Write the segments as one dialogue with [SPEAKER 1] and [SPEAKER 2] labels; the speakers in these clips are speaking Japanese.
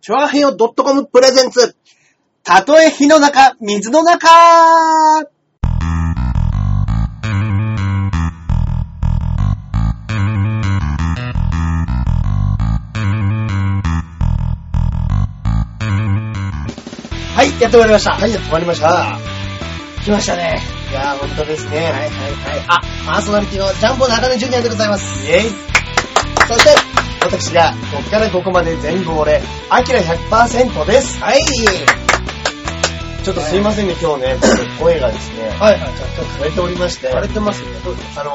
[SPEAKER 1] チョアヘヨ .com プレゼンツ。たとえ火の中、水の中はい、やってまいりました。
[SPEAKER 2] はい、やってまいりました。
[SPEAKER 1] 来ましたね。
[SPEAKER 2] いやー、本当ですね。
[SPEAKER 1] はいはいはい。
[SPEAKER 2] あ、パーソナリティのジャンボ中根ジュニアでございます。
[SPEAKER 1] イェイ。
[SPEAKER 2] そして、私が、こっからここまで全部俺、アキラ100%です。
[SPEAKER 1] はい。
[SPEAKER 2] ちょっとすいませんね、今日ね、僕声がですね、
[SPEAKER 1] はいはい。ちょっ
[SPEAKER 2] ちょっと枯れておりまして、
[SPEAKER 1] と
[SPEAKER 2] あ
[SPEAKER 1] 荒
[SPEAKER 2] の
[SPEAKER 1] れ
[SPEAKER 2] ー、
[SPEAKER 1] てますね。どうです
[SPEAKER 2] 昨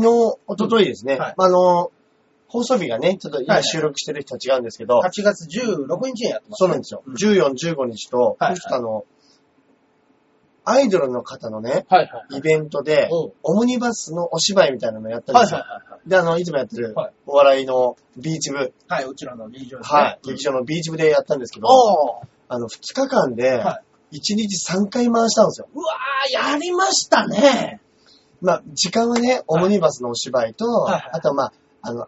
[SPEAKER 2] 日、おとといですね、
[SPEAKER 1] うんはい
[SPEAKER 2] まああのー、放送日がね、ちょっと
[SPEAKER 1] はいは
[SPEAKER 2] 今
[SPEAKER 1] い
[SPEAKER 2] 収録してる日とは違うんですけど、
[SPEAKER 1] 8月16日にやってます。
[SPEAKER 2] そうなんですよ。
[SPEAKER 1] うん
[SPEAKER 2] 14、15日と、
[SPEAKER 1] はいはい
[SPEAKER 2] いくつかの、アイドルの方のね、
[SPEAKER 1] はいはい。
[SPEAKER 2] イベントで、
[SPEAKER 1] おう
[SPEAKER 2] オムニバスのお芝居みたいなのやったん
[SPEAKER 1] はいは
[SPEAKER 2] です
[SPEAKER 1] い
[SPEAKER 2] よ。
[SPEAKER 1] は
[SPEAKER 2] で、あの、いつもやってる
[SPEAKER 1] はい、
[SPEAKER 2] お笑いのビーチ部、
[SPEAKER 1] い。はい、うちらの劇場ですね。
[SPEAKER 2] はい、劇場のビーチ部でやったんですけど、
[SPEAKER 1] おー。
[SPEAKER 2] あの、2日間で、1
[SPEAKER 1] は
[SPEAKER 2] 日3回回したんですよ。
[SPEAKER 1] うわー、やりましたね。
[SPEAKER 2] まあ、時間はね、オムニバスのお芝居と、
[SPEAKER 1] はいはい
[SPEAKER 2] あとはまあ、あの、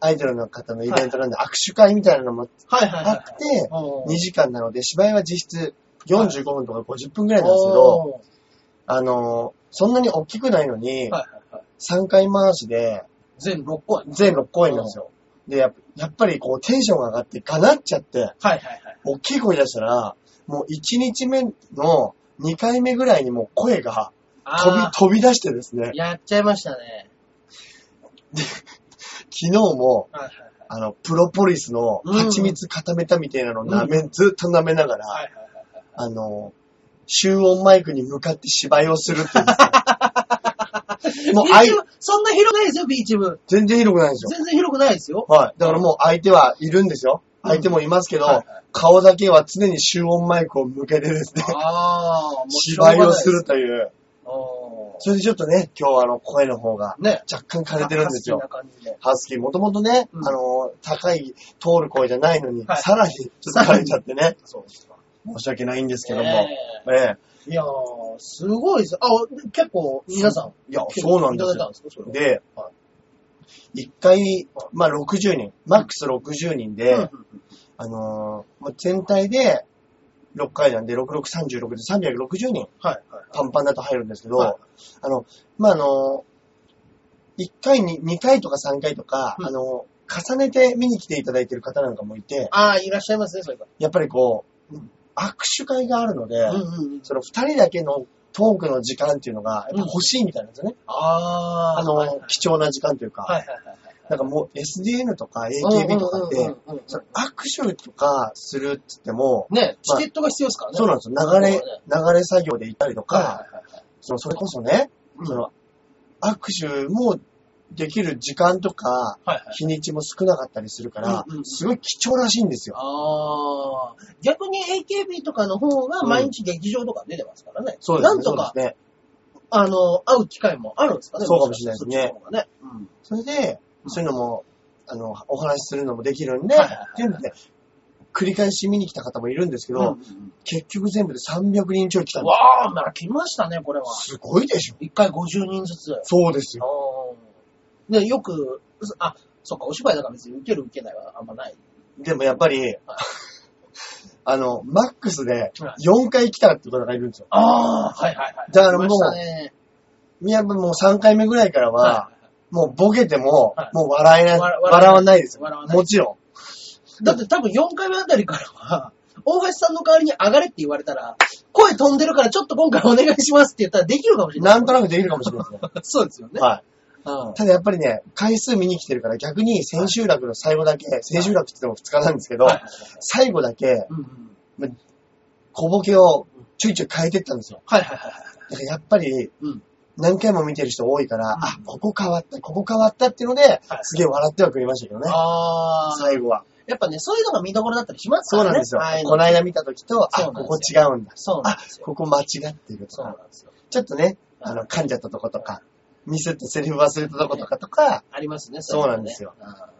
[SPEAKER 2] アイドルの方のイベントなんで、握手会みたいなのも
[SPEAKER 1] はいはい
[SPEAKER 2] あ
[SPEAKER 1] は
[SPEAKER 2] っ
[SPEAKER 1] い。
[SPEAKER 2] て、
[SPEAKER 1] おー
[SPEAKER 2] 2時間なので、芝居は実質45分とか50分くらいなんですけど、
[SPEAKER 1] おー
[SPEAKER 2] あの、そんなに大きくないのに、
[SPEAKER 1] はいはいはい。
[SPEAKER 2] 3回回しで、
[SPEAKER 1] 全6個あります
[SPEAKER 2] 全6公演なんですよ。で、やっぱやっぱりこう、テンションが上がって、ガナっちゃって、
[SPEAKER 1] はいはいはい。
[SPEAKER 2] 大きい声出したら、もう1日目の2回目ぐらいにもう声が飛び
[SPEAKER 1] あ、
[SPEAKER 2] 飛び出してですね
[SPEAKER 1] ー、、やっちゃいましたね。
[SPEAKER 2] 昨日も、
[SPEAKER 1] はいはい
[SPEAKER 2] あの、プロポリスの
[SPEAKER 1] うん
[SPEAKER 2] 蜂蜜固めたみたいなのを舐め、ずっと舐めながら、
[SPEAKER 1] はい。はいはいはいはい。
[SPEAKER 2] あの、集音マイクに向かって芝居をするっていうです ねもうあい
[SPEAKER 1] ビーチ部そんな広くないですよ、ビーチ部。
[SPEAKER 2] 全然広くないんですよ。
[SPEAKER 1] 全然広くないですよ。
[SPEAKER 2] はい。だからもう相手はいるんですよ。相手もいますけど、
[SPEAKER 1] うんはいは
[SPEAKER 2] 顔だけは常に集音マイクを向けてですね、
[SPEAKER 1] ああ、もう
[SPEAKER 2] 芝居をする
[SPEAKER 1] と。
[SPEAKER 2] という。
[SPEAKER 1] おー
[SPEAKER 2] それでちょっとね、今日はあの声の方が
[SPEAKER 1] ね。
[SPEAKER 2] 若干枯れてるんです
[SPEAKER 1] ハスキー
[SPEAKER 2] よ。
[SPEAKER 1] な感じで。
[SPEAKER 2] ハスキー、もともとね、
[SPEAKER 1] うん
[SPEAKER 2] あの、高い、通る声じゃないのに、
[SPEAKER 1] はい
[SPEAKER 2] さらにちょっと枯れちゃってね、
[SPEAKER 1] そうですか。
[SPEAKER 2] 申し訳ないんですけども。
[SPEAKER 1] ね
[SPEAKER 2] ええ
[SPEAKER 1] えいやー、すごいです。あ、結構、皆さん。
[SPEAKER 2] いや
[SPEAKER 1] 結
[SPEAKER 2] そ
[SPEAKER 1] 構
[SPEAKER 2] うなんですよ
[SPEAKER 1] いただいたんですか、それは。
[SPEAKER 2] で
[SPEAKER 1] は、
[SPEAKER 2] 一回、まあ60人、マックス60人で、
[SPEAKER 1] うんうんうん
[SPEAKER 2] あのーまあ全体で6回なんで、6636で360人、
[SPEAKER 1] はいはいはい。
[SPEAKER 2] パンパンだと入るんですけど、
[SPEAKER 1] はい
[SPEAKER 2] あの、まああのー、1回に、2回とか3回とか、
[SPEAKER 1] うん
[SPEAKER 2] あのー重ねて見に来ていただいてる方なんかもいて、
[SPEAKER 1] ああ、いらっしゃいますね、それが。
[SPEAKER 2] やっぱりこう、
[SPEAKER 1] うん
[SPEAKER 2] 握手会があるので、
[SPEAKER 1] うんうんうん。
[SPEAKER 2] その二人だけのトークの時間っていうのが、やっぱ欲しいみたいなんですよね。
[SPEAKER 1] ああ、
[SPEAKER 2] あの、
[SPEAKER 1] はいはい
[SPEAKER 2] 貴重な時間というか、
[SPEAKER 1] はいはいはいはい。
[SPEAKER 2] なんかもう SDN とか AKB とかって、
[SPEAKER 1] うんうんうんうん
[SPEAKER 2] その握手とかするって言っても、
[SPEAKER 1] ね、チケットが必要ですからね。
[SPEAKER 2] そうなんですよ。流れ、流れ作業で行ったりとか、
[SPEAKER 1] はいはいはいはい
[SPEAKER 2] そのそれこそね、
[SPEAKER 1] うん
[SPEAKER 2] その握手もできる時間とか、
[SPEAKER 1] はいはい。
[SPEAKER 2] 日にちも少なかったりするから、
[SPEAKER 1] うんうん
[SPEAKER 2] すごい貴重らしいんですよ。
[SPEAKER 1] ああ、逆に AKB とかの方が毎日劇場とか出てますからね。
[SPEAKER 2] そうです
[SPEAKER 1] な
[SPEAKER 2] ね。
[SPEAKER 1] んとか
[SPEAKER 2] そう、ですね。
[SPEAKER 1] あの、会う機会もあるんですかね。
[SPEAKER 2] そうかもしれないですね
[SPEAKER 1] そっちの方がね。うん。
[SPEAKER 2] それで、
[SPEAKER 1] うん
[SPEAKER 2] そういうのも、あの、お話しするのもできるんで、
[SPEAKER 1] はいはいはい
[SPEAKER 2] っていうので、繰り返し見に来た方もいるんですけど、
[SPEAKER 1] うんうん
[SPEAKER 2] 結局全部で300人ちょい来た
[SPEAKER 1] うんん
[SPEAKER 2] です。
[SPEAKER 1] わあ、なら来ましたね、これは。
[SPEAKER 2] すごいでしょ。
[SPEAKER 1] 一回50人ずつ。
[SPEAKER 2] そうですよ。
[SPEAKER 1] あーで、よく、あ、そっか、お芝居だから別に受ける受けないはあんまない。
[SPEAKER 2] でもやっぱり、 あの、マックスで
[SPEAKER 1] は
[SPEAKER 2] 4回来たって方がいるんですよ。
[SPEAKER 1] ああ、はいはいはい。
[SPEAKER 2] だからもう
[SPEAKER 1] 来ましたね
[SPEAKER 2] いやっぱもう3回目ぐらいから
[SPEAKER 1] はい
[SPEAKER 2] は、もうボケても
[SPEAKER 1] は、い
[SPEAKER 2] もう笑えない、
[SPEAKER 1] 笑
[SPEAKER 2] 笑わないですよ
[SPEAKER 1] 笑わ。ない
[SPEAKER 2] もちろ
[SPEAKER 1] だって多分4回目あたりからは、大橋さんの代わりに上がれって言われたら、声飛んでるからちょっと今回お願いしますって言ったらできるかもし
[SPEAKER 2] ん。
[SPEAKER 1] れない。
[SPEAKER 2] なんとなくできるかもしれない ですね。
[SPEAKER 1] く。そうですよね。
[SPEAKER 2] はい。
[SPEAKER 1] うん
[SPEAKER 2] ただやっぱりね、回数見に来てるから逆に千秋楽の最後だけ、千秋楽って言っても2日なんですけど、
[SPEAKER 1] はい
[SPEAKER 2] 最後だけ
[SPEAKER 1] うんうん
[SPEAKER 2] 小ボケをちょいちょい変えてったんですよ。
[SPEAKER 1] はいはいはいはい。
[SPEAKER 2] だからやっぱり
[SPEAKER 1] うん、
[SPEAKER 2] 何回も見てる人多いから、
[SPEAKER 1] うん
[SPEAKER 2] あ、ここ変わった、ここ変わったっていうので、すげえ笑ってはくれましたけどね。
[SPEAKER 1] ああ。
[SPEAKER 2] 最後は。
[SPEAKER 1] やっぱね、そういうのが見どころだったりしますか
[SPEAKER 2] そう
[SPEAKER 1] らね。
[SPEAKER 2] なんですよ
[SPEAKER 1] ああい。うの
[SPEAKER 2] この間見た時と、
[SPEAKER 1] そう
[SPEAKER 2] あ、
[SPEAKER 1] なんです
[SPEAKER 2] こ
[SPEAKER 1] よ
[SPEAKER 2] こ違うんだ。
[SPEAKER 1] そうなん
[SPEAKER 2] あ
[SPEAKER 1] です、よ。
[SPEAKER 2] ここ間違ってると
[SPEAKER 1] そうなん
[SPEAKER 2] か。
[SPEAKER 1] ですよ。
[SPEAKER 2] ちょっとね、あの、噛んじゃったとことか、ミスってセリフ忘れたとことかとか、
[SPEAKER 1] ありますね、
[SPEAKER 2] そうなんですよ
[SPEAKER 1] そういうのね。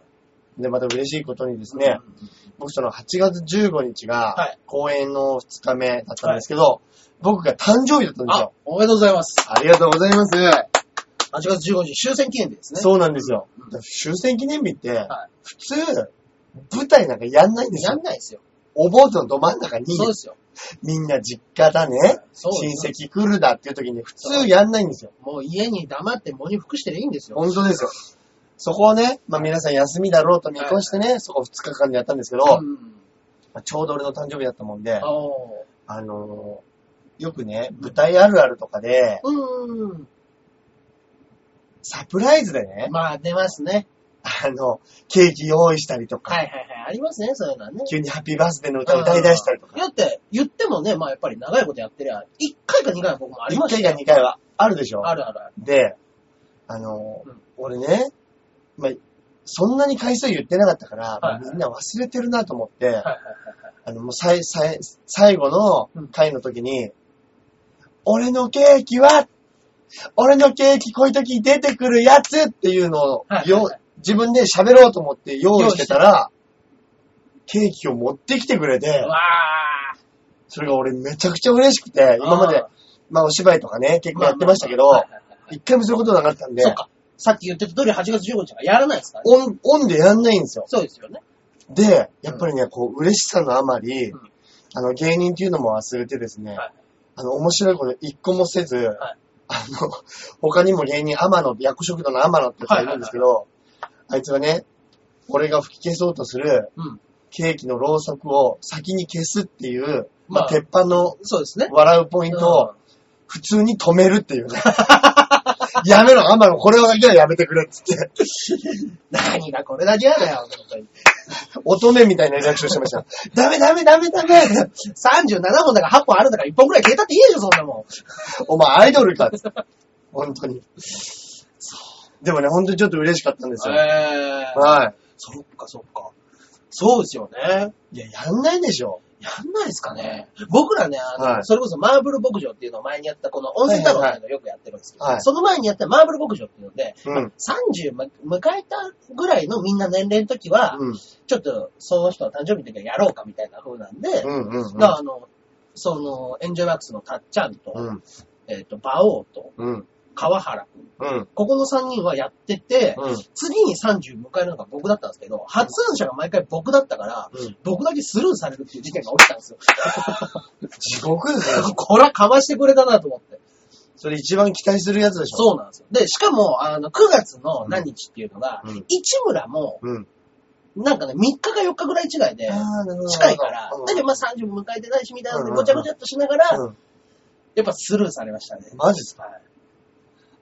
[SPEAKER 2] で、また嬉しいことにです
[SPEAKER 1] うん
[SPEAKER 2] ね、
[SPEAKER 1] うんうん
[SPEAKER 2] 僕その8月15日
[SPEAKER 1] は
[SPEAKER 2] が
[SPEAKER 1] い、
[SPEAKER 2] 公演の2日目だったんですけど、僕が誕生日だったんです
[SPEAKER 1] あ
[SPEAKER 2] よ。、
[SPEAKER 1] おめでとうございます。
[SPEAKER 2] ありがとうございます。
[SPEAKER 1] 8月15日、終戦記念日ですね。
[SPEAKER 2] そうなんですよ
[SPEAKER 1] うん。
[SPEAKER 2] 終戦記念日って
[SPEAKER 1] は、
[SPEAKER 2] 普通、舞台なんかやんないんです
[SPEAKER 1] や
[SPEAKER 2] よ
[SPEAKER 1] ん。ないですよ。
[SPEAKER 2] お盆のど真ん中に、
[SPEAKER 1] そうですよ。
[SPEAKER 2] みんな実家だね、
[SPEAKER 1] そうです
[SPEAKER 2] 親戚来るだっていう時に普通やんないんですよ。
[SPEAKER 1] もう家に黙って喪に服してりゃいいんですよ。
[SPEAKER 2] 本当ですよ。そこをね、まあ皆さん休みだろうと見越してね、そこ2日間でやったんですけど、
[SPEAKER 1] うん。
[SPEAKER 2] まあちょうど俺の誕生日だったもんで、
[SPEAKER 1] あー
[SPEAKER 2] あのーよくね、舞台あるあるとかで、
[SPEAKER 1] うんうん。
[SPEAKER 2] サプライズでね、
[SPEAKER 1] まあ出ますね。
[SPEAKER 2] あの、ケーキ用意したりとか、
[SPEAKER 1] はいはいはい。ありますね、そういうのはね。
[SPEAKER 2] 急にハッピーバースデーの歌を歌い出したりとか、
[SPEAKER 1] だって、言ってもね、まあやっぱり長いことやってりゃ、1回か2回は僕もあり
[SPEAKER 2] 1
[SPEAKER 1] ました
[SPEAKER 2] 回か2回はあるでしょ。
[SPEAKER 1] あるあるある。
[SPEAKER 2] で、あの、
[SPEAKER 1] うん
[SPEAKER 2] 俺ね、まあ、そんなに回数言ってなかったから、
[SPEAKER 1] はいはい
[SPEAKER 2] みんな忘れてるなと思って、
[SPEAKER 1] はいはい
[SPEAKER 2] あの、もうさいさい最後
[SPEAKER 1] う
[SPEAKER 2] の
[SPEAKER 1] ん
[SPEAKER 2] 回の時に、俺のケーキは、俺のケーキこういう時出てくるやつっていうのを、
[SPEAKER 1] はいはい
[SPEAKER 2] よ
[SPEAKER 1] はい
[SPEAKER 2] 自分で喋ろうと思って用意してたら、ケーキを持ってきてくれて
[SPEAKER 1] はい。う、わ
[SPEAKER 2] それが俺めちゃくちゃ嬉しくて
[SPEAKER 1] ー、
[SPEAKER 2] 今まで、まあお芝居とかね、結構やってましたけど
[SPEAKER 1] まあま、あまあはいはいはい
[SPEAKER 2] 一回もすることなかったんで、
[SPEAKER 1] そっか。さっき言ってた通り8月15日はやらないですからね。
[SPEAKER 2] オン、オンでやんないんですよ。
[SPEAKER 1] そうですよね。
[SPEAKER 2] で、やっぱりね、こう、嬉しさのあまり、
[SPEAKER 1] うん
[SPEAKER 2] あの、芸人っていうのも忘れてですね、
[SPEAKER 1] はい
[SPEAKER 2] あの、面白いこと一個もせず、
[SPEAKER 1] はい
[SPEAKER 2] あの、 他にも芸人、天野、薬食堂の天野って人がいるんですけど、あいつがね、俺が吹き消そうとする
[SPEAKER 1] うん。
[SPEAKER 2] ケーキのろうそくを先に消すっていう、
[SPEAKER 1] ま
[SPEAKER 2] まあ、
[SPEAKER 1] あ
[SPEAKER 2] 鉄板の
[SPEAKER 1] そうですね。
[SPEAKER 2] 笑うポイントを普通に止めるっていうね。 やめろ、天野、これだけはやめてくれっつって、
[SPEAKER 1] 何がこれだけやだよ、本当に。
[SPEAKER 2] 乙女みたいなリアクションしてました。ダメダメダメダメ
[SPEAKER 1] 37本だから8本あるんだから1本くらい消えたっていいでしょ、そんなもん。
[SPEAKER 2] お前アイドルかっつって。本当に。でもね、本当にちょっと嬉しかったんですよ。
[SPEAKER 1] えー。
[SPEAKER 2] は
[SPEAKER 1] そっかそっか。そうですよね。
[SPEAKER 2] い。いや、やんないでしょ。
[SPEAKER 1] やんないですかね。僕らね、あの、
[SPEAKER 2] はい
[SPEAKER 1] それこそマーブル牧場っていうのを前にやった、この温泉太郎っていうのをよくやってるんですけど、
[SPEAKER 2] はい
[SPEAKER 1] その前にやったマーブル牧場っていうので、
[SPEAKER 2] うん。
[SPEAKER 1] 30ま迎えたぐらいのみんな年齢の時は、
[SPEAKER 2] うん。
[SPEAKER 1] ちょっとその人の誕生日の時はやろうかみたいな風なんで、
[SPEAKER 2] うん。う
[SPEAKER 1] だ
[SPEAKER 2] ん。
[SPEAKER 1] からあの、その、エンジョイワックスのたっちゃんと、
[SPEAKER 2] うん。
[SPEAKER 1] えっ、と、馬王と、
[SPEAKER 2] うん。
[SPEAKER 1] 川原君、
[SPEAKER 2] うん。
[SPEAKER 1] ここの3人はやってて、
[SPEAKER 2] うん。
[SPEAKER 1] 次に30迎えるのが僕だったんですけど、発案者が毎回僕だったから、
[SPEAKER 2] うん
[SPEAKER 1] 僕だけスルーされるっていう事件が起きたんですよ。
[SPEAKER 2] 地獄ですよ。
[SPEAKER 1] こら、かましてくれたなと思って。
[SPEAKER 2] それ一番期待するやつでしょ。
[SPEAKER 1] そうなんですよ。で、しかも、あの、9月の何日っていうのが、
[SPEAKER 2] うん
[SPEAKER 1] 市村も、
[SPEAKER 2] うん。
[SPEAKER 1] なんかね、3日か4日ぐらい違いで、
[SPEAKER 2] ああ、なるほど。
[SPEAKER 1] 近いから、
[SPEAKER 2] うん
[SPEAKER 1] だけどまあ30も迎えてないし、みたいなの
[SPEAKER 2] う
[SPEAKER 1] で、
[SPEAKER 2] ん
[SPEAKER 1] ごちゃごちゃっとしながら、
[SPEAKER 2] うん
[SPEAKER 1] やっぱスルーされましたね。
[SPEAKER 2] マジっすか
[SPEAKER 1] はい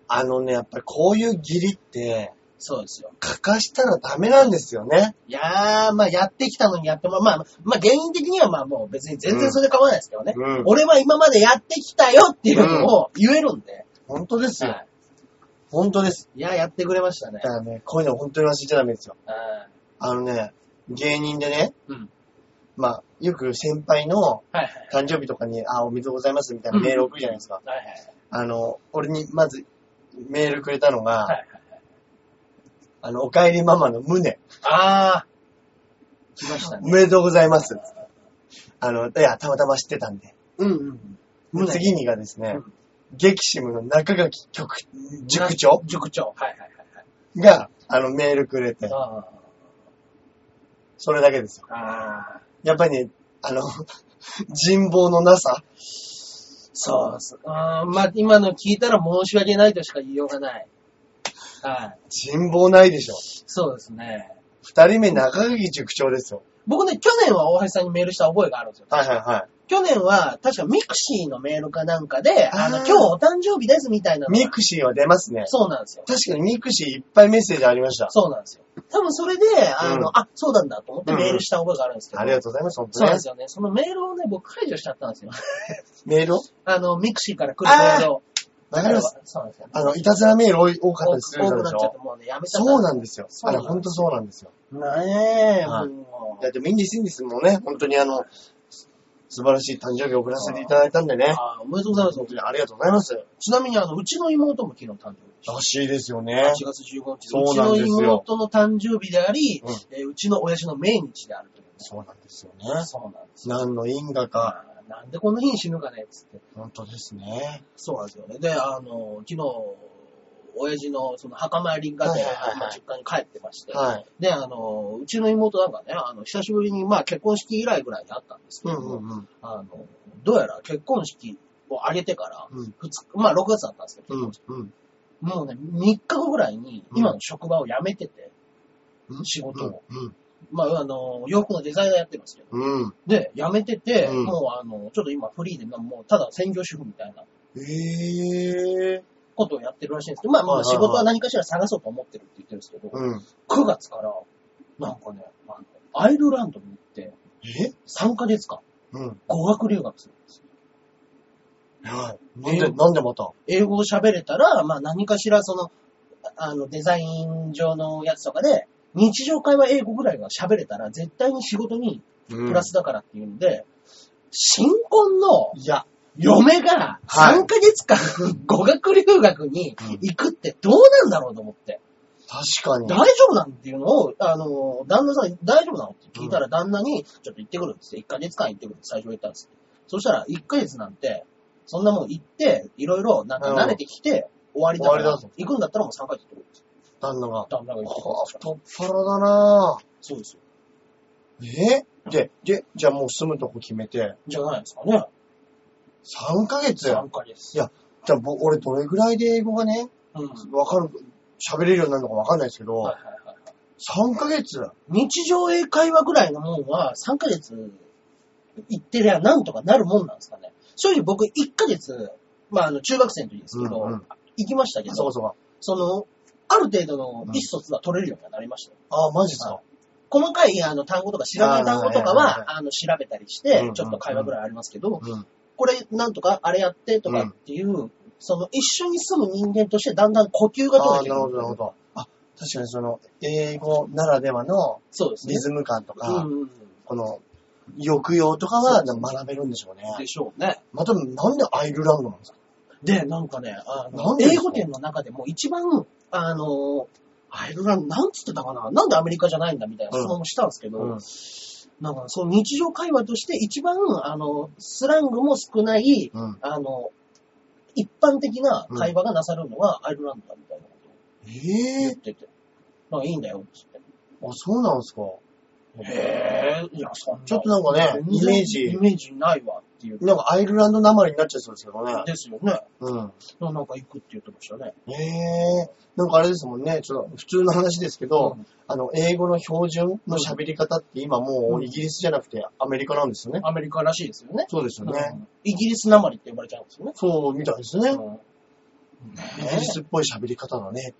[SPEAKER 2] あのね、やっぱりこういう義理って、
[SPEAKER 1] そうですよ。
[SPEAKER 2] 欠かしたらダメなんですよね。
[SPEAKER 1] いやー、まあやってきたのにやっても、まあ、まあ原因的にはまあもう別に全然それで構わないですけどね。
[SPEAKER 2] うん
[SPEAKER 1] 俺は今までやってきたよっていうのを言えるんで。
[SPEAKER 2] 本当です
[SPEAKER 1] は
[SPEAKER 2] よ。
[SPEAKER 1] い
[SPEAKER 2] 本当です。
[SPEAKER 1] いやー、やってくれましたね
[SPEAKER 2] だ。からね、こういうの本当に忘れちゃダメですよ。
[SPEAKER 1] はい
[SPEAKER 2] あのね、芸人でね、
[SPEAKER 1] うん
[SPEAKER 2] まあ、よく先輩の
[SPEAKER 1] はいはい。
[SPEAKER 2] 誕生日とかに、あ、おめでとうございますみたいなメール送るじゃないですか。
[SPEAKER 1] はいはい。
[SPEAKER 2] あの、俺にまずメールくれたのが、
[SPEAKER 1] はいはい
[SPEAKER 2] あの、おかえりママの胸、
[SPEAKER 1] あー、来ました
[SPEAKER 2] お
[SPEAKER 1] ね。
[SPEAKER 2] めでとうございます。あの、いや、たまたま知ってたんで。
[SPEAKER 1] うんうん。
[SPEAKER 2] で次にがですね、
[SPEAKER 1] うん
[SPEAKER 2] 激シムの中垣局、塾長
[SPEAKER 1] 塾長。はいはいはいはい。
[SPEAKER 2] が、あの、メールくれて、
[SPEAKER 1] あ
[SPEAKER 2] それだけですよ。
[SPEAKER 1] ーあー、
[SPEAKER 2] やっぱりね、あの、 人望のなさ。
[SPEAKER 1] そうっす。あーまあ今の聞いたら申し訳ないとしか言いようがない。はい。
[SPEAKER 2] 人望ないでしょ。
[SPEAKER 1] そうですね。
[SPEAKER 2] 二人目中垣塾長ですよ。
[SPEAKER 1] 僕ね、去年は大橋さんにメールした覚えがあるんですよ。
[SPEAKER 2] はいはいはい。
[SPEAKER 1] 去年は、確かミクシーのメールかなんかで、あの、
[SPEAKER 2] あー
[SPEAKER 1] 今日お誕生日ですみたいなのが
[SPEAKER 2] ミクシーは出ますね。
[SPEAKER 1] そうなんですよ。
[SPEAKER 2] 確かにミクシーいっぱいメッセージありました。
[SPEAKER 1] そうなんですよ。多分それで、あの、
[SPEAKER 2] うん
[SPEAKER 1] あ、そうなんだと思ってメールした覚えがあるんですけど。
[SPEAKER 2] ありがとうございます、本
[SPEAKER 1] そうな
[SPEAKER 2] 当
[SPEAKER 1] ん
[SPEAKER 2] ね
[SPEAKER 1] です。よね。そのメールをね、僕解除しちゃったんですよ。
[SPEAKER 2] メールを
[SPEAKER 1] あの、ミクシーから来るメールを。
[SPEAKER 2] わかります。
[SPEAKER 1] そうなんですよ。
[SPEAKER 2] あの、いたずらメール多い多かった
[SPEAKER 1] 多く
[SPEAKER 2] りするでし
[SPEAKER 1] 多くなっちゃっ
[SPEAKER 2] ょ
[SPEAKER 1] て、もうね、やめちゃった。
[SPEAKER 2] そうなんですよ。
[SPEAKER 1] そ
[SPEAKER 2] あ
[SPEAKER 1] うなん
[SPEAKER 2] れ、
[SPEAKER 1] です
[SPEAKER 2] 本当そうなんですよ。
[SPEAKER 1] ねえ、
[SPEAKER 2] はい
[SPEAKER 1] も
[SPEAKER 2] いや、でもいいんです、いいんです。もうね、本当にあの、素晴らしい誕生日を送らせていただいたんで
[SPEAKER 1] う。
[SPEAKER 2] ね。
[SPEAKER 1] あーおめでとうございます
[SPEAKER 2] 本。当にありがとうございます。
[SPEAKER 1] ちなみに、あの、うちの妹も昨日誕生日でした
[SPEAKER 2] ら。しいですよね。
[SPEAKER 1] 8月15日で
[SPEAKER 2] そうなんですよ
[SPEAKER 1] うちの妹の誕生日であり、
[SPEAKER 2] うん
[SPEAKER 1] えーうちの親父の命日であるというね、
[SPEAKER 2] そうなんですよね。
[SPEAKER 1] そうなんですよ。
[SPEAKER 2] 何の因果か。
[SPEAKER 1] あーなんでこの日に死ぬかねっつって。
[SPEAKER 2] 本当ですね。
[SPEAKER 1] そうなんですよね。で、あの、昨日、親父の、その、墓参りがてら、
[SPEAKER 2] はいはいはい
[SPEAKER 1] まあ実家に帰ってまして、
[SPEAKER 2] はい。
[SPEAKER 1] で、あの、うちの妹なんかね、あの、久しぶりに、まあ、結婚式以来ぐらいに会ったんですけ
[SPEAKER 2] うん
[SPEAKER 1] ど、
[SPEAKER 2] うんうん。
[SPEAKER 1] あの、どうやら結婚式を挙げてから、
[SPEAKER 2] うん
[SPEAKER 1] 二日まあ、6月だったんですけど、
[SPEAKER 2] うんうん。
[SPEAKER 1] もうね、3日後ぐらいに、今の職場を辞めてて、
[SPEAKER 2] うん
[SPEAKER 1] 仕事を。
[SPEAKER 2] うん
[SPEAKER 1] まあ、あの、洋服のデザイナーやってるんですけど、
[SPEAKER 2] うん。うん。
[SPEAKER 1] で、辞めてて、
[SPEAKER 2] うん
[SPEAKER 1] もう、あの、ちょっと今フリーで、もう、ただ専業主婦みたいな
[SPEAKER 2] ええ。
[SPEAKER 1] ことをやってるらしいんですけど、まあ、ま
[SPEAKER 2] は
[SPEAKER 1] あ、
[SPEAKER 2] いはいはい
[SPEAKER 1] 仕事は何かしら探そうと思ってるって言ってるんですけど、
[SPEAKER 2] うん。
[SPEAKER 1] 9月から、なんかね、あの、アイルランドに行って、
[SPEAKER 2] え
[SPEAKER 1] 3ヶ月間、
[SPEAKER 2] うん。
[SPEAKER 1] 語学留学するんですよ。
[SPEAKER 2] はい。なんで、なんでまた
[SPEAKER 1] 英語を喋れたら、まあ何かしらその、あの、デザイン上のやつとかで、日常会話英語ぐらいが喋れたら、絶対に仕事にプ
[SPEAKER 2] プ
[SPEAKER 1] ラ。スだからっていうんで、新婚の
[SPEAKER 2] いや、
[SPEAKER 1] 嫁が
[SPEAKER 2] はい
[SPEAKER 1] 3ヶ月間、 語学留学に行くってどうなんだろうと思って、
[SPEAKER 2] 確かに。
[SPEAKER 1] 大丈夫なんていうのを、あの、旦那さんに大丈夫なのって聞いたら旦那に、ちょっと行ってくるって言って、1ヶ月間行ってくるって最初言ったんですよ。そしたら、1ヶ月なんて、そんなもん行って、いろいろ、なんか慣れてきて、終わりだか
[SPEAKER 2] 終わ
[SPEAKER 1] ら
[SPEAKER 2] りだ、
[SPEAKER 1] 行くんだったらもう3ヶ月行ってくるんですよ。
[SPEAKER 2] 旦那が。
[SPEAKER 1] 旦那が言ってくるん
[SPEAKER 2] はあ
[SPEAKER 1] ですから。
[SPEAKER 2] 太っ腹だなぁ。
[SPEAKER 1] そうですよ。
[SPEAKER 2] えで、で、じゃあもう住むとこ決めて、
[SPEAKER 1] じゃないですかね。
[SPEAKER 2] 3ヶ月や
[SPEAKER 1] 3。ヶ月。
[SPEAKER 2] いやじゃあ、ぼ俺どれぐらいで英語がね、
[SPEAKER 1] うん。はい
[SPEAKER 2] わかる、喋れるようになるのかわかんないですけど、
[SPEAKER 1] はいはい。
[SPEAKER 2] 3ヶ月
[SPEAKER 1] 日常英会話ぐらいのもんは、3ヶ月行ってりゃなんとかなるもんなんですかね。正直僕1ヶ月、まあ、あの、中学生の時ですけど、
[SPEAKER 2] うんうん
[SPEAKER 1] 行きましたけど、
[SPEAKER 2] そうそう。
[SPEAKER 1] その、ある程度の意思疎通は取れるようになりましたよ。
[SPEAKER 2] ああ、マジっす
[SPEAKER 1] は
[SPEAKER 2] か。
[SPEAKER 1] 細かいあの単語とか知らない単語とか
[SPEAKER 2] あーはいはい
[SPEAKER 1] は、あの、調べたりして、
[SPEAKER 2] うん
[SPEAKER 1] ちょっと会話ぐらいありますけど、
[SPEAKER 2] うん。
[SPEAKER 1] これなんとか、あれやってとかっていう、その一緒に住む人間としてだんだん呼吸が
[SPEAKER 2] ああ、
[SPEAKER 1] 取れて
[SPEAKER 2] なるほど、なるほど。あ、確かにその、英語ならではの
[SPEAKER 1] そうですね
[SPEAKER 2] リ。ズム感とか、
[SPEAKER 1] うん。
[SPEAKER 2] この、抑揚とかは
[SPEAKER 1] そうそう
[SPEAKER 2] 学べるんでしょうね。
[SPEAKER 1] でしょうね。
[SPEAKER 2] また、なんでアイルランドなんですか
[SPEAKER 1] で、なんかね、あ
[SPEAKER 2] な
[SPEAKER 1] の
[SPEAKER 2] んでで
[SPEAKER 1] 英
[SPEAKER 2] すか
[SPEAKER 1] 語圏の中でも一番、あの、アイルランド、なんつってたかななんでアメリカじゃないんだみたいな質問もしたんですけど、
[SPEAKER 2] うん
[SPEAKER 1] なんかその日常会話として一番、あの、スラングも少ない、
[SPEAKER 2] うん。
[SPEAKER 1] あの、一般的な会話がなされるのはアイルランドだみたいなことを
[SPEAKER 2] え
[SPEAKER 1] 言っ
[SPEAKER 2] え
[SPEAKER 1] てて、まあいいんだよって言って。
[SPEAKER 2] あ、そうなんですか。
[SPEAKER 1] へぇー、いや、そんな。
[SPEAKER 2] ちょっとなんかね、イメー
[SPEAKER 1] イ
[SPEAKER 2] ジ、
[SPEAKER 1] メージないわっていう。
[SPEAKER 2] なんかアイルランドなまりになっちゃいそうですけどね。
[SPEAKER 1] ですよね。
[SPEAKER 2] うん。
[SPEAKER 1] なんか行くって言ってましたね。
[SPEAKER 2] ええなんかあれですもんね、ちょっと普通の話ですけど、
[SPEAKER 1] うん
[SPEAKER 2] あの、英語の標準の喋り方って今もうイギリスじゃなくてアメリカなんですよね。
[SPEAKER 1] アメリカらしいですよね。
[SPEAKER 2] そうですよ
[SPEAKER 1] う
[SPEAKER 2] ね。
[SPEAKER 1] んイギリスなまりって呼ばれちゃうんですよね。
[SPEAKER 2] そうみたいですね。イギリスっぽい喋り方がね、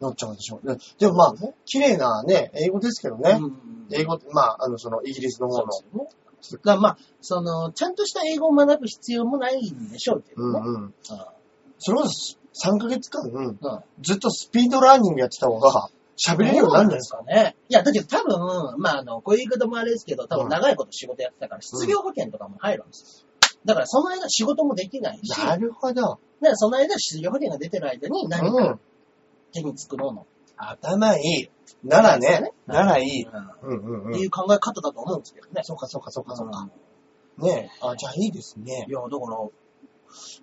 [SPEAKER 2] なっちゃうんでしょうね。でもまあ、綺麗なね、英語ですけどね。英語、まあ、あの、その、イギリスの
[SPEAKER 1] そ
[SPEAKER 2] 方
[SPEAKER 1] う
[SPEAKER 2] の
[SPEAKER 1] で。すよね。だからまあ、その、ちゃんとした英語を学ぶ必要もないんでしょうけ
[SPEAKER 2] う
[SPEAKER 1] どね。
[SPEAKER 2] んうん。
[SPEAKER 1] あ
[SPEAKER 2] それこそ3ヶ月間、
[SPEAKER 1] あうん
[SPEAKER 2] ずっとスピードラーニングやってた方が、喋れるようになるんじゃないですか。
[SPEAKER 1] かね。いや、だけど多分、まあ、あの、こういう言い方もあれですけど、多分長いこと仕事やってたから、失業保険とかも入るんですよ。だから、その間仕事もできないし、だか
[SPEAKER 2] なるほど。
[SPEAKER 1] らその間失業保険が出てる間に何
[SPEAKER 2] う
[SPEAKER 1] か
[SPEAKER 2] ん。
[SPEAKER 1] 手に作ろうの。
[SPEAKER 2] 頭いい。ならね、ならいい。
[SPEAKER 1] う
[SPEAKER 2] うんうん
[SPEAKER 1] ん。っ
[SPEAKER 2] うん
[SPEAKER 1] てい。う考え方だと思うんですけどね。
[SPEAKER 2] そうかそうかそうかそう
[SPEAKER 1] う
[SPEAKER 2] か
[SPEAKER 1] ん。
[SPEAKER 2] ねえ。あ、じゃあいいですね
[SPEAKER 1] い。や、だから、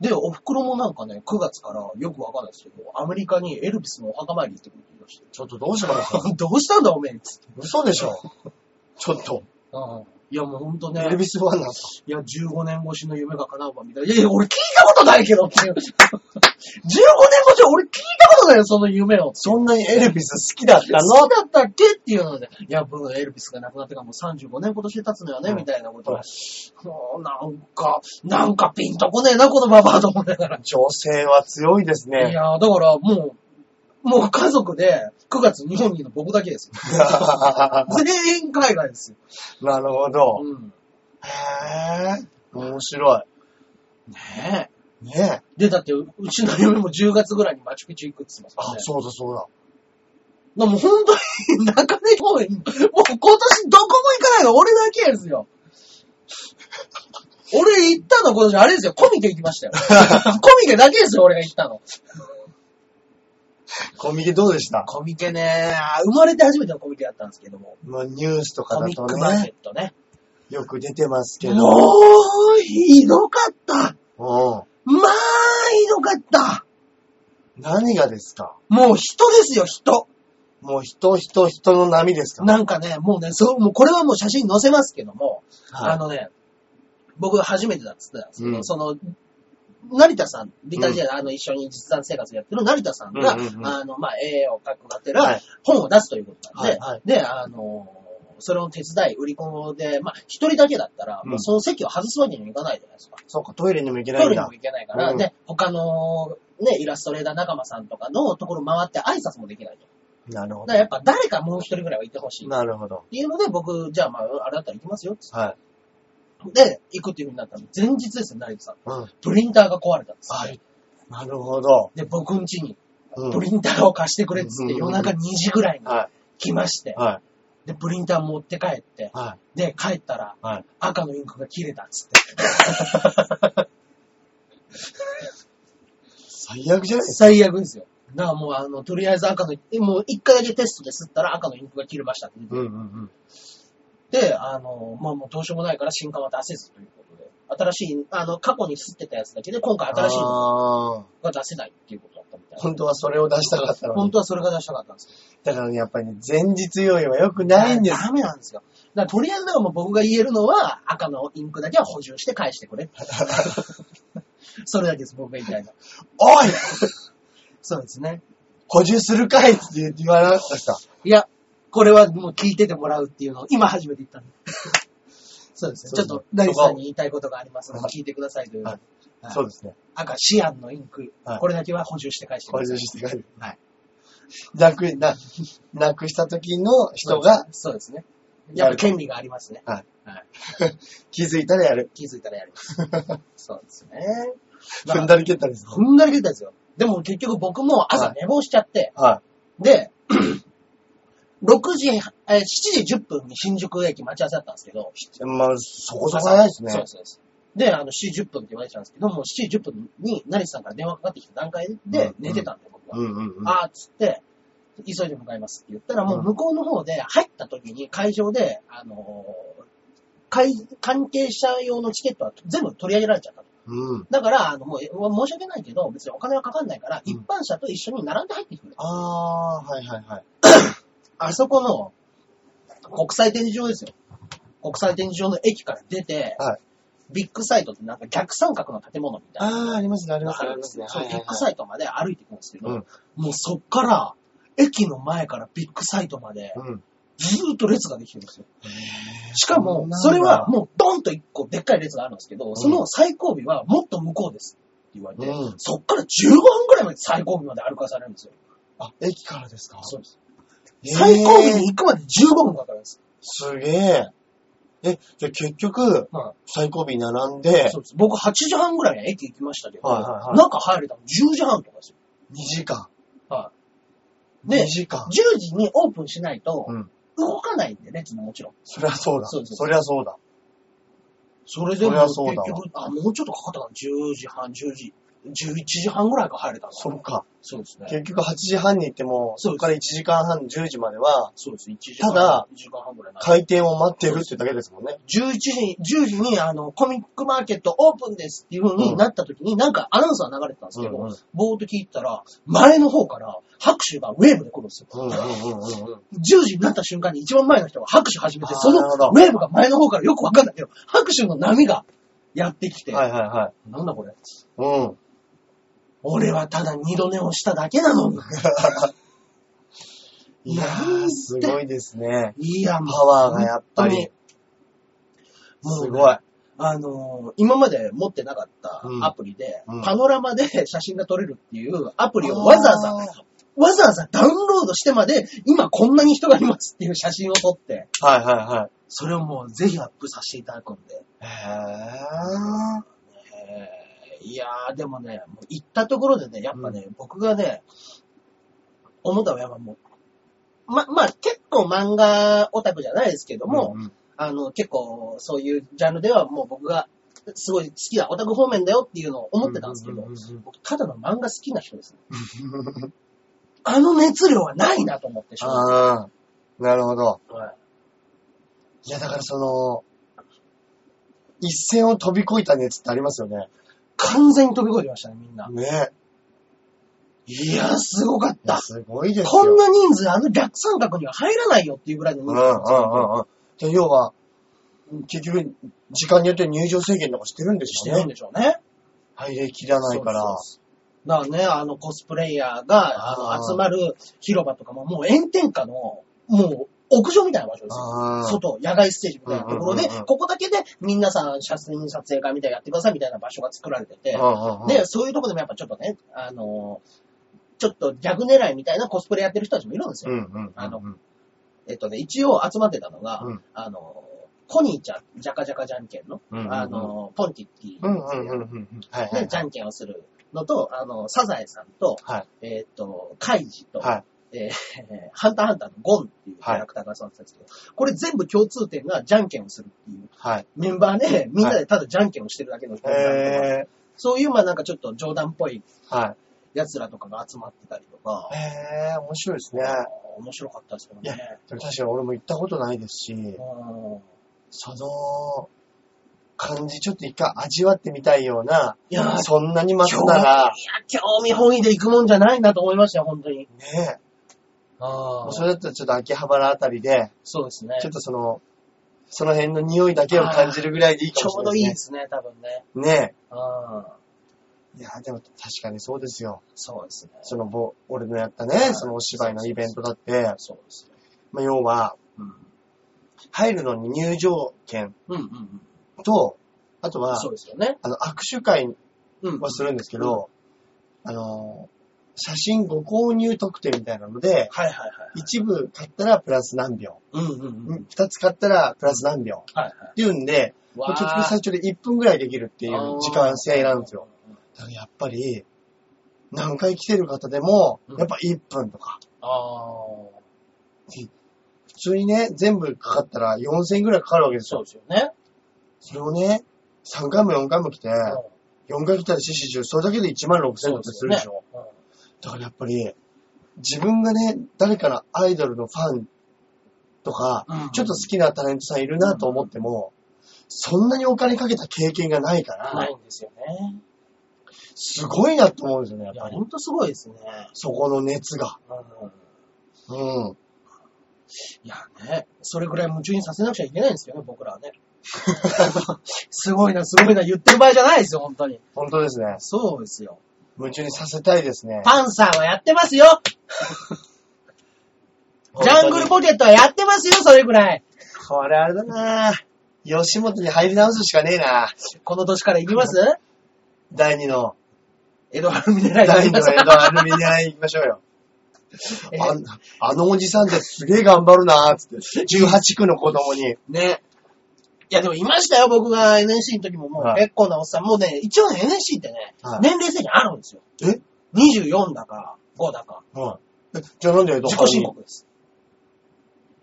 [SPEAKER 1] で、お袋もなんかね、9月からよくわかんないですけど、アメリカにエルビスのお墓参り行ってくるって言いまし
[SPEAKER 2] ちょっとどうしますか
[SPEAKER 1] たよ どうしたんだおめえつって。
[SPEAKER 2] 嘘でしょ。ちょっと。
[SPEAKER 1] うん。いや、もうほんとね
[SPEAKER 2] エ、ルビスファンなんですか
[SPEAKER 1] いや、15年越しの夢が叶うわ、みたいな。いやいや、俺聞いたことないけどっていう。15年 越し、俺聞いたことないよ、その夢を。
[SPEAKER 2] そんなにエルビス好きだった
[SPEAKER 1] そう
[SPEAKER 2] の
[SPEAKER 1] だったっけっていうので、いや、僕、エルビスが亡くなってからもう35年今年で経つのよね、
[SPEAKER 2] うん
[SPEAKER 1] みたいなことを
[SPEAKER 2] は。
[SPEAKER 1] もう、なんか、なんかピンとこねえな、このババアと思いながら。
[SPEAKER 2] 女性は強いです
[SPEAKER 1] い
[SPEAKER 2] ね。
[SPEAKER 1] やーだからもう、もう家族で、9月日本にいるの僕だけ ですよ。全員海外ですよ。
[SPEAKER 2] なるほど。
[SPEAKER 1] うん。
[SPEAKER 2] へえ。面白
[SPEAKER 1] ねえ。
[SPEAKER 2] い。ねえ。
[SPEAKER 1] で、だって、うちの嫁も10月ぐらいにマチュピチュ行くって言ってま
[SPEAKER 2] あ、
[SPEAKER 1] す
[SPEAKER 2] そうだそうだ。
[SPEAKER 1] からね。だからもう本当に、 中根公園、もう今年どこも行かないの俺だけです よ。俺行ったの今年、あれですよ、コミケ行きま したよ。コミケだけですよ、俺が行ったの。
[SPEAKER 2] コミケどうでした
[SPEAKER 1] コミケね、あ生まれて初めてのコミケだったんですけども。
[SPEAKER 2] まあ、ニュースとか
[SPEAKER 1] コ
[SPEAKER 2] だ
[SPEAKER 1] ミッ
[SPEAKER 2] と
[SPEAKER 1] クマーケ
[SPEAKER 2] ね、
[SPEAKER 1] ットね。
[SPEAKER 2] よく出てますけど。
[SPEAKER 1] もう、ひどかった。
[SPEAKER 2] うん。
[SPEAKER 1] まあ、ひどかった。
[SPEAKER 2] 何がですか
[SPEAKER 1] もう人ですよ、人。
[SPEAKER 2] もう人、人、人の波ですか
[SPEAKER 1] なんかね、もうね、そう、もうこれはもう写真載せますけども、
[SPEAKER 2] はい
[SPEAKER 1] あのね、僕初めてだっつってたんですけど、
[SPEAKER 2] うん
[SPEAKER 1] その、成田さん、リタジア、あの、一緒に実産生活やってる成田さんが、
[SPEAKER 2] うんうんうん
[SPEAKER 1] あの、まあ、絵を描くがて
[SPEAKER 2] は
[SPEAKER 1] ら
[SPEAKER 2] い、
[SPEAKER 1] 本を出すということなんで、
[SPEAKER 2] はいはい
[SPEAKER 1] で、あの、それを手伝い、売り子で、まあ、一人だけだったら、
[SPEAKER 2] うん
[SPEAKER 1] もうその席を外すわけにもいかないじゃないですか。
[SPEAKER 2] そうか、トイレにも行けな
[SPEAKER 1] ト
[SPEAKER 2] い
[SPEAKER 1] イ
[SPEAKER 2] ん
[SPEAKER 1] レに
[SPEAKER 2] だ
[SPEAKER 1] も。行けないから、
[SPEAKER 2] うん
[SPEAKER 1] で、他の、ね、イラストレーター仲間さんとかのところ回って挨拶もできないと。
[SPEAKER 2] なるほ
[SPEAKER 1] だか
[SPEAKER 2] ど
[SPEAKER 1] ら。やっぱ誰かもう一人ぐらいはいてほしい。
[SPEAKER 2] なるほど。
[SPEAKER 1] っていうので、僕、じゃあ、まあ、あれだったら行きますよっつっ
[SPEAKER 2] はい。
[SPEAKER 1] て。で、行くっていう風になったの。前日ですよ、成田さん。
[SPEAKER 2] うん。
[SPEAKER 1] プリンターが壊れたんですって、
[SPEAKER 2] はい。なるほど。
[SPEAKER 1] で、僕ん家に、
[SPEAKER 2] うん
[SPEAKER 1] プリンターを貸してくれっつって、
[SPEAKER 2] うん
[SPEAKER 1] 夜中2時ぐらいに
[SPEAKER 2] は
[SPEAKER 1] 来まして
[SPEAKER 2] い。、は
[SPEAKER 1] で、プリンター持って帰って
[SPEAKER 2] い。、は
[SPEAKER 1] で、帰ったら、
[SPEAKER 2] い。はい。
[SPEAKER 1] 赤のインクが切れたっつって。
[SPEAKER 2] 最悪じゃないです
[SPEAKER 1] 最悪ですよ。だからもう、あの、とりあえず赤の、もう一回だけテストで吸ったら赤のインクが切れましたって
[SPEAKER 2] か。うんうんうん。
[SPEAKER 1] で、あの、まあ、もうどうしようもないから新刊は出せずということで、新しい、あの、過去に吸ってたやつだけで、今回新しいの
[SPEAKER 2] あー
[SPEAKER 1] が出せないっていうことだったみたいな。
[SPEAKER 2] 本当はそれを出したかったの
[SPEAKER 1] 本
[SPEAKER 2] に。
[SPEAKER 1] 当はそれが出したかったんですよ。
[SPEAKER 2] だからね、やっぱりね、前日用意は良くないんです。
[SPEAKER 1] ダメなんですよ。だからとりあえずだからもう僕が言えるのは、赤のインクだけは補充して返してく れ。それだけです、僕が言いたいのは。
[SPEAKER 2] おい
[SPEAKER 1] そうですね。
[SPEAKER 2] 補充するかいって言わなかったですか
[SPEAKER 1] いや、これはもう聞いててもらうっていうのを今初めて言ったんで。そうですね。ちょっと、大地さんに言いたいことがありますので、聞いてくださいという。
[SPEAKER 2] はい
[SPEAKER 1] はい
[SPEAKER 2] そうですね。
[SPEAKER 1] 赤、シアンのインク、
[SPEAKER 2] はい
[SPEAKER 1] これだけは補充して返してく
[SPEAKER 2] 補
[SPEAKER 1] ださい
[SPEAKER 2] 充。して帰る。
[SPEAKER 1] はい。
[SPEAKER 2] なく、な、なくした時の人が
[SPEAKER 1] そうですね。やっぱ権利がありますね。
[SPEAKER 2] 気づいたらやる。
[SPEAKER 1] 気づいたらやり ます。そうですね。だか
[SPEAKER 2] 踏ん
[SPEAKER 1] ら
[SPEAKER 2] だり蹴ったりですね。
[SPEAKER 1] 踏んだり出たんですよ。でも結局僕も朝
[SPEAKER 2] は
[SPEAKER 1] 寝坊しちゃって、
[SPEAKER 2] は
[SPEAKER 1] で、6時、えー7時10分に新宿駅待ち合わせだったんですけど、
[SPEAKER 2] い。まあ、そこそこないですね。
[SPEAKER 1] そうです、そうです。で、あの、7時10分って言われてたんですけど、もう7時10分に成田さんから電話かかってきた段階
[SPEAKER 2] う
[SPEAKER 1] で
[SPEAKER 2] ん
[SPEAKER 1] 寝てたんで、僕は。
[SPEAKER 2] うんうんうん。
[SPEAKER 1] あーっつって、急いで向かいますって言ったら、もう向こうの方で入った時に会場で、あのー会関係者用のチケットは全部取り上げられちゃったと。
[SPEAKER 2] うん。
[SPEAKER 1] だから、あの、もう、え申し訳ないけど、別にお金はかかんないから、
[SPEAKER 2] うん
[SPEAKER 1] 一般車と一緒に並んで入ってくれ。
[SPEAKER 2] ああ、はいはいはい。
[SPEAKER 1] あそこの、国際展示場ですよ。国際展示場の駅から出て、
[SPEAKER 2] はい
[SPEAKER 1] ビッグサイトってなんか逆三角の建物みたいな。
[SPEAKER 2] ああ、ありますね、ありますね、あ
[SPEAKER 1] あ
[SPEAKER 2] りますね。
[SPEAKER 1] そう、
[SPEAKER 2] はい
[SPEAKER 1] ビ
[SPEAKER 2] はい
[SPEAKER 1] ッグ
[SPEAKER 2] はい
[SPEAKER 1] サイトまで歩いていくんですけど、
[SPEAKER 2] うん
[SPEAKER 1] もうそっから、駅の前からビッグサイトまで、
[SPEAKER 2] うん。
[SPEAKER 1] ずーっと列ができてるんですよ。しか
[SPEAKER 2] そう
[SPEAKER 1] も、
[SPEAKER 2] なんだ
[SPEAKER 1] それはもうドンと一個でっかい列があるんですけど、その最後尾はもっと向こうですって言われて、
[SPEAKER 2] うん
[SPEAKER 1] そっから15分くらいまで最後尾まで歩かされるんですよ。
[SPEAKER 2] あ、駅からですか
[SPEAKER 1] そうです。
[SPEAKER 2] へー
[SPEAKER 1] 最後尾に行くまで15分かかるんです。
[SPEAKER 2] すげえ。え、じゃあ結局、
[SPEAKER 1] まあ
[SPEAKER 2] 最後尾に並んで、
[SPEAKER 1] そうです。僕8時半ぐらいに駅行きましたけど、
[SPEAKER 2] はいはいはい
[SPEAKER 1] 中入れたの10時半とかですよ。
[SPEAKER 2] 2時間。
[SPEAKER 1] はで
[SPEAKER 2] 2時間。
[SPEAKER 1] 10時にオープンしないと
[SPEAKER 2] うん、
[SPEAKER 1] 動かないんで、列ももちろん。
[SPEAKER 2] そりゃそうだ。
[SPEAKER 1] そうです
[SPEAKER 2] そりゃそうだ。
[SPEAKER 1] それでも
[SPEAKER 2] そりゃそうだわ
[SPEAKER 1] 結局、あ、もうちょっとかかったかな。10時半、10時、11時半ぐらいから入れたのか
[SPEAKER 2] そ
[SPEAKER 1] な
[SPEAKER 2] っか。
[SPEAKER 1] そうですね。
[SPEAKER 2] 結局8時半に行っても、
[SPEAKER 1] そ
[SPEAKER 2] そう
[SPEAKER 1] です
[SPEAKER 2] こから1時間半、10時までは、
[SPEAKER 1] そうです、1時
[SPEAKER 2] ただ
[SPEAKER 1] 1時間半ぐらいな。
[SPEAKER 2] 開店を待ってるってだけですもんね。
[SPEAKER 1] 11時に、10時にあの、コミックマーケットオープンですっていう風になった時に、なんかアナウンスが流れてたんですけど、
[SPEAKER 2] うんうん
[SPEAKER 1] ぼーっと聞いたら、前の方から拍手がウェーブで来るんですよ。
[SPEAKER 2] うんうんうんうん。
[SPEAKER 1] 10時になった瞬間に一番前の人が拍手始めて、
[SPEAKER 2] あー
[SPEAKER 1] その
[SPEAKER 2] なるほど
[SPEAKER 1] ウェーブが前の方からよくわかんないけど、拍手の波がやってきて、
[SPEAKER 2] はいはいはい。
[SPEAKER 1] なんだこれ。
[SPEAKER 2] うん。
[SPEAKER 1] 俺はただ二度寝をしただけなのに。
[SPEAKER 2] いや
[SPEAKER 1] なん
[SPEAKER 2] ー、
[SPEAKER 1] て
[SPEAKER 2] すごいですね。
[SPEAKER 1] いや、も
[SPEAKER 2] パワーがやっぱり。
[SPEAKER 1] もう
[SPEAKER 2] すごい。
[SPEAKER 1] あのー今まで持ってなかった
[SPEAKER 2] うん
[SPEAKER 1] アプリで、
[SPEAKER 2] うん
[SPEAKER 1] パノラマで写真が撮れるっていうアプリをわざわざ、
[SPEAKER 2] ざ。
[SPEAKER 1] わざわざダウンロードしてまで、今こんなに人がいますっていう写真を撮って、
[SPEAKER 2] はいは
[SPEAKER 1] それをもうぜひアップさせていただくんで。
[SPEAKER 2] いはい。
[SPEAKER 1] えーいやー、でもね、もう行ったところでね、やっぱね、僕がね、思ったのはやっぱもう、ま、まあ、結構漫画オタクじゃないですけど
[SPEAKER 2] へー。
[SPEAKER 1] も、
[SPEAKER 2] うんうん、
[SPEAKER 1] あの、結構、そういうジャンルではもう僕が、すごい好きなオタク方面だよっていうのを思ってたんですけ
[SPEAKER 2] う
[SPEAKER 1] ど
[SPEAKER 2] う、ん
[SPEAKER 1] 僕、ただの漫画好きな人ですね。
[SPEAKER 2] うんうん。
[SPEAKER 1] あの熱量はないなと思ってしまう。
[SPEAKER 2] ああ、なるほど。
[SPEAKER 1] はい
[SPEAKER 2] いや、だからその、一線を飛び越えた熱ってありますよね。
[SPEAKER 1] 完全に飛び越えてましたね、みんな。
[SPEAKER 2] ね
[SPEAKER 1] いやー、すごかっ
[SPEAKER 2] いや
[SPEAKER 1] た。
[SPEAKER 2] すごいですよ。
[SPEAKER 1] こんな人数、あの逆三角には入らないよっていうぐらいの
[SPEAKER 2] う
[SPEAKER 1] 人
[SPEAKER 2] ん
[SPEAKER 1] 数
[SPEAKER 2] う
[SPEAKER 1] なん
[SPEAKER 2] ん
[SPEAKER 1] ですよ
[SPEAKER 2] うんうん。で、要は、結局、時間によって入場制限とかしてるんで
[SPEAKER 1] し
[SPEAKER 2] す
[SPEAKER 1] て
[SPEAKER 2] よ
[SPEAKER 1] るん
[SPEAKER 2] ね。
[SPEAKER 1] でしょうね。
[SPEAKER 2] 入れきらないから。
[SPEAKER 1] そうそうそう。だからね、あのコスプレイヤーが、あ
[SPEAKER 2] あ
[SPEAKER 1] の、
[SPEAKER 2] ー
[SPEAKER 1] 集まる広場とかも、もう炎天下の、もう、屋上みたいな場所ですよ。
[SPEAKER 2] あー
[SPEAKER 1] 外、野外ステージみたいなところで
[SPEAKER 2] うんうんうんうん、
[SPEAKER 1] ここだけで、皆さん、写真撮影会みたいなやってくださいみたいな場所が作られてて、
[SPEAKER 2] うんうんうん
[SPEAKER 1] で、そういうとこでもやっぱちょっとね、あの、ちょっとギャグ狙いみたいなコスプレやってる人たちもいるんです
[SPEAKER 2] う
[SPEAKER 1] よ。
[SPEAKER 2] んうんうんうん。
[SPEAKER 1] あのえっとね、一応集まってたのが、
[SPEAKER 2] うん
[SPEAKER 1] あの、コニーちゃん、ジャカジャカじゃんけんの、
[SPEAKER 2] うんうんうん
[SPEAKER 1] あ、の、ポンティッキ
[SPEAKER 2] うんうん
[SPEAKER 1] ー
[SPEAKER 2] うんうんうん。はいはいは
[SPEAKER 1] で、
[SPEAKER 2] い。
[SPEAKER 1] じゃんけんをするのと、あの、サザエさんと、
[SPEAKER 2] は
[SPEAKER 1] えっ、と、カイジと、
[SPEAKER 2] は
[SPEAKER 1] えー ハンターハンターのゴンっていうキャラクターが育ってたんですけど、これ全部共通点がじゃんけんをするっていう。
[SPEAKER 2] はい。
[SPEAKER 1] メンバーで、みんなでただじゃんけんをしてるだけの人になるとか、
[SPEAKER 2] へ
[SPEAKER 1] そういうまあなんかちょっと冗談っぽい
[SPEAKER 2] ー。は
[SPEAKER 1] 奴らとかが集まってたりとか
[SPEAKER 2] い。、へー、面白いですね。
[SPEAKER 1] 面白かったですけどね。
[SPEAKER 2] でも確かに俺も行ったことないですし、
[SPEAKER 1] うん
[SPEAKER 2] その、感じちょっと一回味わってみたいような、
[SPEAKER 1] いやー
[SPEAKER 2] そんなに待つ
[SPEAKER 1] 興味
[SPEAKER 2] ない
[SPEAKER 1] や
[SPEAKER 2] ら、、
[SPEAKER 1] 興味本位で行くもんじゃないなと思いましたよ、本当に。
[SPEAKER 2] ねえ、もうそ
[SPEAKER 1] そ
[SPEAKER 2] れだったらちょっと秋葉原あたりで、
[SPEAKER 1] そうですね。
[SPEAKER 2] ち
[SPEAKER 1] ち
[SPEAKER 2] ょっとその、その辺の匂いだけを感じるぐらいでいいかも
[SPEAKER 1] ょう
[SPEAKER 2] しれ
[SPEAKER 1] ど
[SPEAKER 2] ない
[SPEAKER 1] い
[SPEAKER 2] い
[SPEAKER 1] で
[SPEAKER 2] です
[SPEAKER 1] すね、多分ね。
[SPEAKER 2] ね。ね
[SPEAKER 1] うん
[SPEAKER 2] え。いや、でも確かにそうですよ。
[SPEAKER 1] そうですね。
[SPEAKER 2] その、ぼ俺のやった
[SPEAKER 1] は
[SPEAKER 2] ね、
[SPEAKER 1] い
[SPEAKER 2] そのお芝居のイベントだって、
[SPEAKER 1] そうですね。
[SPEAKER 2] まあ、要は、
[SPEAKER 1] うん。
[SPEAKER 2] 入るのに入場券
[SPEAKER 1] うんうんうん。
[SPEAKER 2] と、あとは
[SPEAKER 1] そ、うですよね。
[SPEAKER 2] あの、握手会
[SPEAKER 1] うん。
[SPEAKER 2] はするんですけど、あの、写真ご購入特典みたいなので、
[SPEAKER 1] はいはいはい。
[SPEAKER 2] 一部買ったらプラス何秒、
[SPEAKER 1] うんうんうん。
[SPEAKER 2] 二つ買ったらプラス何秒
[SPEAKER 1] はいはい。
[SPEAKER 2] っていうんで、
[SPEAKER 1] わ
[SPEAKER 2] 結局最長で1分ぐらいできるっていう時間制なんですよ。。だからやっぱり、何回来てる方でも
[SPEAKER 1] う、ん
[SPEAKER 2] やっぱ1分とか。
[SPEAKER 1] あー
[SPEAKER 2] 普通にね、全部かかったら4000円ぐらいかかるわけです
[SPEAKER 1] そう
[SPEAKER 2] よ。
[SPEAKER 1] ですよね。
[SPEAKER 2] それをね、3回も4回も来て、4回来たら4、4、10、それだけで1万6000円ってするでしょ。
[SPEAKER 1] うん
[SPEAKER 2] だからやっぱり、自分がね、誰かのアイドルのファンとか、
[SPEAKER 1] うん
[SPEAKER 2] ちょっと好きなタレントさんいるなと思っても、そんなにお金かけた経験がないから、
[SPEAKER 1] ないんですよね。
[SPEAKER 2] すごいなと思うんですよね、やっ
[SPEAKER 1] いや、
[SPEAKER 2] ぱり
[SPEAKER 1] ほ。んとすごいですね。
[SPEAKER 2] そこの熱が。
[SPEAKER 1] うん
[SPEAKER 2] うん。
[SPEAKER 1] いやね、それぐらい夢中にさせなくちゃいけないんですよね、僕らはね。 すごいな、すごいな、言ってる場合じゃないですよ、本当に。
[SPEAKER 2] 本当ですね。
[SPEAKER 1] そうですよ。
[SPEAKER 2] 夢中にさせたいですね。
[SPEAKER 1] パンサーはやってますよジャングルポケットはやってますよ、それぐらい。
[SPEAKER 2] これあれだな吉本に入り直すしかねえな
[SPEAKER 1] この年から行きます
[SPEAKER 2] 第2の、
[SPEAKER 1] 江戸春みたいな
[SPEAKER 2] 第2の江戸アルミニア行きましょうよ。
[SPEAKER 1] え
[SPEAKER 2] あんあのおじさんってすげえ頑張るなーつって。18区の子供に。
[SPEAKER 1] ね。いや、でもいましたよ、僕が NSC の時ももう
[SPEAKER 2] はい
[SPEAKER 1] 結構なおっさん。もうね、一応ね、NSC ってね、
[SPEAKER 2] はい
[SPEAKER 1] 年齢制限あるんですよ。
[SPEAKER 2] え
[SPEAKER 1] ?24 だか、5だか、
[SPEAKER 2] はい。えじゃあなんで江戸
[SPEAKER 1] 自己
[SPEAKER 2] 晴海
[SPEAKER 1] 申告です。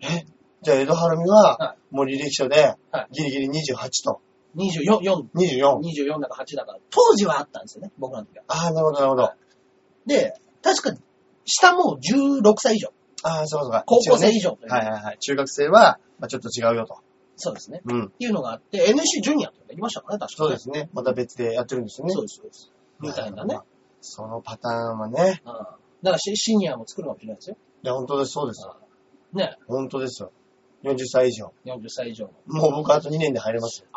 [SPEAKER 2] えじゃあ江戸晴海
[SPEAKER 1] は
[SPEAKER 2] は、もう履歴書で
[SPEAKER 1] は、
[SPEAKER 2] ギリギリ28と
[SPEAKER 1] 24、4、
[SPEAKER 2] 24。
[SPEAKER 1] 24だか8だか、当時はあったんですよね、僕らの時は。
[SPEAKER 2] ああ、なるほど、なるほど。
[SPEAKER 1] で、確か、下もう16歳以上。
[SPEAKER 2] ああ、そうかそうか。
[SPEAKER 1] 高校生以上
[SPEAKER 2] 一応ねはいはいはい。中学生は、まあちょっと違うよと。
[SPEAKER 1] そうですね。
[SPEAKER 2] うん。
[SPEAKER 1] っていうのがあって、NSC ジュニアってできましたからね、確か。
[SPEAKER 2] そうですすね。また別でやってるんですよね。
[SPEAKER 1] そうです、そうです。みたいなね
[SPEAKER 2] ま。あ。そのパターンはね。
[SPEAKER 1] うん。だからシシニアも作るかもしれないですよ。
[SPEAKER 2] いや、本当です、そうです。
[SPEAKER 1] ね、
[SPEAKER 2] 本当ですよ。40歳以上。
[SPEAKER 1] 40歳以上の。
[SPEAKER 2] もう僕あと2年で入れますよ。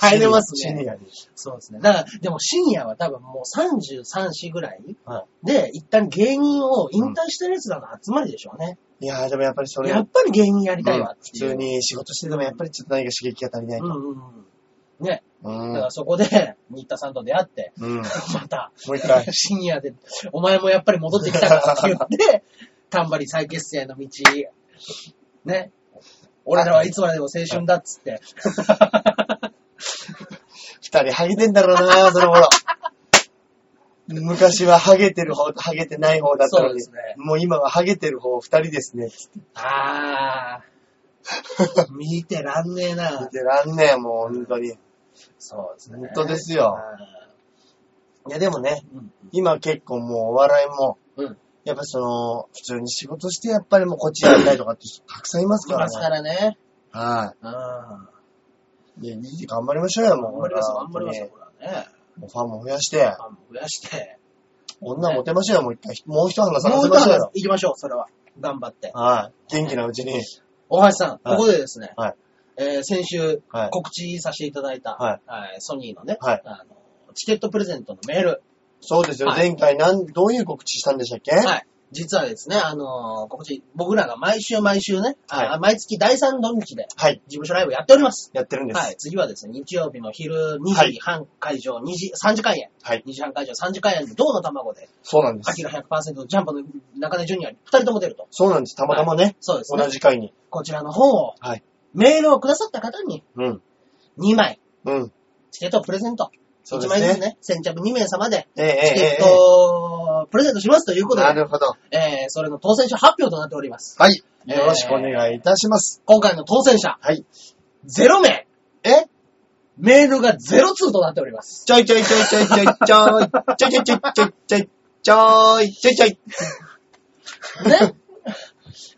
[SPEAKER 1] 入れます
[SPEAKER 2] シ
[SPEAKER 1] ね。
[SPEAKER 2] ニアに。
[SPEAKER 1] そうですね。だから、でも深夜は多分もう33、4ぐらい
[SPEAKER 2] は
[SPEAKER 1] で、一旦芸人を引退してる奴らの集まりでしょうね。
[SPEAKER 2] いやー、でもやっぱりそれ、
[SPEAKER 1] やっぱり芸人やりたいわ
[SPEAKER 2] うん
[SPEAKER 1] っ
[SPEAKER 2] 普
[SPEAKER 1] ていう。
[SPEAKER 2] 通。に仕事しててもやっぱりちょっと何か刺激が足りない
[SPEAKER 1] うん
[SPEAKER 2] と。
[SPEAKER 1] うんうん。ね。
[SPEAKER 2] うん。
[SPEAKER 1] だ
[SPEAKER 2] う
[SPEAKER 1] か
[SPEAKER 2] ん
[SPEAKER 1] ら。そこで、新田さんと出会って、
[SPEAKER 2] もう
[SPEAKER 1] また、
[SPEAKER 2] 一回。
[SPEAKER 1] 深夜で、お前もやっぱり戻ってきたかって言 って、タンバリ再結成の道、ね。俺らはいつまでも青春だっつって。
[SPEAKER 2] 二人ハゲてんだろう な、その頃。昔はハゲてる方とハゲてない方だったのに、
[SPEAKER 1] そうですね
[SPEAKER 2] もう今はハゲてる方二人ですね。つって
[SPEAKER 1] あー。見てらんねえな
[SPEAKER 2] 見。てらんねえ、もう本当に。
[SPEAKER 1] そうですね。
[SPEAKER 2] 本当ですよいやでもね、
[SPEAKER 1] うん。
[SPEAKER 2] 今結構もうお笑いも、
[SPEAKER 1] うん
[SPEAKER 2] やっぱその、普通に仕事してやっぱりもうこっちやり たいとかって人たくさんいます
[SPEAKER 1] い
[SPEAKER 2] か
[SPEAKER 1] ま
[SPEAKER 2] ら
[SPEAKER 1] すか
[SPEAKER 2] ね。
[SPEAKER 1] らね。
[SPEAKER 2] は
[SPEAKER 1] うん。頑
[SPEAKER 2] い。で、頑張りましょうよ、もう。
[SPEAKER 1] 張ります、
[SPEAKER 2] ほら
[SPEAKER 1] 頑張ります、
[SPEAKER 2] 本
[SPEAKER 1] ほらね。
[SPEAKER 2] 当にもうファンも増やし
[SPEAKER 1] フ、
[SPEAKER 2] て
[SPEAKER 1] ァンも増やして。
[SPEAKER 2] 女モテましょうよ、もう一回。もう一花
[SPEAKER 1] も
[SPEAKER 2] 探
[SPEAKER 1] う
[SPEAKER 2] せ
[SPEAKER 1] 一
[SPEAKER 2] ましょう
[SPEAKER 1] 話
[SPEAKER 2] よ。
[SPEAKER 1] 行きましょう、それは。頑張って。
[SPEAKER 2] はい。元気なうちに。
[SPEAKER 1] 大橋さん、ここでですね、
[SPEAKER 2] はい
[SPEAKER 1] えー先週
[SPEAKER 2] はい。
[SPEAKER 1] 告知させていただいた、
[SPEAKER 2] は
[SPEAKER 1] はいソニーのね、
[SPEAKER 2] はい
[SPEAKER 1] あの、チケットプレゼントのメール。
[SPEAKER 2] そうですよ。
[SPEAKER 1] はい
[SPEAKER 2] 前回、なん、どういう告知したんでしたっけ
[SPEAKER 1] はい。実はですね、あの告知、僕らが毎週毎週ね、あ
[SPEAKER 2] はい
[SPEAKER 1] 毎月第3土日で
[SPEAKER 2] はい。
[SPEAKER 1] 事務所ライブやっております。
[SPEAKER 2] やってるんで
[SPEAKER 1] はい
[SPEAKER 2] す。。
[SPEAKER 1] 次はですね、日曜日の昼
[SPEAKER 2] は
[SPEAKER 1] 2
[SPEAKER 2] い
[SPEAKER 1] 時半会場、2時、3時間へ。
[SPEAKER 2] はい
[SPEAKER 1] 2時半会場、3時間へで、銅の卵で、
[SPEAKER 2] そうなんで
[SPEAKER 1] ア
[SPEAKER 2] す
[SPEAKER 1] キ。ラ100%、ジャンボの中根ジュニア、2人とも出ると。
[SPEAKER 2] そうなんです。たまたまね、
[SPEAKER 1] そうです
[SPEAKER 2] 同
[SPEAKER 1] ね。
[SPEAKER 2] じ回に。
[SPEAKER 1] こちらの方を、
[SPEAKER 2] はい
[SPEAKER 1] メールをくださった方に、
[SPEAKER 2] うん。
[SPEAKER 1] 2枚、
[SPEAKER 2] うん。
[SPEAKER 1] チケットをプレゼント。
[SPEAKER 2] そう
[SPEAKER 1] 1
[SPEAKER 2] で
[SPEAKER 1] 枚ずつ
[SPEAKER 2] すね。
[SPEAKER 1] ね、先着2名様で、
[SPEAKER 2] えええ
[SPEAKER 1] チケ
[SPEAKER 2] ええ
[SPEAKER 1] ットをプレゼントしますというこ
[SPEAKER 2] え
[SPEAKER 1] と
[SPEAKER 2] な
[SPEAKER 1] で、
[SPEAKER 2] るほど。
[SPEAKER 1] えー、それの当選者発表となっております。
[SPEAKER 2] はい。
[SPEAKER 1] えー
[SPEAKER 2] よろしくお願いいたします。
[SPEAKER 1] 今回の当選者、
[SPEAKER 2] はい。
[SPEAKER 1] 0名、
[SPEAKER 2] え
[SPEAKER 1] メールが0通となっております。
[SPEAKER 2] ちょいちょいちょいちょいちょいちょい、ちょいちょいちょいちょいちょい、ちょいちょいちょい、
[SPEAKER 1] ね。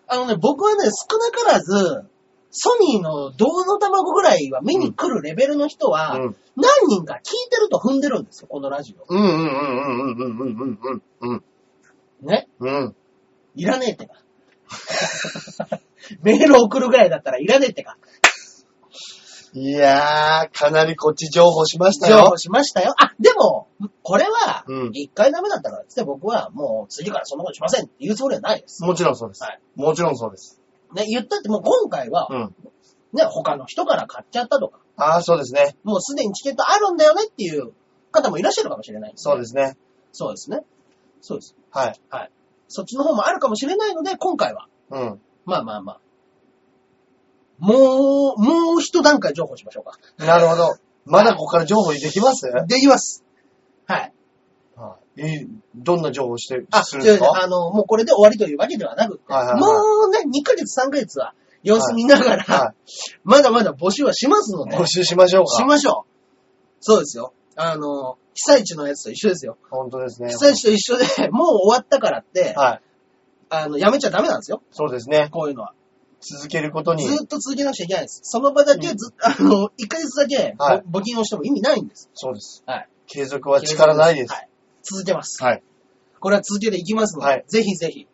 [SPEAKER 1] あのね、僕はね、少なからず、ソニーの銅の卵ぐらいは見に来るレベルの人は、
[SPEAKER 2] うん
[SPEAKER 1] 何人か聞いてると踏んでるんですよ、このラジ
[SPEAKER 2] うんうんうんうんうんうんうんうん
[SPEAKER 1] オ。ね。
[SPEAKER 2] うん。うん。
[SPEAKER 1] いらねえってか。 メール送るぐらいだったらいらねえってか。
[SPEAKER 2] いやー、かなりこっち情報しました
[SPEAKER 1] 情
[SPEAKER 2] よ
[SPEAKER 1] 報。しましたよ。あ、でも、これは
[SPEAKER 2] うん、
[SPEAKER 1] 一回ダメだったからっつって僕はもう次からそんなことしませんって言うつもりはないです。
[SPEAKER 2] もちろんそうです
[SPEAKER 1] はい。
[SPEAKER 2] もちろんそうです。
[SPEAKER 1] ね、言ったってもう今回は
[SPEAKER 2] う、ん。
[SPEAKER 1] ね、他の人から買っちゃったとか、
[SPEAKER 2] あー、そうですね。
[SPEAKER 1] もうすでにチケットあるんだよねっていう方もいらっしゃるかもしれない、。
[SPEAKER 2] そうですすね。
[SPEAKER 1] そうですね。そうです。
[SPEAKER 2] はい。
[SPEAKER 1] そっちの方もあるかもしれないので、今回は、
[SPEAKER 2] うん。
[SPEAKER 1] まあまあまあ。もう、もう一段階情報しましょうか。
[SPEAKER 2] なるほど。まだここから情報できます
[SPEAKER 1] できます。はい。
[SPEAKER 2] はい。えどんな情報して、
[SPEAKER 1] あ、
[SPEAKER 2] す
[SPEAKER 1] そ
[SPEAKER 2] る
[SPEAKER 1] うん
[SPEAKER 2] ですか
[SPEAKER 1] あの、もうこれで終わりというわけではなくって、
[SPEAKER 2] はいはいはい
[SPEAKER 1] もうね、2ヶ月、3ヶ月は様子見ながら、
[SPEAKER 2] は
[SPEAKER 1] まだまだ募集はしますの
[SPEAKER 2] い。
[SPEAKER 1] で、
[SPEAKER 2] 募集しましょう
[SPEAKER 1] し
[SPEAKER 2] か。
[SPEAKER 1] ましょう。そうですよ。あの、被災地のやつと一緒ですよ。
[SPEAKER 2] 本当ですね
[SPEAKER 1] 被。災地と一緒で、 もう終わったからって、
[SPEAKER 2] はい。
[SPEAKER 1] あの、やめちゃダメなんですよ。
[SPEAKER 2] そうですね。
[SPEAKER 1] こういうのは。
[SPEAKER 2] 続けることに。
[SPEAKER 1] ずっと続けなくちゃいけないです。その場だけず、あの、1ヶ月だけ、
[SPEAKER 2] はい
[SPEAKER 1] ぼ募金をしても意味ないんです。
[SPEAKER 2] そうです。
[SPEAKER 1] はい。
[SPEAKER 2] 継続は力ないです。
[SPEAKER 1] はい。続けます。
[SPEAKER 2] はい。
[SPEAKER 1] これは続けていきますので、
[SPEAKER 2] はい
[SPEAKER 1] ぜひぜひ。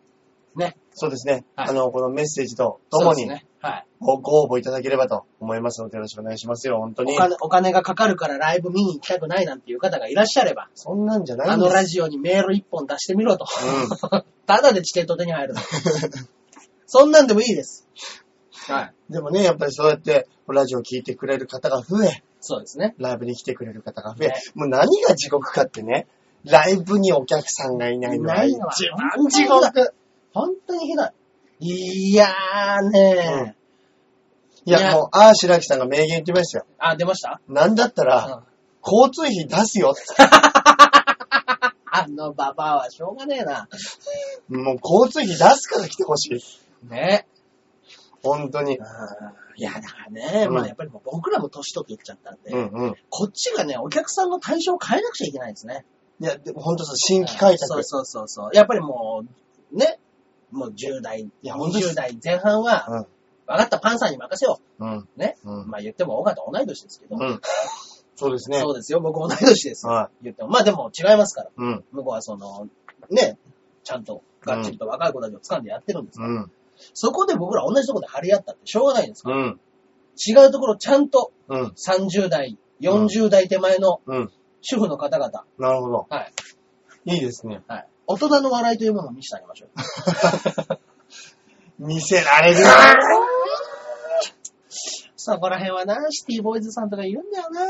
[SPEAKER 1] ね。
[SPEAKER 2] そうですね。
[SPEAKER 1] はい
[SPEAKER 2] あの、このメッセージととも
[SPEAKER 1] そう
[SPEAKER 2] に
[SPEAKER 1] ですね。はい。
[SPEAKER 2] ごご応募いただければと思いますのでよろしくお願いしますよ、本当
[SPEAKER 1] お
[SPEAKER 2] に。
[SPEAKER 1] 金、お金がかかるからライブ見に行きたくないなんていう方がいらっしゃれば、
[SPEAKER 2] そんなんじゃない
[SPEAKER 1] あ
[SPEAKER 2] んで
[SPEAKER 1] の
[SPEAKER 2] す。
[SPEAKER 1] ラジオにメール一本出してみろと。
[SPEAKER 2] うん。
[SPEAKER 1] ただでチケット手に入るの。 そんなんでもいいです。はい。
[SPEAKER 2] でもね、やっぱりそうやって、ラジオ聞いてくれる方が増え、
[SPEAKER 1] そうですね。
[SPEAKER 2] ライブに来てくれる方が増え、
[SPEAKER 1] ね
[SPEAKER 2] もう何が地獄かってね、ライブにお客さんがいないのが
[SPEAKER 1] ない
[SPEAKER 2] 一
[SPEAKER 1] のは
[SPEAKER 2] 番地獄。
[SPEAKER 1] 本当にひどい。いやーねー。
[SPEAKER 2] い
[SPEAKER 1] い
[SPEAKER 2] や、
[SPEAKER 1] や
[SPEAKER 2] もう、ああ、白木さんが名言言ってましたよ。
[SPEAKER 1] あ、出ました
[SPEAKER 2] なんだったら、交通費出す よって。
[SPEAKER 1] あのババアはしょうがねえな。
[SPEAKER 2] もう交通費出すから来てほしい。
[SPEAKER 1] ね。
[SPEAKER 2] 本当に。
[SPEAKER 1] いや、だからね、
[SPEAKER 2] うん
[SPEAKER 1] まあやっぱりもう僕らも年取っていっちゃったんで、
[SPEAKER 2] うんうん。
[SPEAKER 1] こっちがね、お客さんの対象を変えなくちゃいけないですね。
[SPEAKER 2] いや、でも本当そう、新規開拓。
[SPEAKER 1] そうそうそうそう。やっぱりもう、ね、もう10代、
[SPEAKER 2] や本当です
[SPEAKER 1] 20代前半は、
[SPEAKER 2] うん
[SPEAKER 1] 分かった、パンさんに任せよ
[SPEAKER 2] うん。
[SPEAKER 1] う。ね。
[SPEAKER 2] うん。
[SPEAKER 1] まあ言っても、尾形同い年ですけど、
[SPEAKER 2] うん。そうですね。
[SPEAKER 1] そうですよ、僕同い年ですよ。
[SPEAKER 2] は
[SPEAKER 1] 言っても。まあでも違いますから。
[SPEAKER 2] い。うん。
[SPEAKER 1] 向こうはその、ね、ちゃんと、がっちりと若い子たちを掴んでやってるんですから、
[SPEAKER 2] うん。
[SPEAKER 1] そこで僕ら同じところで張り合ったってしょうがないんですか
[SPEAKER 2] うん。
[SPEAKER 1] ら、違うところちゃんと
[SPEAKER 2] うん。
[SPEAKER 1] 30代、40代手前の
[SPEAKER 2] うん。
[SPEAKER 1] 主婦の方々、
[SPEAKER 2] なるほど。
[SPEAKER 1] はい、
[SPEAKER 2] いいで すね。
[SPEAKER 1] はい、大人の笑いというものを見せてあげましょう。
[SPEAKER 2] 見せられる
[SPEAKER 1] そこら辺はな、シティボーイズさんとかいるんだよな。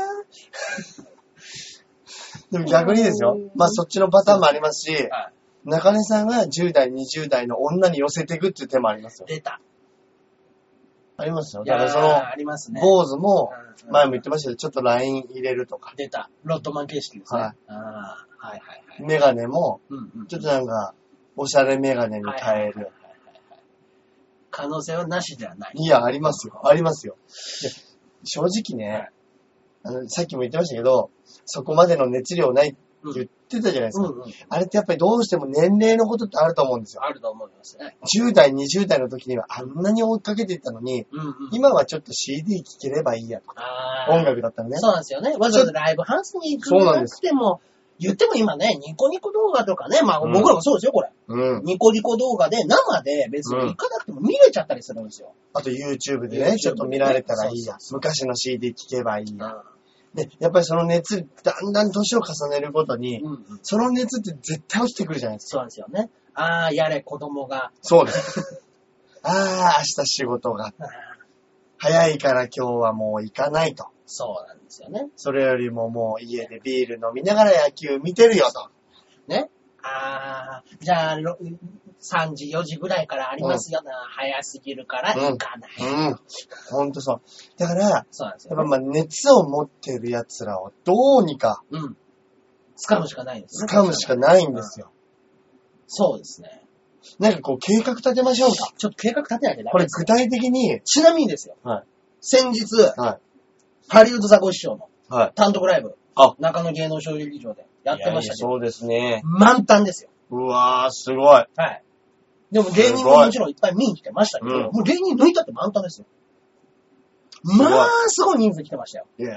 [SPEAKER 2] でも逆にですよ。まあそっちのパターンもありますし、
[SPEAKER 1] は
[SPEAKER 2] 中根さんが10代、20代の女に寄せていくっていう手もありますよ。
[SPEAKER 1] 出た。
[SPEAKER 2] ありますよ。
[SPEAKER 1] い
[SPEAKER 2] だか
[SPEAKER 1] や
[SPEAKER 2] らそ
[SPEAKER 1] ー
[SPEAKER 2] の、
[SPEAKER 1] ありますね。
[SPEAKER 2] 坊主も
[SPEAKER 1] うん、うん
[SPEAKER 2] 前も言ってましたけど、ちょっとライン入れるとか、
[SPEAKER 1] 出た。ロッドマン形式ですね。
[SPEAKER 2] はい
[SPEAKER 1] あーはいはいはい。
[SPEAKER 2] メガネも、
[SPEAKER 1] うんうん、
[SPEAKER 2] ちょっとなんか、おしゃれメガネに変える。
[SPEAKER 1] 可能性はなしではない。
[SPEAKER 2] いや、ありますよ。ありますよ。で正直ね、あの、さっきも言ってましたけど、そこまでの熱量ないって言ってたじゃないです
[SPEAKER 1] う
[SPEAKER 2] か。
[SPEAKER 1] んうん。
[SPEAKER 2] あれってやっぱりどうしても年齢のことってあると思うんですよ。
[SPEAKER 1] あると思いますね。
[SPEAKER 2] 10代、20代の時にはあんなに追いかけていったのに、
[SPEAKER 1] うんうん。
[SPEAKER 2] 今はちょっと CD 聴ければいいやとか、
[SPEAKER 1] あー
[SPEAKER 2] 音楽だったらね。
[SPEAKER 1] そうなんですよね。わざわざライブハウスに行くんじゃなくても、言っても今ね、ニコニコ動画とかね、まあ僕らもそうですよ、これ。
[SPEAKER 2] うん。
[SPEAKER 1] ニコニコ動画で生で別に行かなくても見れちゃったりするんですよ。
[SPEAKER 2] あと YouTube で
[SPEAKER 1] YouTube で
[SPEAKER 2] ね、
[SPEAKER 1] ね
[SPEAKER 2] ちょっと見られたらいい
[SPEAKER 1] そうそう
[SPEAKER 2] や。昔の CD 聴けばいいや。
[SPEAKER 1] う
[SPEAKER 2] で、やっぱりその熱、だんだん年を重ねるごとに、
[SPEAKER 1] ん。うん。
[SPEAKER 2] その熱って絶対落ちてくるじゃないですか。
[SPEAKER 1] そうなんですよね。あー、やれ、子供が。
[SPEAKER 2] そうです。 ああ、明日仕事が。
[SPEAKER 1] あー
[SPEAKER 2] 早いから今日はもう行かないと。
[SPEAKER 1] そうなんですよね。
[SPEAKER 2] それよりももう家でビール飲みながら野球見てるよと。
[SPEAKER 1] ね。あー、じゃあ、ろ3時、4時ぐらいからありますよな。早すぎるから行かない。
[SPEAKER 2] うん。ほんとそう。だから、やっ
[SPEAKER 1] そうなんです
[SPEAKER 2] ぱ
[SPEAKER 1] よ、ね。
[SPEAKER 2] まあ熱を持ってる奴らをどうにか
[SPEAKER 1] うん。掴むしかないですね。
[SPEAKER 2] 掴むしかないんですよ。
[SPEAKER 1] そうですね。
[SPEAKER 2] なんかこう計画立てましょうか。
[SPEAKER 1] ちょっと計画立てないとダ
[SPEAKER 2] こ
[SPEAKER 1] メ
[SPEAKER 2] れ
[SPEAKER 1] です
[SPEAKER 2] 具体的に、
[SPEAKER 1] ちなみにですよ。
[SPEAKER 2] はい
[SPEAKER 1] 先日、
[SPEAKER 2] は
[SPEAKER 1] ハリウッドザコシショウの
[SPEAKER 2] い。はい。
[SPEAKER 1] 単独ライブ、
[SPEAKER 2] あ
[SPEAKER 1] 中野芸能小劇場でやってましたけど、
[SPEAKER 2] そうですね。
[SPEAKER 1] 満タンですよ。
[SPEAKER 2] うわー、すごい。
[SPEAKER 1] はい。でも芸人ももちろんいっぱい見に来てましたけど、
[SPEAKER 2] うん
[SPEAKER 1] もう芸人抜いたって満タンですよ。
[SPEAKER 2] ごい
[SPEAKER 1] まあ、すごい人数来てましたよ。
[SPEAKER 2] いやー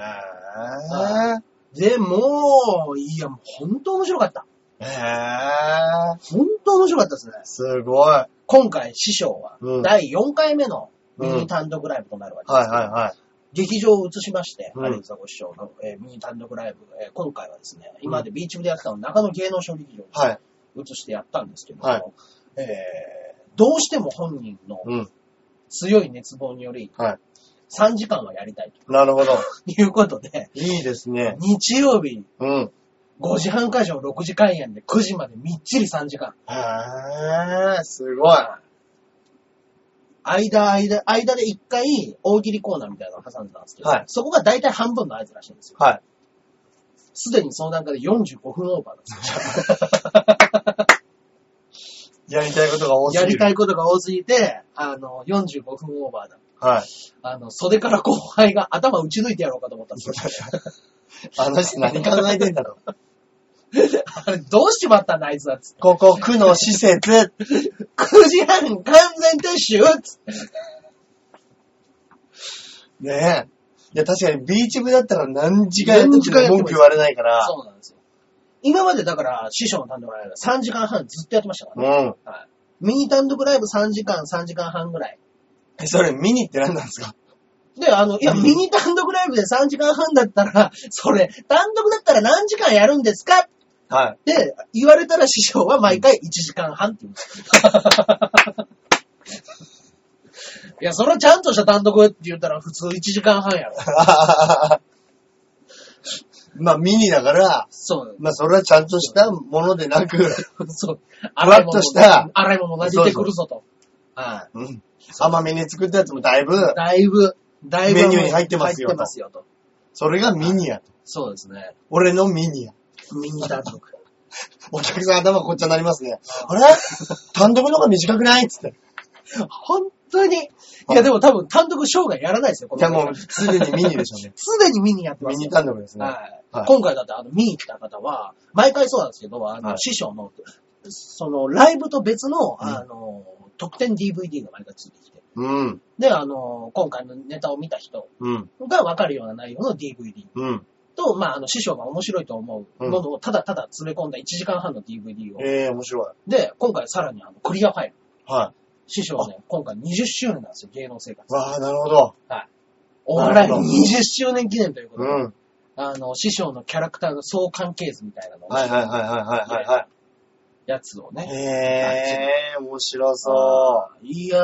[SPEAKER 1] は。で、もう、いや、もう本当面白かった。
[SPEAKER 2] えー、
[SPEAKER 1] 本当面白かったですね。
[SPEAKER 2] すごい。は
[SPEAKER 1] 今回、師匠は
[SPEAKER 2] うん、
[SPEAKER 1] 第4回目のミ
[SPEAKER 2] うん
[SPEAKER 1] ニ単独ライブとなるわ
[SPEAKER 2] い
[SPEAKER 1] けですけど、
[SPEAKER 2] はいはい。
[SPEAKER 1] 劇場を移しまして、
[SPEAKER 2] うん
[SPEAKER 1] ハリウッドザコシショウの、えーミニ単独ライブ、えー今回はですね、今までビーチ部でやってたのを中野芸能小劇場に
[SPEAKER 2] はい。
[SPEAKER 1] 移してやったんですけども、
[SPEAKER 2] はい
[SPEAKER 1] えーどうしても本人の
[SPEAKER 2] うん。
[SPEAKER 1] 強い熱望により、
[SPEAKER 2] はい。
[SPEAKER 1] 3時間はやりたい
[SPEAKER 2] なるほど。
[SPEAKER 1] ということで、
[SPEAKER 2] いいですね。
[SPEAKER 1] 日曜日
[SPEAKER 2] うん。
[SPEAKER 1] 5時半会場6時開演で9時までみっちり3時間。
[SPEAKER 2] へー、すごい。
[SPEAKER 1] 間、間、間で1回大喜利コーナーみたいなのを挟んでたんですけど、
[SPEAKER 2] はい
[SPEAKER 1] そこが大体半分の合図らしいんですよ。
[SPEAKER 2] はい。
[SPEAKER 1] すでにその段階で45分オーバーなんですよ
[SPEAKER 2] やりたいことが多す
[SPEAKER 1] や
[SPEAKER 2] ぎ
[SPEAKER 1] り
[SPEAKER 2] る。
[SPEAKER 1] たいことが多すぎて、あの、45分オーバーだ。
[SPEAKER 2] はい。
[SPEAKER 1] あの、袖から後輩が頭打ち抜いてやろうかと思ったんですけ
[SPEAKER 2] あの人何考えてんだろう。
[SPEAKER 1] ど、あれどうしちまったんだ、あいつは、つって。
[SPEAKER 2] ここ、区の施設。
[SPEAKER 1] 9時半完全撤収つって
[SPEAKER 2] ねえ。いや、確かにビーチ部だったら何時間やって
[SPEAKER 1] 何時間やって
[SPEAKER 2] も
[SPEAKER 1] も
[SPEAKER 2] 文句言われないから。
[SPEAKER 1] そうなんですよ。今までだから、師匠の単独ライブ3時間半ずっとやってましたからね。
[SPEAKER 2] うん。
[SPEAKER 1] はい。ミニ単独ライブ3時間、3時間半ぐらい。
[SPEAKER 2] えそれ見に行って何なんですか
[SPEAKER 1] で、あの、いや、
[SPEAKER 2] うん
[SPEAKER 1] ミニ単独ライブで3時間半だったら、 それ、単独だったら何時間やるんですかっ
[SPEAKER 2] はい。
[SPEAKER 1] て言われたら師匠は毎回1時間半って言うんです。 いや、それはちゃんとした単独って言ったら普通1時間半やろ。
[SPEAKER 2] まあ、ミニだから、
[SPEAKER 1] そう。
[SPEAKER 2] まあ、それはちゃんとしたものでなく、
[SPEAKER 1] そう。
[SPEAKER 2] わっとした
[SPEAKER 1] 洗い物が出てくるぞと。は
[SPEAKER 2] うん。甘めに作ったやつもだいぶ
[SPEAKER 1] い。、だいぶ、だいぶ。
[SPEAKER 2] メニューに入ってますよ
[SPEAKER 1] 入
[SPEAKER 2] と
[SPEAKER 1] ってますよと。
[SPEAKER 2] それがミニや。
[SPEAKER 1] そうですね。
[SPEAKER 2] 俺のミニや。
[SPEAKER 1] ミニ単独。
[SPEAKER 2] お客さん頭こっちゃになりますね。あれ単独の方が短くないっつって。
[SPEAKER 1] 本当に。いや、でも多分単独生涯やらないですよ、こ
[SPEAKER 2] い
[SPEAKER 1] の
[SPEAKER 2] や、
[SPEAKER 1] 方。
[SPEAKER 2] もう、すでにミニでしょう ね
[SPEAKER 1] すでに見にやってま
[SPEAKER 2] ミ
[SPEAKER 1] す
[SPEAKER 2] ニ
[SPEAKER 1] よ。
[SPEAKER 2] 単独ですね。
[SPEAKER 1] はい
[SPEAKER 2] はい
[SPEAKER 1] 今回だって、あの、見に来た方は、毎回そうなんですけど、あの、
[SPEAKER 2] はい
[SPEAKER 1] 師匠の、その、ライブと別の、
[SPEAKER 2] うん
[SPEAKER 1] あの、特典 DVD が毎回ついてきて。
[SPEAKER 2] うん。
[SPEAKER 1] で、あの、今回のネタを見た人
[SPEAKER 2] うん。
[SPEAKER 1] がわかるような内容の DVD
[SPEAKER 2] うん。
[SPEAKER 1] と、まあ、あの、師匠が面白いと思うものをただただ詰め込んだ1時間半の DVD を。
[SPEAKER 2] ええ面白
[SPEAKER 1] で、今回さらにあの、クリアファイル。
[SPEAKER 2] い。は
[SPEAKER 1] 師匠ね、今回20周年なんですよ、芸能生活
[SPEAKER 2] い。。わあ、なるほど。
[SPEAKER 1] お笑い
[SPEAKER 2] なるほど
[SPEAKER 1] 20周年記念ということ
[SPEAKER 2] う
[SPEAKER 1] で、
[SPEAKER 2] ん。
[SPEAKER 1] あの、師匠のキャラクターの相関係図みたいなのを
[SPEAKER 2] はいはいはいはいはいは
[SPEAKER 1] やつをね
[SPEAKER 2] い。。ええ面白そう。
[SPEAKER 1] いやー、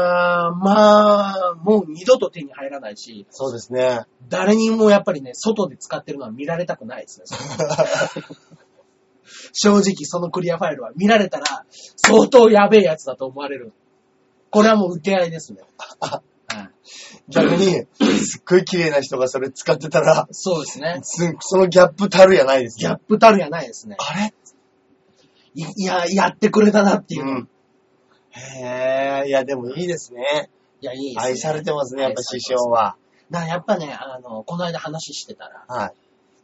[SPEAKER 1] まあ、もう二度と手に入らないし、
[SPEAKER 2] そうですね。
[SPEAKER 1] 誰にもやっぱりね、外で使ってるのは見られたくない ですね。正直、そのクリアファイルは見られたら、相当やべえやつだと思われる。これはもう受け合い ですね。はい
[SPEAKER 2] 逆に、すっごい綺麗な人がそれ使ってたら、
[SPEAKER 1] そうですね。
[SPEAKER 2] すそのギャップたるやないです
[SPEAKER 1] ギ
[SPEAKER 2] ね
[SPEAKER 1] ャッ。プたるやないですね。
[SPEAKER 2] あれ
[SPEAKER 1] いいや、やってくれたなっていう。
[SPEAKER 2] うん。へえ、いやでもいいですね。
[SPEAKER 1] いや、いいです、ね。
[SPEAKER 2] 愛されてますね、やっぱ師匠
[SPEAKER 1] 愛されてます。
[SPEAKER 2] は。
[SPEAKER 1] だからやっぱね、あの、この間話してたら、
[SPEAKER 2] はい。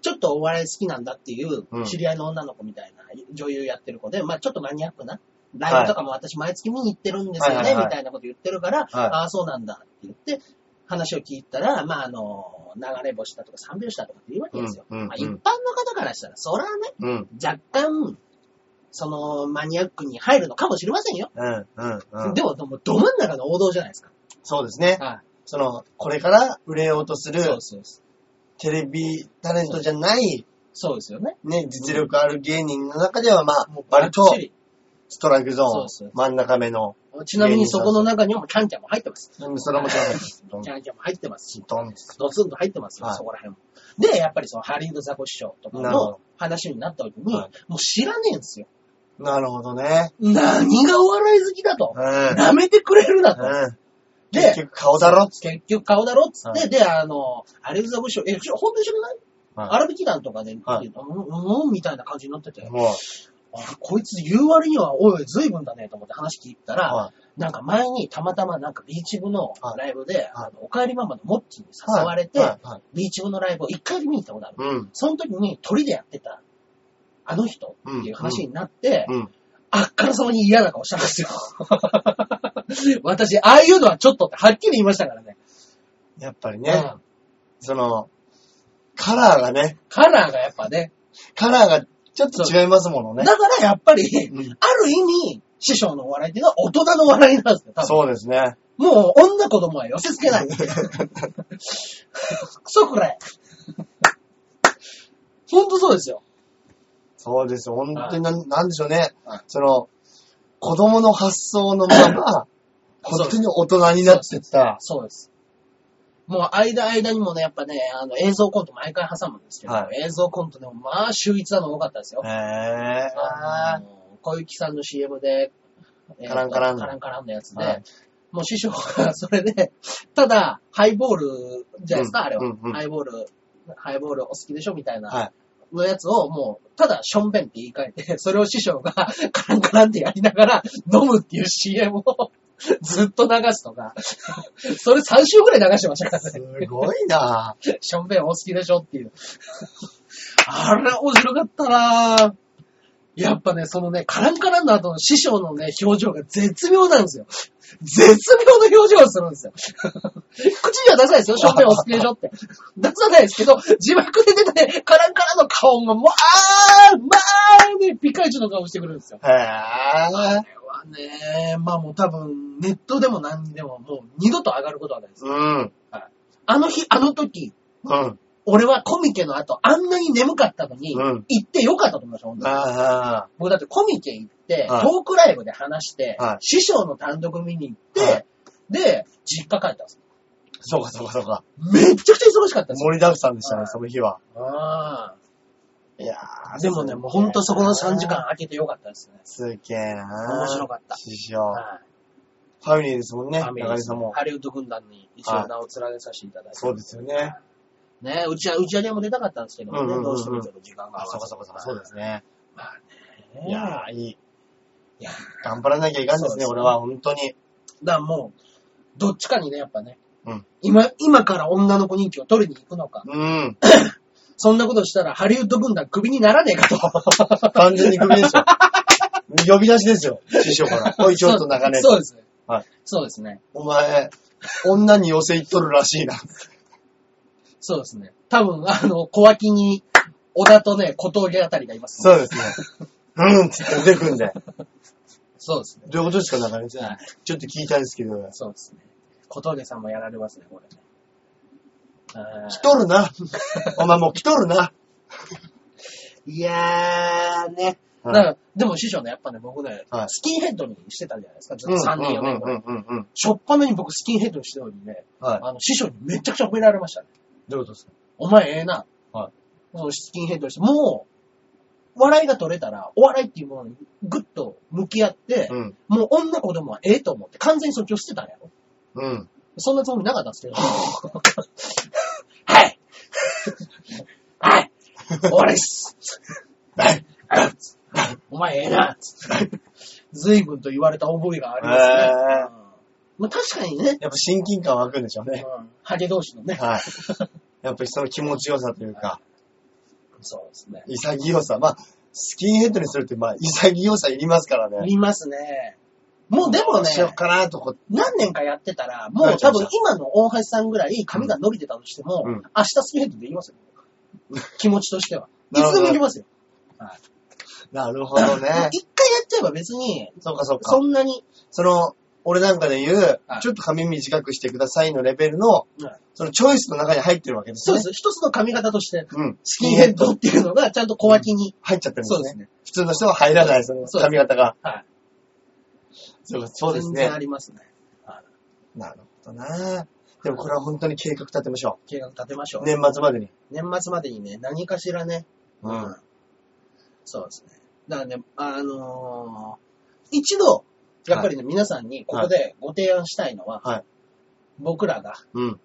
[SPEAKER 1] ちょっとお笑い好きなんだっていう
[SPEAKER 2] うん、
[SPEAKER 1] 知り合いの女の子みたいな、女優やってる子で、まあちょっとマニアックな。ライブとかも私毎月見に行ってるんですよ
[SPEAKER 2] はい
[SPEAKER 1] ね、
[SPEAKER 2] はいはい
[SPEAKER 1] みたいなこと言ってるから、ああ、そうなんだって言って、話を聞いたら、まあ、あの、流れ星だとか三拍子だとかって言うわけですよ。
[SPEAKER 2] うんうんうん
[SPEAKER 1] まあ、一般の方からしたら、そらね、
[SPEAKER 2] うん。
[SPEAKER 1] 若干、その、マニアックに入るのかもしれませんよ。
[SPEAKER 2] うん。うん。うん
[SPEAKER 1] でも、もうど真ん中の王道じゃないですか。
[SPEAKER 2] そうですね。
[SPEAKER 1] は
[SPEAKER 2] その、これから売れようとす
[SPEAKER 1] い。
[SPEAKER 2] る
[SPEAKER 1] そうそうそう。
[SPEAKER 2] テレビタレントじゃない、
[SPEAKER 1] そうですよね。
[SPEAKER 2] ね、実力ある芸人の中では、まあ、割と
[SPEAKER 1] ばっちり
[SPEAKER 2] ストライクゾ
[SPEAKER 1] そう
[SPEAKER 2] ー
[SPEAKER 1] そ
[SPEAKER 2] ン
[SPEAKER 1] う、
[SPEAKER 2] 真ん中目の、
[SPEAKER 1] ちなみにそこの中にもキャンキャンも入ってます。
[SPEAKER 2] うんそれもち ろん、
[SPEAKER 1] キャンキャンも入ってますし。
[SPEAKER 2] ドン、
[SPEAKER 1] ドツンと入ってますよ、
[SPEAKER 2] はい
[SPEAKER 1] そこら辺も。で、やっぱりそのハリウッドザコシショウとか
[SPEAKER 2] なるほ
[SPEAKER 1] の
[SPEAKER 2] ど
[SPEAKER 1] 話になった時に、
[SPEAKER 2] はい
[SPEAKER 1] もう知らねえんですよ。
[SPEAKER 2] ドン。なるほどね。
[SPEAKER 1] 何がお笑い好きだと
[SPEAKER 2] う。ん。
[SPEAKER 1] 舐めてくれるなと。
[SPEAKER 2] うん。
[SPEAKER 1] で
[SPEAKER 2] 結局顔だろっつって。
[SPEAKER 1] 結局顔だろっつって、
[SPEAKER 2] は
[SPEAKER 1] で、あの、ハリウッドザコシショウ、え、本当に知らない、
[SPEAKER 2] はい
[SPEAKER 1] アラビキ団とかで、
[SPEAKER 2] はい
[SPEAKER 1] うん、うん、みたいな感じになってて、
[SPEAKER 2] も
[SPEAKER 1] あこいつ言う割には、おい、随分だねと思って話聞いたら、
[SPEAKER 2] は
[SPEAKER 1] なんか前にたまたまなんかビーチ部のライブで、
[SPEAKER 2] はい
[SPEAKER 1] あのおかえりママのモッチーに
[SPEAKER 2] う、
[SPEAKER 1] 誘われて、
[SPEAKER 2] はいはい
[SPEAKER 1] ビーチ部のライブを一回見に行ったことある。
[SPEAKER 2] うん。
[SPEAKER 1] その時に鳥でやってた、あの人っていう話になって、
[SPEAKER 2] うん。
[SPEAKER 1] あっからさまに嫌な顔したんですよ。 私、ああいうのはちょっとってはっきり言いましたからね。
[SPEAKER 2] やっぱり
[SPEAKER 1] う
[SPEAKER 2] ね、
[SPEAKER 1] ん
[SPEAKER 2] その、カラーがね、
[SPEAKER 1] カラーがやっぱね。
[SPEAKER 2] カラーがちょっと違いますものね
[SPEAKER 1] だ。からやっぱり、
[SPEAKER 2] うん
[SPEAKER 1] ある意味、師匠のお笑いっていうのは大人の笑いなんですよ、多分。
[SPEAKER 2] そうですね。
[SPEAKER 1] もう女子供は寄せ付けない。クソくらい。ほんとそうですよ。
[SPEAKER 2] そうです。本当にな、なんでしょうね
[SPEAKER 1] はい。
[SPEAKER 2] その、子供の発想の まま、本当に大人になってった。
[SPEAKER 1] そうです。もう間間にもね、やっぱね、あの映像コント毎回挟むんですけど、
[SPEAKER 2] は
[SPEAKER 1] 映像コントでもまあ秀逸なの多かったですよ
[SPEAKER 2] へ。え。
[SPEAKER 1] あの小雪さんの CM で、えー
[SPEAKER 2] カランカランの
[SPEAKER 1] カランカランのやつで、
[SPEAKER 2] はい
[SPEAKER 1] もう師匠がそれで、ただ、ハイボールじゃないですか、
[SPEAKER 2] うん
[SPEAKER 1] あれは、
[SPEAKER 2] うんうん
[SPEAKER 1] ハイボール、ハイボールお好きでしょみたいな。
[SPEAKER 2] はい
[SPEAKER 1] のやつをもう、ただ、ションベンって言い換えて、 それを師匠がカランカランってやりながら飲むっていう CM を ずっと流すとか、 それ3週ぐらい流してましたからね
[SPEAKER 2] す。ごい な
[SPEAKER 1] ションベンお好きでしょっていう。あれ、面白かったなぁ。やっぱね、そのね、カランカランの後の師匠のね、表情が絶妙なんですよ。絶妙な表情をするんですよ。 口には出さないですよ、ションベンお好きでしょって。出さないですけど、字幕で出てね、カランカランの顔がもう、あー、まあね、ピカイチの顔してくるんですよ。
[SPEAKER 2] へえ
[SPEAKER 1] こ。れはね、まあもう多分、ネットでも何にでももう二度と上がることはないです。
[SPEAKER 2] うん。
[SPEAKER 1] あの日、あの時、
[SPEAKER 2] うん。
[SPEAKER 1] 俺はコミケの後、あんなに眠かったのに、
[SPEAKER 2] うん
[SPEAKER 1] 行ってよかったと思いました、本当に。
[SPEAKER 2] ああ。
[SPEAKER 1] 僕だってコミケ行って、
[SPEAKER 2] はい
[SPEAKER 1] トークライブで話して、
[SPEAKER 2] はい
[SPEAKER 1] 師匠の単独見に行って、
[SPEAKER 2] はい
[SPEAKER 1] で、実家帰ったんです。
[SPEAKER 2] そうかそうかそうか。
[SPEAKER 1] めっちゃくちゃ忙しかったんですよ。
[SPEAKER 2] 盛りだくさんでしたね
[SPEAKER 1] は、い
[SPEAKER 2] その日は。
[SPEAKER 1] あ
[SPEAKER 2] いや
[SPEAKER 1] あでもね、もうほんとそこの3時間。空けてよかったですね。
[SPEAKER 2] すげえな
[SPEAKER 1] 面白かった
[SPEAKER 2] 師匠。
[SPEAKER 1] は
[SPEAKER 2] ファミリーですもん
[SPEAKER 1] い。
[SPEAKER 2] ね、
[SPEAKER 1] ファミリ
[SPEAKER 2] 中
[SPEAKER 1] ー
[SPEAKER 2] 根
[SPEAKER 1] で
[SPEAKER 2] さ
[SPEAKER 1] す
[SPEAKER 2] んも。
[SPEAKER 1] ハリウッド軍団に一応名を連ねさせていただいて。
[SPEAKER 2] そうですよね。
[SPEAKER 1] ね、うちは、うちはでも出たかったんですけどね、
[SPEAKER 2] うんうんうんうん
[SPEAKER 1] どうしてもちょっと時間が合
[SPEAKER 2] あ、
[SPEAKER 1] わ
[SPEAKER 2] そう
[SPEAKER 1] な
[SPEAKER 2] か
[SPEAKER 1] くて
[SPEAKER 2] そうかそうか。そうですね。
[SPEAKER 1] まあね。
[SPEAKER 2] いやー、いい。
[SPEAKER 1] いや
[SPEAKER 2] 頑張らなきゃいかんで
[SPEAKER 1] そ
[SPEAKER 2] す
[SPEAKER 1] う
[SPEAKER 2] ね、
[SPEAKER 1] ですね
[SPEAKER 2] 俺は、本当に。
[SPEAKER 1] だからもう、どっちかにね、やっぱね、
[SPEAKER 2] うん
[SPEAKER 1] 今、今から女の子人気を取りに行くのか、
[SPEAKER 2] うん。
[SPEAKER 1] そんなことしたらハリウッド軍団クビにならねえかと。
[SPEAKER 2] 完全にクビですよ。呼び出しですよ、師匠から。 おい、ちょっと中根。
[SPEAKER 1] そうですね。
[SPEAKER 2] はい
[SPEAKER 1] そうですね。
[SPEAKER 2] お前、女に寄せいっとるらしいな。
[SPEAKER 1] そうですね。多分、あの、小脇に、小田とね、小峠あたりがいます、
[SPEAKER 2] そうですね。 うんっつって腕組んで。
[SPEAKER 1] そうですね。
[SPEAKER 2] どういうことですか、中根さ
[SPEAKER 1] は
[SPEAKER 2] ん。ちょっと聞いたんですけど。
[SPEAKER 1] そうですね。小峠さんもやられますね、これね。あー
[SPEAKER 2] 来とる な。お前もう来とるな。
[SPEAKER 1] いやーね。
[SPEAKER 2] はい
[SPEAKER 1] だからでも師匠ね、やっぱね、僕ね、
[SPEAKER 2] はい
[SPEAKER 1] スキンヘッドにしてたじゃないですか、ずっと3年、4年ぐらい。
[SPEAKER 2] うんうんうんうんうん。
[SPEAKER 1] しょっぱなに僕スキンヘッドにしてたのにね、
[SPEAKER 2] はい。
[SPEAKER 1] あの、師匠にめちゃくちゃ褒められましたね。
[SPEAKER 2] どういうことですか
[SPEAKER 1] お前ええな。。
[SPEAKER 2] はい
[SPEAKER 1] もうスキンヘッドにして、もう、笑いが取れたら、お笑いっていうものにぐっと向き合って、
[SPEAKER 2] うん。
[SPEAKER 1] もう女子供はええと思って、完全にそっちを捨てたんやろ。
[SPEAKER 2] うん。
[SPEAKER 1] そんなつもりなかったんですけど。はいはい俺っす
[SPEAKER 2] はい。
[SPEAKER 1] お前ええなずいぶんと言われた覚えがありますね。
[SPEAKER 2] や
[SPEAKER 1] うんまあ確かにね、
[SPEAKER 2] っぱ親近感湧くんでしょうね。
[SPEAKER 1] うん、ハゲ同士のね、
[SPEAKER 2] はい。 やっぱりその気持ちよさというか、
[SPEAKER 1] そうですね。
[SPEAKER 2] 潔さ。まあ、スキンヘッドにするって、まあ、潔さいりますから
[SPEAKER 1] い
[SPEAKER 2] ね。
[SPEAKER 1] りますね。もうでもね、
[SPEAKER 2] しよっかなとこ。
[SPEAKER 1] 何年かやってたら、もう多分今の大橋さんぐらい髪が伸びてたとしても、
[SPEAKER 2] うん
[SPEAKER 1] 明日スキンヘッドでき ますよ。気持ちとしては。い
[SPEAKER 2] なるほ
[SPEAKER 1] つ
[SPEAKER 2] ど
[SPEAKER 1] でもできますよ。
[SPEAKER 2] なるほど
[SPEAKER 1] 一回やっ
[SPEAKER 2] ね。
[SPEAKER 1] ちゃえば別に、
[SPEAKER 2] そうかそうか。
[SPEAKER 1] そんなに、
[SPEAKER 2] その、俺なんかで言う
[SPEAKER 1] は、い
[SPEAKER 2] ちょっと髪短くしてくださいのレベルの
[SPEAKER 1] はい、
[SPEAKER 2] そのチョイスの中に入ってるわけです
[SPEAKER 1] そう
[SPEAKER 2] ね。
[SPEAKER 1] です。一つの髪型として、
[SPEAKER 2] うん。
[SPEAKER 1] スキンヘッドっていうのがちゃんと小脇に。
[SPEAKER 2] 入っちゃってるんで
[SPEAKER 1] そ
[SPEAKER 2] す
[SPEAKER 1] うで
[SPEAKER 2] ね
[SPEAKER 1] す。ね。
[SPEAKER 2] 普通の人は入らない、その
[SPEAKER 1] そうです
[SPEAKER 2] 髪型が。
[SPEAKER 1] はい。
[SPEAKER 2] そうそうです
[SPEAKER 1] 全
[SPEAKER 2] ね
[SPEAKER 1] 然あ。りますね。
[SPEAKER 2] なるほどなでもこれは本当に計画立てましょ
[SPEAKER 1] 計画立てましょ
[SPEAKER 2] う。
[SPEAKER 1] う。
[SPEAKER 2] 年末までに。
[SPEAKER 1] 年末までにね、何かしらね。
[SPEAKER 2] うん。
[SPEAKER 1] そうですね。だからね、あのー一度、やっぱりね、皆さんにここでご提案したいのは、
[SPEAKER 2] はい
[SPEAKER 1] 僕らが、
[SPEAKER 2] うん。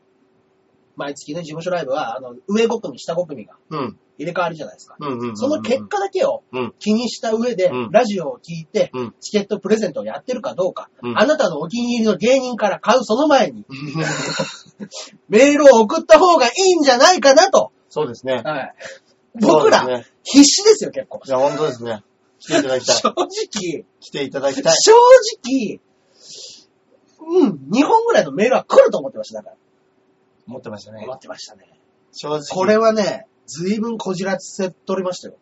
[SPEAKER 1] 毎月ね、事務所ライブは、あの、上5組、下5組が
[SPEAKER 2] うん。
[SPEAKER 1] 入れ替わりじゃないですか。
[SPEAKER 2] うん。うん。
[SPEAKER 1] その結果だけを
[SPEAKER 2] うん
[SPEAKER 1] 気にした上で、
[SPEAKER 2] うん
[SPEAKER 1] ラジオを聞いて、
[SPEAKER 2] うん
[SPEAKER 1] チケットプレゼントをやってるかどうか、
[SPEAKER 2] うん
[SPEAKER 1] あなたのお気に入りの芸人から買うその前に、
[SPEAKER 2] うん。
[SPEAKER 1] メールを送った方がいいんじゃないかなと。
[SPEAKER 2] そうですね。
[SPEAKER 1] はい 僕ら、
[SPEAKER 2] そうですね
[SPEAKER 1] 必死ですよ、結構。
[SPEAKER 2] いや、本当ですね。来ていただきた い
[SPEAKER 1] 正。直、
[SPEAKER 2] 来ていただきたい。
[SPEAKER 1] 正直、うん、2本ぐらいのメールは来ると思ってました、だから。
[SPEAKER 2] 思ってましたね
[SPEAKER 1] 思。ってましたね。
[SPEAKER 2] 正直。
[SPEAKER 1] こ れはね、ずいぶんこじらせとりましたよ。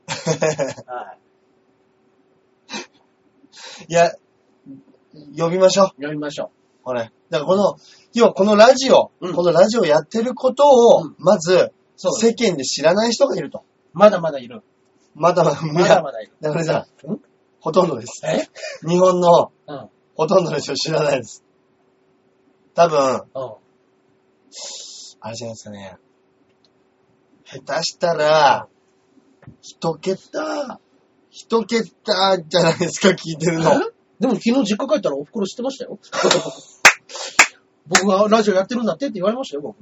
[SPEAKER 1] はい
[SPEAKER 2] や、呼びましょう。
[SPEAKER 1] い。読みましょ
[SPEAKER 2] これ。だからこの、要はこのラジオ、
[SPEAKER 1] うん
[SPEAKER 2] このラジオやってることを、
[SPEAKER 1] うん
[SPEAKER 2] まず、
[SPEAKER 1] そう
[SPEAKER 2] 世間で知らない人がいると。
[SPEAKER 1] う。まだまだいる。
[SPEAKER 2] まだまだ、
[SPEAKER 1] まだまだいる。
[SPEAKER 2] だからさ
[SPEAKER 1] ん、
[SPEAKER 2] ほとんどです。
[SPEAKER 1] え
[SPEAKER 2] 日本の
[SPEAKER 1] うん。
[SPEAKER 2] ほとんどの人知らないです。多分、
[SPEAKER 1] うん。
[SPEAKER 2] あれじゃないですかね。下手したら、一桁、一桁じゃないですか、聞いてるの。
[SPEAKER 1] えでも昨日実家帰ったらお袋知ってましたよ。 僕がラジオやってるんだってって言われましたよ、僕。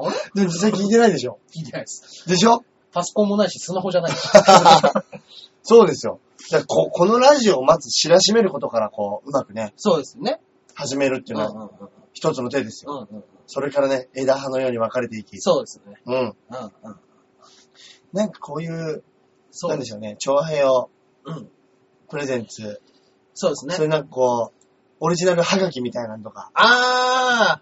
[SPEAKER 1] あれ
[SPEAKER 2] でも実際聞いてないでしょ。
[SPEAKER 1] 聞いてないです。
[SPEAKER 2] でしょ
[SPEAKER 1] パソコンもないし、スマホじゃない し。
[SPEAKER 2] そうですよ。だからここのラジオをまず知らしめることから、こう、うまくね、
[SPEAKER 1] そうですね。
[SPEAKER 2] 始めるって
[SPEAKER 1] う
[SPEAKER 2] い
[SPEAKER 1] ん
[SPEAKER 2] う
[SPEAKER 1] うん
[SPEAKER 2] のは、一つの手ですよ。
[SPEAKER 1] うんうん。
[SPEAKER 2] それからね、枝葉のように分かれていき、
[SPEAKER 1] そうですね。
[SPEAKER 2] うん。
[SPEAKER 1] うんうん。
[SPEAKER 2] なんかこういう、
[SPEAKER 1] そ
[SPEAKER 2] な
[SPEAKER 1] うん
[SPEAKER 2] で
[SPEAKER 1] です。
[SPEAKER 2] しょうね、長編を、
[SPEAKER 1] うん。
[SPEAKER 2] プレゼンツ、
[SPEAKER 1] そうですね
[SPEAKER 2] そ。れなんかこう、オリジナルハガキみたいなのとか、
[SPEAKER 1] あ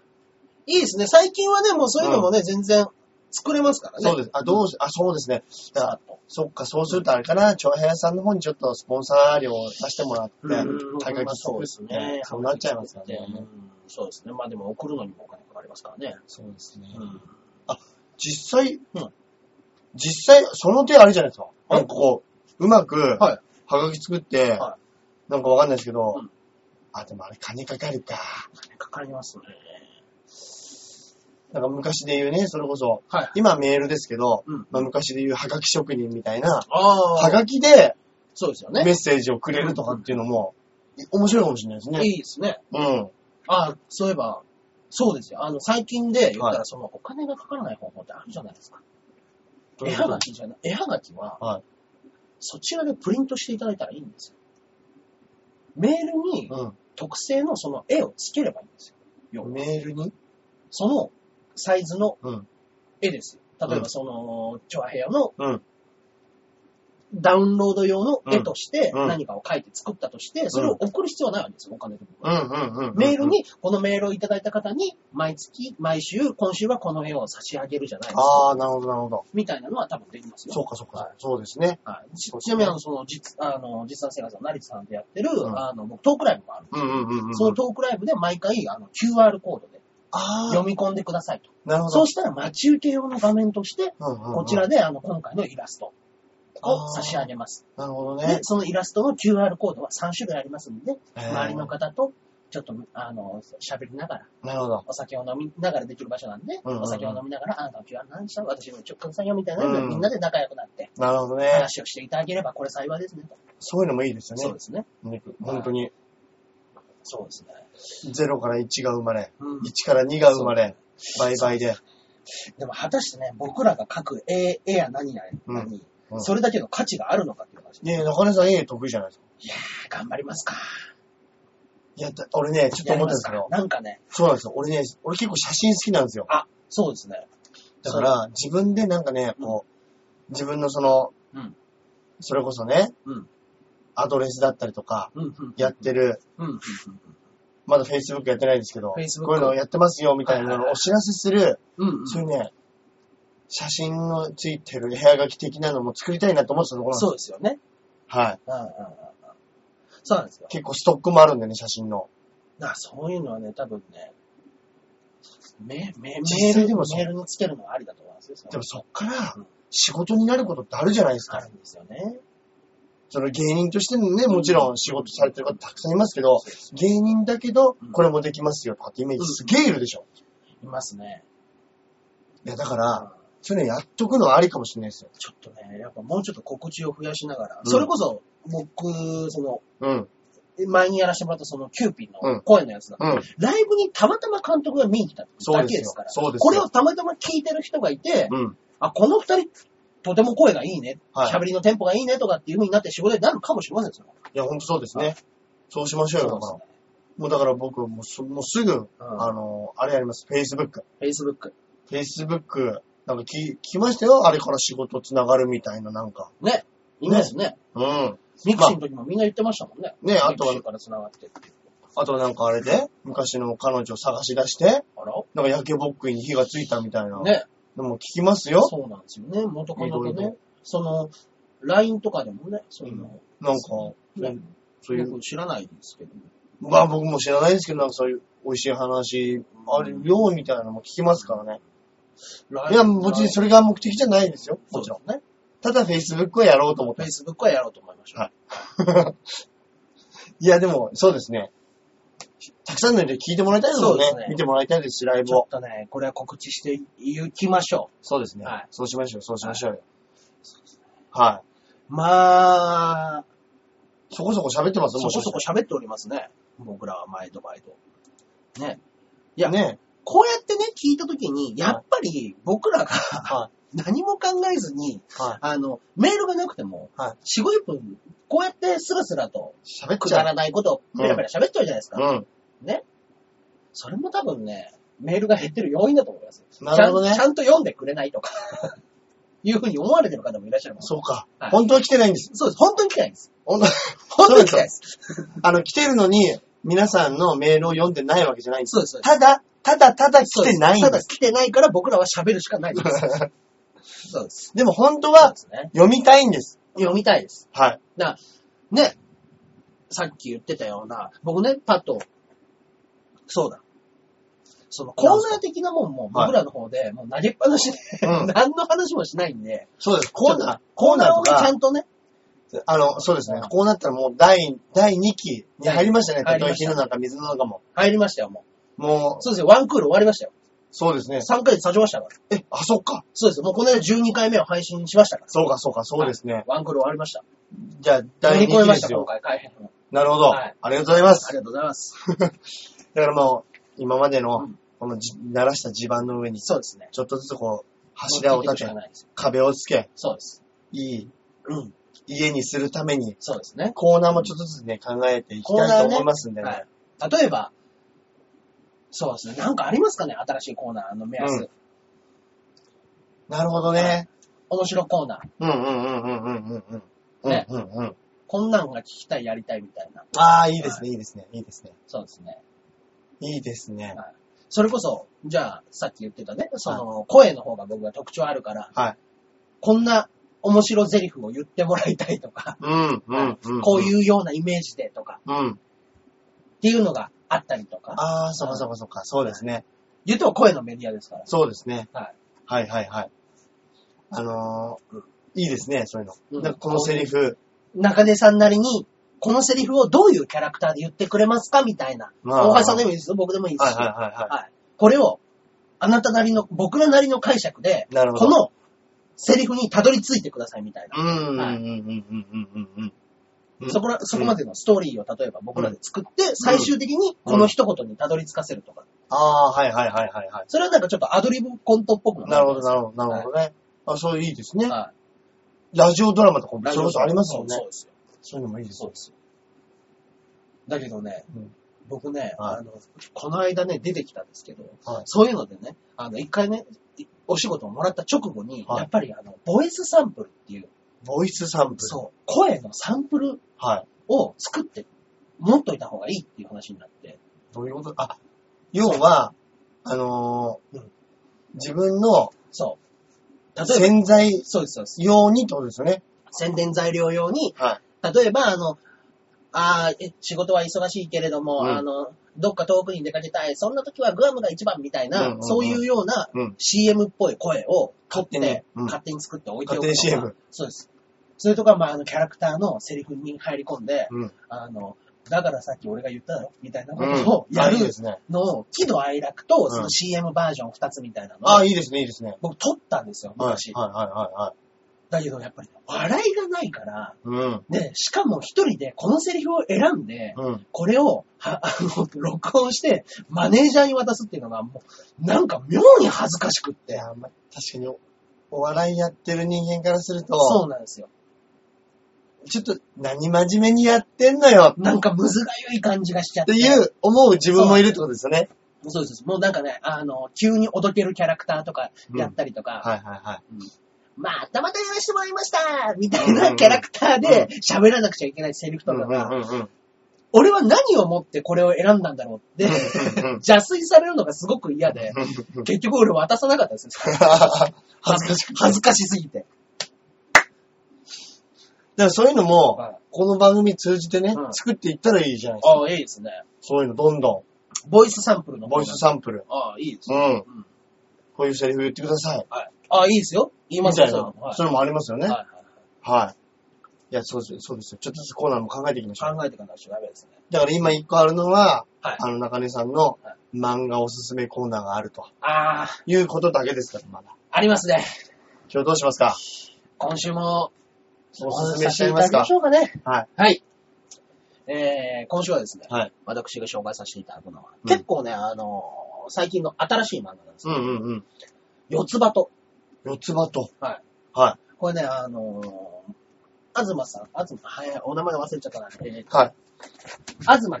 [SPEAKER 1] ー、いいですね。最近はね、もうそういうのもね、全然作れますからね。
[SPEAKER 2] そうです。あ、どうし、あ、そうですね。だからそっか、そうするとあれかな、長平さんの方にちょっとスポンサー料を出してもらって
[SPEAKER 1] うん、
[SPEAKER 2] 大会
[SPEAKER 1] まあ
[SPEAKER 2] 企
[SPEAKER 1] そうですね。
[SPEAKER 2] そうなっちゃいますよね。
[SPEAKER 1] うんそうですね。まあでも送るのにもお金かかりますからね。
[SPEAKER 2] そうですね。
[SPEAKER 1] うん。
[SPEAKER 2] 実際、
[SPEAKER 1] うん
[SPEAKER 2] 実際、その手あれじゃないですか。
[SPEAKER 1] うん
[SPEAKER 2] なんかこう、うまく、
[SPEAKER 1] はい
[SPEAKER 2] はがき作って、
[SPEAKER 1] は
[SPEAKER 2] なんかわかんないですけど、
[SPEAKER 1] うん
[SPEAKER 2] あ、でもあれ金かかるか。
[SPEAKER 1] かかりますね。
[SPEAKER 2] なんか昔で言うね、それこそ、
[SPEAKER 1] はい。
[SPEAKER 2] 今メールですけど、
[SPEAKER 1] うん
[SPEAKER 2] まあ、昔で言うはがき職人みたいな、
[SPEAKER 1] あ
[SPEAKER 2] はがきで
[SPEAKER 1] そうですよ
[SPEAKER 2] メ
[SPEAKER 1] ね。
[SPEAKER 2] ッセージをくれるとかっていうのも、面白いかもしれないですね。
[SPEAKER 1] いいですね。
[SPEAKER 2] うん。
[SPEAKER 1] ああ、そういえば、そうですよ。あの、最近で言ったら、その、お金がかからない方法ってあるじゃないですか。絵はがきじゃない。絵はがきは、
[SPEAKER 2] はい
[SPEAKER 1] そちらでプリントしていただいたらいいんですよ。メールに
[SPEAKER 2] う
[SPEAKER 1] 特製のその絵をつければいいんですよ。
[SPEAKER 2] ん。メールに
[SPEAKER 1] そのサイズの
[SPEAKER 2] うん
[SPEAKER 1] 絵ですよ。例え
[SPEAKER 2] うん
[SPEAKER 1] ば、その、チョアヘアの
[SPEAKER 2] うん。
[SPEAKER 1] ダウンロード用の絵として
[SPEAKER 2] うんうん
[SPEAKER 1] 何かを描いて作ったとして、それを送る必要はないわけですよ、お金で。
[SPEAKER 2] うんうんうん。
[SPEAKER 1] メールに、このメールをいただいた方に、毎月、毎週、今週はこの絵を差し上げるじゃないですか。
[SPEAKER 2] ああ、なるほど、なるほど。
[SPEAKER 1] みたいなのは多分できますよ。
[SPEAKER 2] そうか、そうか
[SPEAKER 1] はい。
[SPEAKER 2] そうですね。
[SPEAKER 1] はいち
[SPEAKER 2] そうで
[SPEAKER 1] ち
[SPEAKER 2] すね
[SPEAKER 1] なみに、あの、その、実、あの、実産生活の成田さんでやってる、
[SPEAKER 2] うん
[SPEAKER 1] あの、僕、トークライブがある。
[SPEAKER 2] うんうんうんうん。
[SPEAKER 1] そのトークライブで毎回、あの、QR コードで
[SPEAKER 2] あ
[SPEAKER 1] 読み込んでくださいと。
[SPEAKER 2] あ、なるほ
[SPEAKER 1] そ
[SPEAKER 2] ど
[SPEAKER 1] う。したら、待ち受け用の画面として、
[SPEAKER 2] うんうんうん
[SPEAKER 1] こちら。で、あの、今回のイラストを差し上げます。
[SPEAKER 2] なるほど
[SPEAKER 1] で
[SPEAKER 2] ね、。
[SPEAKER 1] そのイラストの QR コードは3種類ありますんで、
[SPEAKER 2] えー
[SPEAKER 1] 周りの方と、ちょっと、あの、喋りながら、
[SPEAKER 2] なるほど。
[SPEAKER 1] お酒を飲みながらできる場所なんで、
[SPEAKER 2] うんうんうん
[SPEAKER 1] お酒を飲みながら、あなたの QR 何した私も直感さんよみたいなので、
[SPEAKER 2] うん
[SPEAKER 1] みんなで仲良くなって、
[SPEAKER 2] なるほどね。
[SPEAKER 1] 話をしていただければ、これ幸いですね、と。
[SPEAKER 2] そういうのもいいですよね。
[SPEAKER 1] そうですね。
[SPEAKER 2] 本当に、
[SPEAKER 1] そうですね。
[SPEAKER 2] 0から1が生まれ、
[SPEAKER 1] うん
[SPEAKER 2] 1から2が生まれ、倍々で。
[SPEAKER 1] でも、果たしてね、僕らが書く絵、絵や何やらに、
[SPEAKER 2] うんうん
[SPEAKER 1] それだけの価値があるのかっていう話。
[SPEAKER 2] ねえ、中根さん A 得意じゃないですか。
[SPEAKER 1] いやー、頑張りますか。
[SPEAKER 2] いや、だ俺ね、ちょっと
[SPEAKER 1] やりま
[SPEAKER 2] 思ったんです
[SPEAKER 1] す
[SPEAKER 2] け
[SPEAKER 1] か
[SPEAKER 2] ど、。
[SPEAKER 1] なんかね、
[SPEAKER 2] そうなんですよ。俺ね、俺結構写真好きなんですよ。
[SPEAKER 1] あ、そうですね。
[SPEAKER 2] だから、自分でなんかね、こう、自分のその、
[SPEAKER 1] うん
[SPEAKER 2] それこそね、
[SPEAKER 1] うん
[SPEAKER 2] アドレスだったりとか、
[SPEAKER 1] うんうん。
[SPEAKER 2] やってる、
[SPEAKER 1] うんうんうん。
[SPEAKER 2] まだ Facebook やってないんですけど、
[SPEAKER 1] Facebook
[SPEAKER 2] こういうのやってますよみたいなのをお知らせする、
[SPEAKER 1] うんうん。
[SPEAKER 2] そういうね、写真のついてる部屋書き的なのも作りたいなと思ってたところなんです
[SPEAKER 1] そうですよね。
[SPEAKER 2] はい。
[SPEAKER 1] うんうんうんうん。そうなんですよ。
[SPEAKER 2] 結構ストックもあるんでね、写真の。
[SPEAKER 1] だからそういうのはね、多分ね、メメメ
[SPEAKER 2] 実
[SPEAKER 1] ー
[SPEAKER 2] 際
[SPEAKER 1] ル
[SPEAKER 2] で
[SPEAKER 1] で
[SPEAKER 2] も
[SPEAKER 1] も
[SPEAKER 2] そう
[SPEAKER 1] メールにつけるのはありだと思うんですよ。
[SPEAKER 2] でもそっから
[SPEAKER 1] うん
[SPEAKER 2] 仕事になることってあるじゃないです
[SPEAKER 1] あ
[SPEAKER 2] か。
[SPEAKER 1] るんですよね。
[SPEAKER 2] その芸人としてのね、もちろん仕事されてる方たくさんいますけど、芸人だけど
[SPEAKER 1] うん
[SPEAKER 2] これもできますよとかってイメージすげえいるでしょ。
[SPEAKER 1] いますね。
[SPEAKER 2] いや、だから、そういうのやっとくのはありかもしれないですよ。
[SPEAKER 1] ちょっとね、やっぱもうちょっと告知を増やしながら、
[SPEAKER 2] うん
[SPEAKER 1] それこそ僕、その、
[SPEAKER 2] うん。
[SPEAKER 1] 前にやらせてもらったそのキューピー
[SPEAKER 2] うん
[SPEAKER 1] の声のやつだ、
[SPEAKER 2] うん。
[SPEAKER 1] ライブにたまたま監督が見に来ただ
[SPEAKER 2] そうで
[SPEAKER 1] け
[SPEAKER 2] すよ
[SPEAKER 1] ですから、
[SPEAKER 2] そうですよ
[SPEAKER 1] これをたまたま聞いてる人がいて、
[SPEAKER 2] うん。
[SPEAKER 1] あ、この二人、とても声がいいね、
[SPEAKER 2] はい
[SPEAKER 1] 喋りのテンポがいいねとかっていう風になって仕事になるかもしれませんよ。
[SPEAKER 2] いや、ほんとそうですね。そうしましょうよ、だから。
[SPEAKER 1] う
[SPEAKER 2] もうだから僕はもうすもうすぐ、
[SPEAKER 1] うん
[SPEAKER 2] あの、あれやります。Facebook。
[SPEAKER 1] ですね。Facebook。
[SPEAKER 2] Facebook、なんか聞聞きましたよ。あれから仕事つながるみたいな、なんか。
[SPEAKER 1] ね。いいですね。
[SPEAKER 2] うん。
[SPEAKER 1] ミクシーの時もみんな言ってましたもんね。
[SPEAKER 2] ねあとは
[SPEAKER 1] ミクシーから繋がってっていう。
[SPEAKER 2] あとなんかあれで、昔の彼女を探し出して、
[SPEAKER 1] あら
[SPEAKER 2] なんか焼けぼっくいに火がついたみたいな。
[SPEAKER 1] ね。
[SPEAKER 2] でも聞きますよ。
[SPEAKER 1] そうなんですよね。元カノと
[SPEAKER 2] いろい
[SPEAKER 1] ね、その、LINE とかでもね、そういうの、
[SPEAKER 2] なんか、
[SPEAKER 1] ね
[SPEAKER 2] そういう、
[SPEAKER 1] 僕知らないんですけど。
[SPEAKER 2] まあ僕も知らないですけど、なんかそういう美味しい話あるよ、みたいなのも聞きますからね。いや、もちろんそれが目的じゃないですよ。もちろん。
[SPEAKER 1] んね。
[SPEAKER 2] ただ Facebook をやろう と思って。
[SPEAKER 1] Facebook はやろうと思いましょう。
[SPEAKER 2] はいいや、でも、そうですね。たくさんの人に聞いてもらいたいですもんね。
[SPEAKER 1] そうですね
[SPEAKER 2] 見てもらいたいですし、ライ
[SPEAKER 1] ち
[SPEAKER 2] ブ
[SPEAKER 1] ょ
[SPEAKER 2] を
[SPEAKER 1] っ。とね、これは告知していきましょ
[SPEAKER 2] そうですね
[SPEAKER 1] はい
[SPEAKER 2] そうしましょう、そうしましょうよ。は
[SPEAKER 1] う。まあ、
[SPEAKER 2] い。そこそこ喋ってます
[SPEAKER 1] そこそこ
[SPEAKER 2] こ
[SPEAKER 1] 喋っておりますね。僕らは毎度毎度。ね。い
[SPEAKER 2] い
[SPEAKER 1] や、
[SPEAKER 2] や。ね。
[SPEAKER 1] こうやってね、聞いたときに、やっぱり僕らが、
[SPEAKER 2] は
[SPEAKER 1] 何も考えずに、
[SPEAKER 2] は
[SPEAKER 1] あの、メールがなくても、
[SPEAKER 2] は
[SPEAKER 1] 4、50分、こうやってスラスラと、
[SPEAKER 2] い。喋っ
[SPEAKER 1] く
[SPEAKER 2] ち
[SPEAKER 1] だ
[SPEAKER 2] ゃ
[SPEAKER 1] らないことをペラペラ喋っちゃうじゃないですか。
[SPEAKER 2] う。うん。
[SPEAKER 1] ね。それも多分ね、メールが減ってる要因だと思います。
[SPEAKER 2] なるほど
[SPEAKER 1] ち
[SPEAKER 2] ね
[SPEAKER 1] ゃんちゃんと読んでくれないとか、 いうふうに思われてる方もいらっしゃるもん
[SPEAKER 2] そうか
[SPEAKER 1] は。い
[SPEAKER 2] 本当は来てないんです。
[SPEAKER 1] そうです。本当に来てないんです。
[SPEAKER 2] 本当
[SPEAKER 1] 本当に来てないです。
[SPEAKER 2] あの、来てるのに、皆さんのメールを読んでないわけじゃないんです。
[SPEAKER 1] そうです。そうです
[SPEAKER 2] ただ、ただただ来てないん
[SPEAKER 1] た
[SPEAKER 2] で
[SPEAKER 1] だ
[SPEAKER 2] す。
[SPEAKER 1] 来てないから僕らは喋るしかない です。そうです。
[SPEAKER 2] でも本当
[SPEAKER 1] そう
[SPEAKER 2] は
[SPEAKER 1] ですね。
[SPEAKER 2] 読みたいんです。
[SPEAKER 1] 読みたいです。
[SPEAKER 2] はい。
[SPEAKER 1] だから、ね、さっき言ってたような、僕ね、パッと、そうだ。そのコーナー的なもんも
[SPEAKER 2] はい
[SPEAKER 1] 僕らの方でもう投げっぱなしで、
[SPEAKER 2] う ん
[SPEAKER 1] 何の話もしないんで、
[SPEAKER 2] そうです。コー
[SPEAKER 1] ちょっ
[SPEAKER 2] ナー
[SPEAKER 1] と、
[SPEAKER 2] コ
[SPEAKER 1] コ
[SPEAKER 2] ー
[SPEAKER 1] ー
[SPEAKER 2] ナ
[SPEAKER 1] ナ
[SPEAKER 2] ー
[SPEAKER 1] ー
[SPEAKER 2] と
[SPEAKER 1] をね、ち
[SPEAKER 2] か
[SPEAKER 1] ゃ、んとね、
[SPEAKER 2] あの、そうですね。こうなったらもう第、第2期に入りましたね。た
[SPEAKER 1] 入り
[SPEAKER 2] とえ
[SPEAKER 1] まし
[SPEAKER 2] 火
[SPEAKER 1] た
[SPEAKER 2] の中、水の中も。
[SPEAKER 1] 入りましたよ、もう。
[SPEAKER 2] もう、
[SPEAKER 1] そうですよ、ワンクール終わりましたよ。
[SPEAKER 2] そうですね。
[SPEAKER 1] 3ヶ月経ちましたから。
[SPEAKER 2] え、あ、そっか。
[SPEAKER 1] そうですよ、もうこの間12回目を配信しましたから。
[SPEAKER 2] そうか、そうか、そうです
[SPEAKER 1] はい
[SPEAKER 2] ね。
[SPEAKER 1] ワンクール終わりました。
[SPEAKER 2] じゃあ、
[SPEAKER 1] 乗り
[SPEAKER 2] 第2
[SPEAKER 1] 越え
[SPEAKER 2] 期
[SPEAKER 1] ま
[SPEAKER 2] で
[SPEAKER 1] した、
[SPEAKER 2] す
[SPEAKER 1] 今
[SPEAKER 2] よ。
[SPEAKER 1] 回、改編を。
[SPEAKER 2] なるほど、
[SPEAKER 1] はい
[SPEAKER 2] ありがとうございま
[SPEAKER 1] あ
[SPEAKER 2] す。
[SPEAKER 1] りがとうございます。
[SPEAKER 2] だからもう、今まで
[SPEAKER 1] う
[SPEAKER 2] の
[SPEAKER 1] ん、
[SPEAKER 2] このじ、鳴らした地盤の上に、ち
[SPEAKER 1] そうですね。
[SPEAKER 2] ょっとずつこう、柱を立
[SPEAKER 1] 乗り越えていくしか、
[SPEAKER 2] て
[SPEAKER 1] ないです
[SPEAKER 2] 壁をつけ、
[SPEAKER 1] そうです。
[SPEAKER 2] いい
[SPEAKER 1] うん。
[SPEAKER 2] 家にするために、
[SPEAKER 1] そうですね。
[SPEAKER 2] コーナーもちょっとずつね、考えていきたいと思いますんでね。
[SPEAKER 1] はい。例えば、そうですね。なんかありますかね新しいコーナーの目安。
[SPEAKER 2] うんなるほどね。
[SPEAKER 1] 面白コーナー。
[SPEAKER 2] うんうんうんうんうんうんうん。
[SPEAKER 1] ね
[SPEAKER 2] うんうんうん。
[SPEAKER 1] こんなんが聞きたい、やりたいみたいな。
[SPEAKER 2] ああ、いいですね、いいですね、いいですね。
[SPEAKER 1] そうですね。
[SPEAKER 2] いいですね。
[SPEAKER 1] はいそれこそ、じゃあ、さっき言ってたね、その、声の方が僕が特徴あるから、
[SPEAKER 2] はい。
[SPEAKER 1] こんな面白ゼリフを言ってもらいたいとか、
[SPEAKER 2] うん、うん、うん。
[SPEAKER 1] こう
[SPEAKER 2] う。
[SPEAKER 1] いうようなイメージでとか、
[SPEAKER 2] うん。
[SPEAKER 1] っていうのがあったりとか、
[SPEAKER 2] ああ、そうかそうかそうか、そうですね。
[SPEAKER 1] 言うと声のメディアですから。
[SPEAKER 2] そうですね。
[SPEAKER 1] はい。
[SPEAKER 2] はいはいはい。あのー、いいですね、そういうの。
[SPEAKER 1] うん
[SPEAKER 2] なんかこのセリフ、
[SPEAKER 1] 中根さんなりに、このセリフをどういうキャラクターで言ってくれますかみたいな。
[SPEAKER 2] まあ
[SPEAKER 1] 大橋さんでもいいですよ。僕でもいいです
[SPEAKER 2] はい
[SPEAKER 1] し。
[SPEAKER 2] はいはいは
[SPEAKER 1] はい。これを、あなたなりの、僕らなりの解釈で、
[SPEAKER 2] い。なるほど。
[SPEAKER 1] このセリフにたどり着いてくださいみたいな。
[SPEAKER 2] うん、うん、うん、
[SPEAKER 1] はい
[SPEAKER 2] うん、うん、うん、うん。うん
[SPEAKER 1] そこら、そこまでのストーリーを例えば僕らで作って、最終的にこの一言にたどり着かせるとか。
[SPEAKER 2] ああー、はいはいはいはいはい。
[SPEAKER 1] それはなんかちょっとアドリブコントっぽくも
[SPEAKER 2] なるほど、
[SPEAKER 1] る
[SPEAKER 2] なるほど、なるほどね。あ、そういいですね。
[SPEAKER 1] は
[SPEAKER 2] ラジオドラマとかも
[SPEAKER 1] い。
[SPEAKER 2] それこそありますもんね
[SPEAKER 1] そう。そうですよ。
[SPEAKER 2] そういうのもいいです
[SPEAKER 1] そう
[SPEAKER 2] ね。
[SPEAKER 1] ですよ。だけどね、
[SPEAKER 2] うん
[SPEAKER 1] 僕ね、
[SPEAKER 2] はい
[SPEAKER 1] あの、この間ね、出てきたんですけど、
[SPEAKER 2] はい
[SPEAKER 1] そういうのでね、あの、一回ね、いお仕事をもらった直後に、
[SPEAKER 2] はい
[SPEAKER 1] やっぱりあの、ボイスサンプルっていう、
[SPEAKER 2] ボイスサンプル。
[SPEAKER 1] そう、声のサンプル
[SPEAKER 2] はい。
[SPEAKER 1] を作って、持っといた方がいいっていう話になって。
[SPEAKER 2] どういうことあ、要は、あのーうん自分の
[SPEAKER 1] そう。例えば、
[SPEAKER 2] 潜在
[SPEAKER 1] そうです、そうです。
[SPEAKER 2] 用にってことですよね。
[SPEAKER 1] 宣伝材料用に、
[SPEAKER 2] は
[SPEAKER 1] 例えば、あの、あーえ仕事は忙しいけれども、
[SPEAKER 2] うん
[SPEAKER 1] あの、どっか遠くに出かけたい、そんな時はグアムが一番みたいな、
[SPEAKER 2] うんうんうん
[SPEAKER 1] そういうような
[SPEAKER 2] うん
[SPEAKER 1] CM っぽい声を取って、
[SPEAKER 2] 勝手にうん
[SPEAKER 1] 勝手に作って置いておくとか。
[SPEAKER 2] 勝手に CM
[SPEAKER 1] そうです。それとか、まあ、あの、キャラクターのセリフに入り込んで、
[SPEAKER 2] うん
[SPEAKER 1] あの、だからさっき俺が言っただろ、みたいなこ
[SPEAKER 2] うん。
[SPEAKER 1] とを やる
[SPEAKER 2] あいいですね。
[SPEAKER 1] のを、喜怒哀楽と、そうの
[SPEAKER 2] ん
[SPEAKER 1] CM バージョン2つみたいなのを、
[SPEAKER 2] あ、いいですね、いいですね。
[SPEAKER 1] 僕撮ったんですよ、
[SPEAKER 2] はい
[SPEAKER 1] 昔。。
[SPEAKER 2] はい、はい、
[SPEAKER 1] だけど、やっぱり、笑いがないから、
[SPEAKER 2] はい、はい。
[SPEAKER 1] ね、しかも一人でこのセリフを選んで、
[SPEAKER 2] うん。うん。
[SPEAKER 1] これを、は、あの、 録音して、マネージャーに渡すっていうのが、もう、なんか妙に恥ずかしくっ
[SPEAKER 2] い
[SPEAKER 1] て。
[SPEAKER 2] や、まあ、確かにお、お笑いやってる人間からすると、
[SPEAKER 1] そうなんですよ。
[SPEAKER 2] ちょっと何真面目にやってんのよっ
[SPEAKER 1] なんかむずがゆい感じがしちゃって。
[SPEAKER 2] ていう思う自分もいるってことですよね。
[SPEAKER 1] そうです。もうなんかね、あの、急におどけるキャラクターとかやったりとか、
[SPEAKER 2] はいはいはい。
[SPEAKER 1] まあ、たまたまやらせてもらいましたみたいなキャラクターで喋らなくちゃいけないセリフとかが、
[SPEAKER 2] うん うん。
[SPEAKER 1] 俺は何をもってこれを選んだんだろうって、邪推されるのがすごく嫌で、結局俺渡さなかったです。
[SPEAKER 2] 恥ずかしくて。
[SPEAKER 1] 恥ずかしすぎて。
[SPEAKER 2] だからそういうのも、
[SPEAKER 1] あ
[SPEAKER 2] この番組通じてね
[SPEAKER 1] う、ん
[SPEAKER 2] 作っていったらいいじゃないですか。
[SPEAKER 1] あ、いいですね。
[SPEAKER 2] そういうのどんど
[SPEAKER 1] ボイスサンプルの方
[SPEAKER 2] ん、ボ
[SPEAKER 1] が
[SPEAKER 2] イスサンプル。
[SPEAKER 1] ああ、いいです
[SPEAKER 2] う
[SPEAKER 1] ね。
[SPEAKER 2] ん。
[SPEAKER 1] うん。
[SPEAKER 2] こういうセリフ言ってください。
[SPEAKER 1] はい。ああ、いいですよ。言いま
[SPEAKER 2] み
[SPEAKER 1] すよ、
[SPEAKER 2] たいな
[SPEAKER 1] そういうの。はい
[SPEAKER 2] それもありますよね。
[SPEAKER 1] はいはい
[SPEAKER 2] はい。いや、そうですよ。そうですよ。ちょっとずつコーナーも考えていきましょう。
[SPEAKER 1] 考えていかないとダメですね。
[SPEAKER 2] だから今一個あるのは、
[SPEAKER 1] はい
[SPEAKER 2] あの中根さんの
[SPEAKER 1] は
[SPEAKER 2] 漫画おすすめコーナーがあると
[SPEAKER 1] ああ、
[SPEAKER 2] いうことだけですから、まだ。
[SPEAKER 1] ありますね。
[SPEAKER 2] 今日どうしますか
[SPEAKER 1] 今週も、
[SPEAKER 2] おすすめしちゃいま
[SPEAKER 1] お話しさせていただ
[SPEAKER 2] すか
[SPEAKER 1] きましょうかね。
[SPEAKER 2] はい。
[SPEAKER 1] はい。えー、今週はですね、
[SPEAKER 2] はい。
[SPEAKER 1] 私が紹介させていただくのは、
[SPEAKER 2] うん
[SPEAKER 1] 結構ね、あのー最近の新しい漫画なんです
[SPEAKER 2] う
[SPEAKER 1] よ。
[SPEAKER 2] んうんうん。
[SPEAKER 1] 四つ葉と。
[SPEAKER 2] 四つ葉と。
[SPEAKER 1] はい。
[SPEAKER 2] は
[SPEAKER 1] これね、あのー、あずまさん、あずま、はい、お名前忘れちゃったな。えー
[SPEAKER 2] い。はい。
[SPEAKER 1] あずま、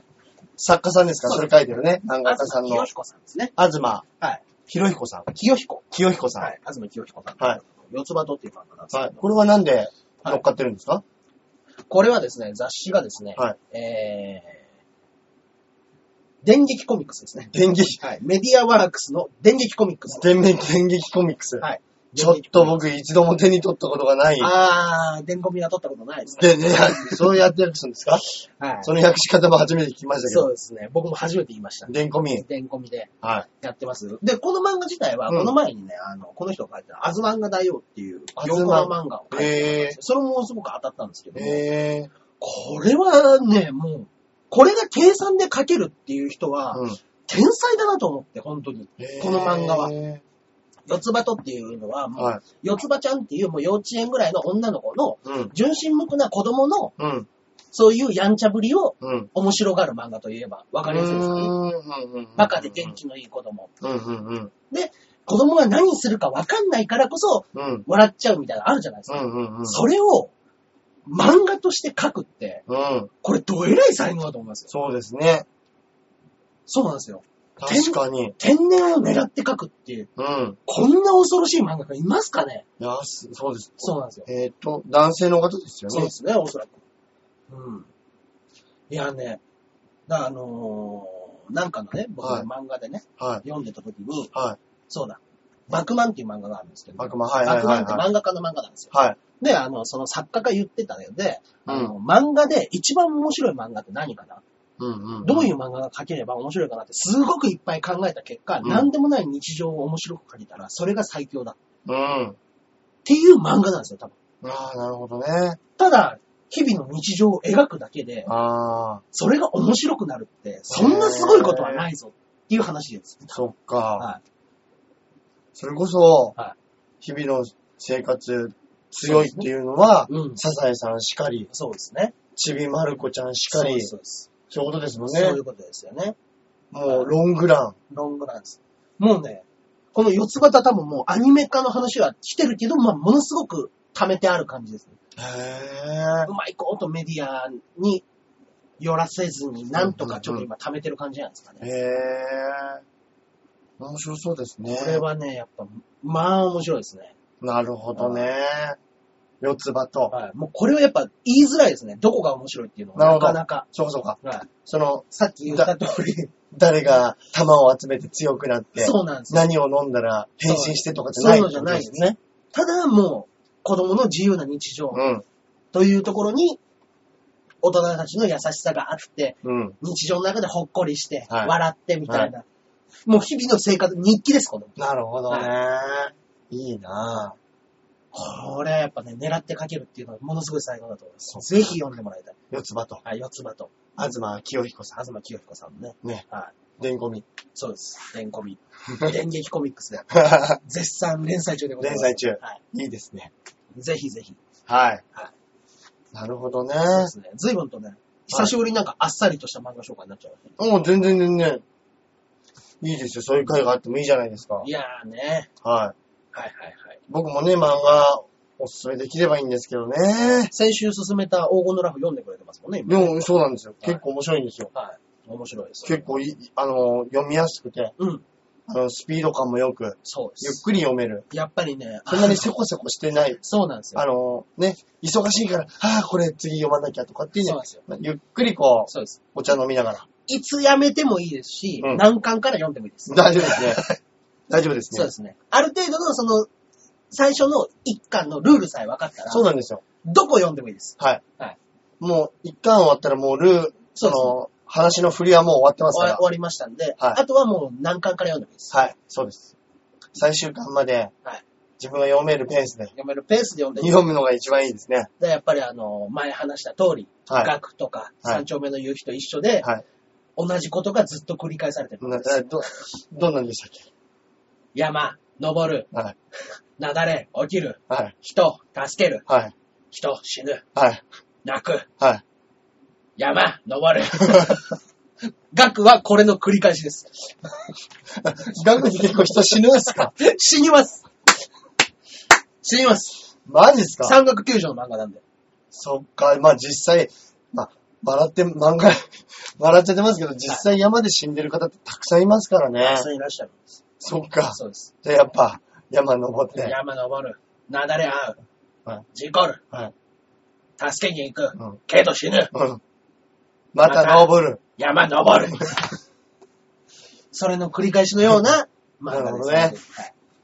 [SPEAKER 2] 作家さんですか
[SPEAKER 1] そ
[SPEAKER 2] そうれ書いてるね。漫画
[SPEAKER 1] あ
[SPEAKER 2] 家
[SPEAKER 1] ずま
[SPEAKER 2] さん
[SPEAKER 1] きよ
[SPEAKER 2] の。
[SPEAKER 1] ひこさんですね。
[SPEAKER 2] あずま、
[SPEAKER 1] はい。
[SPEAKER 2] ひろひこさん。
[SPEAKER 1] きよひこ。
[SPEAKER 2] きよひこさん。
[SPEAKER 1] は
[SPEAKER 2] はい。
[SPEAKER 1] い。あずまきよひこさん。
[SPEAKER 2] はい。
[SPEAKER 1] 四つ葉とっていう漫画なんですけど、
[SPEAKER 2] これはなんで乗っかってるんですか、
[SPEAKER 1] これはですね、雑誌がですね、
[SPEAKER 2] は
[SPEAKER 1] えー、電撃コミックスですね。
[SPEAKER 2] 電撃。
[SPEAKER 1] はい。メディアワークスの電撃コミックス。
[SPEAKER 2] 電撃、電撃コミックス。
[SPEAKER 1] はい。
[SPEAKER 2] ちょっと僕一度も手に取ったことがない。
[SPEAKER 1] あー、電コミは撮ったことないですね。
[SPEAKER 2] でね、そうやって訳すんですか
[SPEAKER 1] はい。
[SPEAKER 2] その訳し方も初めて聞きましたけ
[SPEAKER 1] そ
[SPEAKER 2] ど。
[SPEAKER 1] うですね。僕も初めて言いました。
[SPEAKER 2] 電コミ。
[SPEAKER 1] 電コミで
[SPEAKER 2] はい。
[SPEAKER 1] やってます。で、この漫画自体は、
[SPEAKER 2] うん
[SPEAKER 1] この前にね、あの、この人が書いてた、アズマンガ大王っていう、
[SPEAKER 2] アズ
[SPEAKER 1] 洋
[SPEAKER 2] マン
[SPEAKER 1] 画の漫画を書いてたん
[SPEAKER 2] え
[SPEAKER 1] ですよそれもすごく当たったんですけ
[SPEAKER 2] ー、
[SPEAKER 1] ど、
[SPEAKER 2] え
[SPEAKER 1] これはね、もう、これが計算で書けるっていう人
[SPEAKER 2] ー、
[SPEAKER 1] は、
[SPEAKER 2] うん
[SPEAKER 1] 天才だなと思って、本当に。この漫画は
[SPEAKER 2] え
[SPEAKER 1] 四つ葉とっていうのは、
[SPEAKER 2] ー
[SPEAKER 1] もう
[SPEAKER 2] はい。
[SPEAKER 1] 四つ葉ちゃんっていうもう幼稚園ぐらいの女の子の、
[SPEAKER 2] うん。
[SPEAKER 1] 純真無垢な子供の、
[SPEAKER 2] うん。
[SPEAKER 1] そういうやんちゃぶりを
[SPEAKER 2] うん。
[SPEAKER 1] 面白がる漫画といえば、わかりやすいですよね。
[SPEAKER 2] ね
[SPEAKER 1] バカで元。気のいい子供。
[SPEAKER 2] うんうんうん。
[SPEAKER 1] 子供が何するかわかんないからこそ、
[SPEAKER 2] うん。
[SPEAKER 1] 笑っちゃうみたいなのあるじゃないです
[SPEAKER 2] う
[SPEAKER 1] か。
[SPEAKER 2] んうんうん。
[SPEAKER 1] それを、漫画として書くって、
[SPEAKER 2] うん。
[SPEAKER 1] これどえらい才能だと思いますよ。
[SPEAKER 2] そうですね。
[SPEAKER 1] そうなんですよ。
[SPEAKER 2] 確かに。
[SPEAKER 1] 天然を狙って書くっていう、
[SPEAKER 2] うん。
[SPEAKER 1] こんな恐ろしい漫画家いますかね
[SPEAKER 2] いや、すそうです。
[SPEAKER 1] そうなんですよ。
[SPEAKER 2] えっ、と、男性の方ですよ
[SPEAKER 1] そう
[SPEAKER 2] ね
[SPEAKER 1] で。すね、おそらく。うん。いやね、だあのーなんかのね、僕
[SPEAKER 2] はい
[SPEAKER 1] 漫画でね、
[SPEAKER 2] は
[SPEAKER 1] 読んでた時に、
[SPEAKER 2] い。はい。
[SPEAKER 1] そうだ、バクマンっていう漫画があるんですけど、
[SPEAKER 2] 悪魔、はいはい
[SPEAKER 1] バクマ
[SPEAKER 2] は
[SPEAKER 1] ン
[SPEAKER 2] い、
[SPEAKER 1] って
[SPEAKER 2] はい。
[SPEAKER 1] 漫画家の漫画なんですよ。
[SPEAKER 2] はい。
[SPEAKER 1] で、あの、その作家が言ってたので、
[SPEAKER 2] うん
[SPEAKER 1] あの漫画で一番面白い漫画って何かな、
[SPEAKER 2] うんうん。
[SPEAKER 1] どういうう漫画が描ければ面白いかなって、すごくいっぱい考えた結果、
[SPEAKER 2] うん
[SPEAKER 1] 何でもない日常を面白く描けたら、それが最強だっ
[SPEAKER 2] うん。
[SPEAKER 1] ていう漫画なんですよ、多分。
[SPEAKER 2] ああ、なるほどね。
[SPEAKER 1] ただ、日々の日常を描くだけで、
[SPEAKER 2] ああ、
[SPEAKER 1] それが面白くなるって、そんなすごいことはないぞっていう話です。
[SPEAKER 2] そっか。
[SPEAKER 1] は
[SPEAKER 2] それこそ、
[SPEAKER 1] は
[SPEAKER 2] 日々の生活強いっていうのは、
[SPEAKER 1] うん。
[SPEAKER 2] サザエさんしかり、
[SPEAKER 1] そうですね。
[SPEAKER 2] ちびまる子ちゃんし
[SPEAKER 1] そ
[SPEAKER 2] か
[SPEAKER 1] うで
[SPEAKER 2] り、
[SPEAKER 1] す
[SPEAKER 2] そ
[SPEAKER 1] そうです。
[SPEAKER 2] ういうことですもん
[SPEAKER 1] そうい
[SPEAKER 2] ね。
[SPEAKER 1] うことですよね。
[SPEAKER 2] もうロングラン。
[SPEAKER 1] ロングランです。もうね、この四つ葉多分もうアニメ化の話は来てるけど、まあ、ものすごく溜めてある感じですね。
[SPEAKER 2] へ
[SPEAKER 1] うまいことメディアに寄らせずに、なんとかちょっと今溜めてる感じなんですか
[SPEAKER 2] え。
[SPEAKER 1] ね。
[SPEAKER 2] へえ。面白そうですね。
[SPEAKER 1] これはね、やっぱ、まあ面白いですね。
[SPEAKER 2] なるほどね。四つ葉と。
[SPEAKER 1] はい。もうこれはやっぱ言いづらいですね。どこが面白いっていうの
[SPEAKER 2] なる
[SPEAKER 1] は。な
[SPEAKER 2] ほど
[SPEAKER 1] かなか。
[SPEAKER 2] そうかそうか。
[SPEAKER 1] はい。
[SPEAKER 2] その、
[SPEAKER 1] さっき言った通り。
[SPEAKER 2] 誰が玉を集めて強くなって、
[SPEAKER 1] そうなんですよ。
[SPEAKER 2] 何を飲んだら変身してとかじゃない
[SPEAKER 1] そうそういうのじゃない
[SPEAKER 2] ってことですね。
[SPEAKER 1] ただもう、子供の自由な日常
[SPEAKER 2] うん。
[SPEAKER 1] というところに、大人たちの優しさがあって、
[SPEAKER 2] うん。
[SPEAKER 1] 日常の中でほっこりして、
[SPEAKER 2] はい
[SPEAKER 1] 笑ってみたいな。もう日々の生活、日記です、この。
[SPEAKER 2] なるほどね。いいなぁ。
[SPEAKER 1] これはやっぱね、狙って書けるっていうのはものすごい才能だと思います。ぜひ読んでもらいたい。
[SPEAKER 2] 四つ葉と、
[SPEAKER 1] はい、四つ葉と、
[SPEAKER 2] 東清彦さ
[SPEAKER 1] 東清彦さんのね。
[SPEAKER 2] ん。ね。
[SPEAKER 1] はい。
[SPEAKER 2] 伝ゴミ。
[SPEAKER 1] そうです。電コ ミ。電撃コミックスで。絶賛連載中でございます。
[SPEAKER 2] 連載中
[SPEAKER 1] はい
[SPEAKER 2] いですね。
[SPEAKER 1] い。ぜひぜひ。
[SPEAKER 2] はい
[SPEAKER 1] は。
[SPEAKER 2] なるほどね。
[SPEAKER 1] そうですね。随分とね、久しぶりになんかあっさりとした漫画紹介になっちゃう。
[SPEAKER 2] もう全然全然。いいですよ。そういう会があってもいいじゃないですか
[SPEAKER 1] い、。やーね。
[SPEAKER 2] はい。
[SPEAKER 1] はいはいはい。
[SPEAKER 2] 僕もね、漫画、おすすめできればいいんですけどね。
[SPEAKER 1] 先週進めた黄金のラフ読んでくれてますもんね、今。
[SPEAKER 2] でも、そうなんですよ。結構面白いんですよ。
[SPEAKER 1] はい。面白いです。
[SPEAKER 2] 結構いい、あの、読みやすくて、
[SPEAKER 1] うん。
[SPEAKER 2] あの、スピード感もよく、
[SPEAKER 1] そうで
[SPEAKER 2] ゆっ
[SPEAKER 1] す。
[SPEAKER 2] くり読める。
[SPEAKER 1] やっぱりね、
[SPEAKER 2] そんなに
[SPEAKER 1] あ
[SPEAKER 2] せこせこしてない。
[SPEAKER 1] そうなんですよ。
[SPEAKER 2] あの、ね、忙しいから、ああ、これ次読まなきゃとかっていう
[SPEAKER 1] そう
[SPEAKER 2] ね
[SPEAKER 1] なんですよ。
[SPEAKER 2] ゆっくりこう、
[SPEAKER 1] そうです。
[SPEAKER 2] お茶飲みながら。
[SPEAKER 1] いつやめてもいいですし、
[SPEAKER 2] うん
[SPEAKER 1] 何巻から読んでもいいです。
[SPEAKER 2] 大丈夫ですね。 大丈夫です
[SPEAKER 1] そう
[SPEAKER 2] ね
[SPEAKER 1] で。すね。ある程度のその、最初の一巻のルールさえ分かったら、
[SPEAKER 2] そうなんですよ。
[SPEAKER 1] どこ読んでもいいです。
[SPEAKER 2] はい。
[SPEAKER 1] はい
[SPEAKER 2] もう、一巻終わったらもうルー、
[SPEAKER 1] そ
[SPEAKER 2] そう
[SPEAKER 1] ですね
[SPEAKER 2] の、話の振りはもう終わってますか
[SPEAKER 1] 終わ
[SPEAKER 2] ら
[SPEAKER 1] 終。わりましたんで、
[SPEAKER 2] はい
[SPEAKER 1] あとはもう何巻から読んでもいいです。
[SPEAKER 2] はい、そうです。最終巻まで
[SPEAKER 1] はい、
[SPEAKER 2] 自分が読めるペースで、
[SPEAKER 1] 読めるペースで読んでいい
[SPEAKER 2] 読むのが一番いいですね。
[SPEAKER 1] で、やっぱりあの、前話した通り、
[SPEAKER 2] はい。
[SPEAKER 1] 学とか、
[SPEAKER 2] はい
[SPEAKER 1] 三丁目の夕日と一緒で、
[SPEAKER 2] はい
[SPEAKER 1] 同じことがずっと繰り返されてるん
[SPEAKER 2] な
[SPEAKER 1] です。
[SPEAKER 2] えど、どんなんでしたっけ
[SPEAKER 1] 山、登る、
[SPEAKER 2] はい。
[SPEAKER 1] 雪崩、起きる、
[SPEAKER 2] はい。
[SPEAKER 1] 人、助ける、
[SPEAKER 2] はい。
[SPEAKER 1] 人、死ぬ、
[SPEAKER 2] はい。
[SPEAKER 1] 泣く、
[SPEAKER 2] はい。
[SPEAKER 1] 山、登る。学はこれの繰り返しです。
[SPEAKER 2] ガクに結構人死ぬんすか
[SPEAKER 1] 死にます死にます
[SPEAKER 2] マジっすか
[SPEAKER 1] 山岳救助の漫画なんで。
[SPEAKER 2] そっか。まあ実際、まあ、笑って、漫画、笑っちゃってますけど、実際山で死んでる方ってたくさんいますからね
[SPEAKER 1] たく。さんいらっしゃる。
[SPEAKER 2] そっか。
[SPEAKER 1] そうです。
[SPEAKER 2] じゃあやっぱ、山登って。
[SPEAKER 1] 山登る、雪崩合う、
[SPEAKER 2] はい
[SPEAKER 1] 事故る、
[SPEAKER 2] はい
[SPEAKER 1] 助けに行く、
[SPEAKER 2] うん
[SPEAKER 1] けど死ぬ、
[SPEAKER 2] うん。また登る。
[SPEAKER 1] 山登る。 それの繰り返しのような漫画です、
[SPEAKER 2] なるほどね
[SPEAKER 1] はい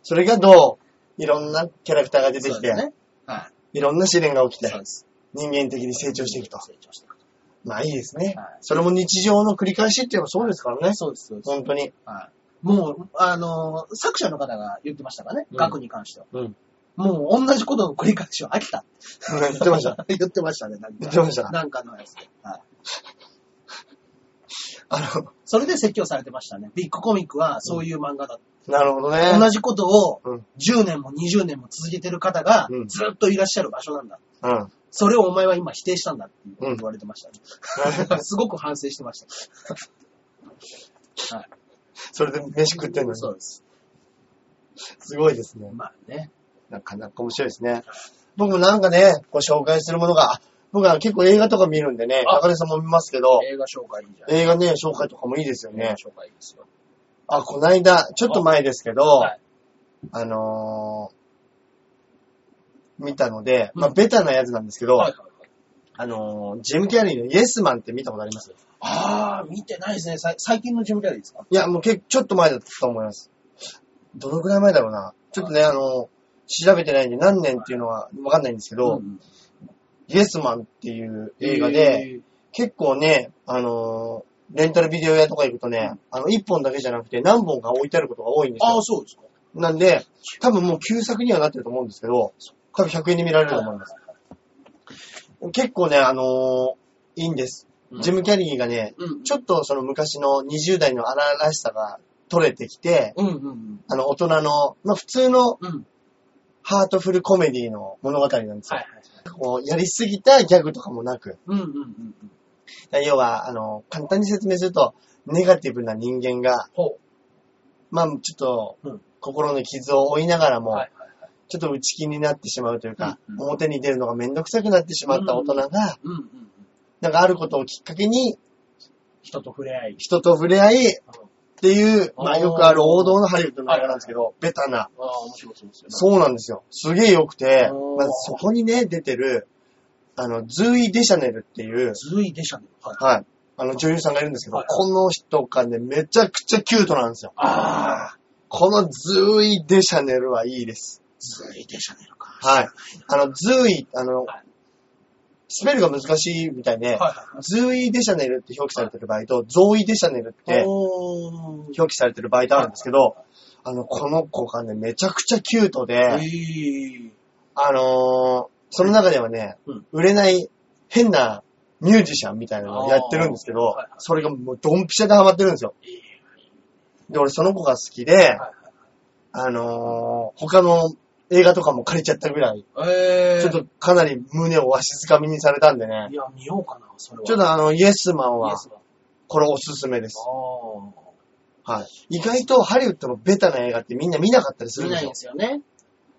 [SPEAKER 2] それがどう、いろんなキャラクターが出て
[SPEAKER 1] そう
[SPEAKER 2] き
[SPEAKER 1] で
[SPEAKER 2] て
[SPEAKER 1] す、ね。はい
[SPEAKER 2] ろんな試練が起
[SPEAKER 1] い。
[SPEAKER 2] きて
[SPEAKER 1] そう、です。
[SPEAKER 2] 人間的に成長していくと。
[SPEAKER 1] 成長していくと。
[SPEAKER 2] まあいいです
[SPEAKER 1] は
[SPEAKER 2] ね。
[SPEAKER 1] い
[SPEAKER 2] それも日常の繰り返しっていうのはそうですからね。
[SPEAKER 1] そうです、そうです。
[SPEAKER 2] 本当に。
[SPEAKER 1] はいもう、あのー作者の方が言ってましたからね、
[SPEAKER 2] うん
[SPEAKER 1] 額に関しては。
[SPEAKER 2] うん。
[SPEAKER 1] もう同じことの繰り返しは飽きた。
[SPEAKER 2] 言ってまし た。。
[SPEAKER 1] 言ってましたね、なんか。
[SPEAKER 2] 言ってました
[SPEAKER 1] なんかのやつで。はい。
[SPEAKER 2] あの、
[SPEAKER 1] それで説教されてましたね。ビッグコミックはそういう漫画だ。
[SPEAKER 2] なるほどね。
[SPEAKER 1] 同じことを
[SPEAKER 2] うん
[SPEAKER 1] 10年も20年も続けてる方が
[SPEAKER 2] うん
[SPEAKER 1] ずっといらっしゃる場所なんだ。
[SPEAKER 2] うん。
[SPEAKER 1] それをお前は今否定したんだって言われてましたね。 すごく反省してました。
[SPEAKER 2] それで飯食ってんのに。
[SPEAKER 1] そうです。
[SPEAKER 2] すごいですね。
[SPEAKER 1] まあね。
[SPEAKER 2] なかなか面白いですね。僕もなんかね、ご紹介するものが、僕は結構映画とか見るんでね、
[SPEAKER 1] あ
[SPEAKER 2] 高根さんも見ますけど、
[SPEAKER 1] 映画紹介いいんじゃない
[SPEAKER 2] 映画ね、紹介とかもいいですよね
[SPEAKER 1] 映。画紹介いいですよ。
[SPEAKER 2] あ、こないだ、ちょっと前ですけど、
[SPEAKER 1] はい
[SPEAKER 2] あのー、見たので、まあ、
[SPEAKER 1] うん
[SPEAKER 2] ベタなやつなんですけど、
[SPEAKER 1] はいはいはい。
[SPEAKER 2] あのー、ジム・キャリーのイエスマンって見たことあります
[SPEAKER 1] あー、見てないですね。さい最近のジムキャリーですか
[SPEAKER 2] いや、もうけちょっと前だったと思います。どのくらい前だろうな。ちょっとね、あの、調べてないんで何年っていうのはわかんないんですけど、
[SPEAKER 1] んん
[SPEAKER 2] イエスマンっていう映画で、、
[SPEAKER 1] えー
[SPEAKER 2] 結構ね、あのー、レンタルビデオ屋とか行くとね、あの、1本だけじゃなくて何本か置いてあることが多いんです
[SPEAKER 1] あー、
[SPEAKER 2] よ。
[SPEAKER 1] そうですか。
[SPEAKER 2] なんで、多分もう旧作にはなってると思うんですけど、多分100円で見られると思います。結構ね、あのー、いいんです。ジム・キャリーがね、
[SPEAKER 1] うん。
[SPEAKER 2] ちょっとその昔の20代の荒々しさが取れてきて、
[SPEAKER 1] うんうんうん。
[SPEAKER 2] あの、大人の、まあ、普通の
[SPEAKER 1] うん。
[SPEAKER 2] ハートフルコメディの物語なんです
[SPEAKER 1] はい
[SPEAKER 2] よ。
[SPEAKER 1] はい。
[SPEAKER 2] こう、やりすぎたギャグとかもなく、
[SPEAKER 1] うんうんうんうん。
[SPEAKER 2] 要は、あの、簡単に説明すると、ネガティブな人間が、
[SPEAKER 1] ほ
[SPEAKER 2] まあ、ちょっ
[SPEAKER 1] う
[SPEAKER 2] と
[SPEAKER 1] ん、
[SPEAKER 2] 心の傷を負いながら
[SPEAKER 1] う。は
[SPEAKER 2] も
[SPEAKER 1] い、はいはい。
[SPEAKER 2] ちょっと内気になってしまうというか、
[SPEAKER 1] うんうん
[SPEAKER 2] 表に出るのがめんどくさくなってしまった大人
[SPEAKER 1] う
[SPEAKER 2] が、
[SPEAKER 1] んうんうん。
[SPEAKER 2] なんかあることをきっかけに、
[SPEAKER 1] 人と触れ合い。
[SPEAKER 2] 人と触れ合い、っていう、まあ
[SPEAKER 1] あー
[SPEAKER 2] よくある王道のハリウッドの映画なんですけど、ベタな。
[SPEAKER 1] ああ、面白そうですよね。
[SPEAKER 2] そうなんですよ。すげえ良くて
[SPEAKER 1] お、ー
[SPEAKER 2] まずそこにね、出てる、あの、ズーイ・デシャネルっていう、
[SPEAKER 1] ずるいでしたね。はい。
[SPEAKER 2] はい。あの、女優さんがいるんですけど、
[SPEAKER 1] はい
[SPEAKER 2] この人がね、めちゃくちゃキュートなんですよ。
[SPEAKER 1] ああ、
[SPEAKER 2] このズーイ・デシャネルはいいです。
[SPEAKER 1] ずるいでしたね。は
[SPEAKER 2] はい。あの、ズーイ、あの
[SPEAKER 1] はい、
[SPEAKER 2] スペルが難しいみたいで、
[SPEAKER 1] は
[SPEAKER 2] ズーイ・デシャネルって表記されてる場合と、ゾーイ・デシャネルって
[SPEAKER 1] おー。
[SPEAKER 2] 表記されてる場合とあるんですけど、あの、この子がね、めちゃくちゃキュート
[SPEAKER 1] え
[SPEAKER 2] で、
[SPEAKER 1] ー
[SPEAKER 2] あのーその中ではね、
[SPEAKER 1] うん
[SPEAKER 2] 売れない変なミュージシャンみたいなのをやってるんですけど、
[SPEAKER 1] はいはい
[SPEAKER 2] それがもうドンピシャでハマってるんですよ。
[SPEAKER 1] いい
[SPEAKER 2] で、俺その子が好きで、
[SPEAKER 1] は
[SPEAKER 2] あのー他の映画とかも借りちゃったぐらい、
[SPEAKER 1] えー、
[SPEAKER 2] ちょっとかなり胸をわしづかみにされたんでね
[SPEAKER 1] い、や、見ようかな、それは。
[SPEAKER 2] ちょっとあの、イエスマン
[SPEAKER 1] イエ
[SPEAKER 2] は、
[SPEAKER 1] スだ
[SPEAKER 2] これおすすめです。
[SPEAKER 1] ああ。
[SPEAKER 2] はい。意外とハリウッドのベタな映画ってみんな見なかったりする
[SPEAKER 1] 見
[SPEAKER 2] んで
[SPEAKER 1] な
[SPEAKER 2] す
[SPEAKER 1] いん
[SPEAKER 2] よ
[SPEAKER 1] で。すよね。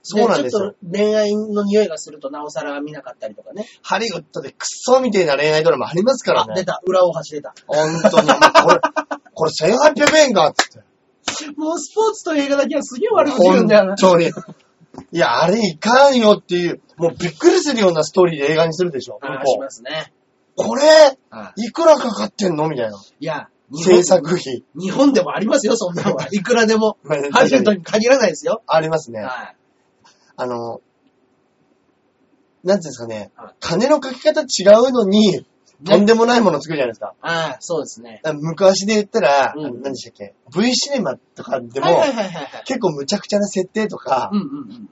[SPEAKER 2] そうなんですよ
[SPEAKER 1] ちょっと恋愛の匂いがするとなおさら見なかったりとかね。
[SPEAKER 2] ハリウッドでクソみたいな恋愛ドラマありますから
[SPEAKER 1] あ、出
[SPEAKER 2] ね。
[SPEAKER 1] た。裏を走れた。
[SPEAKER 2] 本当に、お 前これ、これ1800円かっつって。
[SPEAKER 1] もうスポーツと映画だけはすげえ悪口言うんだよ
[SPEAKER 2] 本
[SPEAKER 1] な。
[SPEAKER 2] 当に。いや、あれいかんよっていう、もうびっくりするようなストーリーで映画にするでしょ。
[SPEAKER 1] あ
[SPEAKER 2] 向
[SPEAKER 1] ーし
[SPEAKER 2] こ
[SPEAKER 1] ますね。
[SPEAKER 2] うこれ、いくらかかってんのみたいな。
[SPEAKER 1] いや、日
[SPEAKER 2] 制
[SPEAKER 1] 本
[SPEAKER 2] 作 費。。
[SPEAKER 1] 日本でもありますよ、そんなのは。いくらでも
[SPEAKER 2] まあ確か
[SPEAKER 1] ハ
[SPEAKER 2] に
[SPEAKER 1] リウッドに限らないですよ。
[SPEAKER 2] ありますね。
[SPEAKER 1] はい。
[SPEAKER 2] あの、なんていうんですかね
[SPEAKER 1] はい、
[SPEAKER 2] 金のかけ方違うのに、
[SPEAKER 1] ね
[SPEAKER 2] とんでもないもの作るじゃないですか。
[SPEAKER 1] ああ、そうですね。
[SPEAKER 2] だから昔で言ったら、
[SPEAKER 1] うん
[SPEAKER 2] あの何でしたっけ ?V シネマとかでも、
[SPEAKER 1] はいはいはいはいはい。
[SPEAKER 2] 結構無茶苦茶な設定とか、
[SPEAKER 1] うんうんうんうん。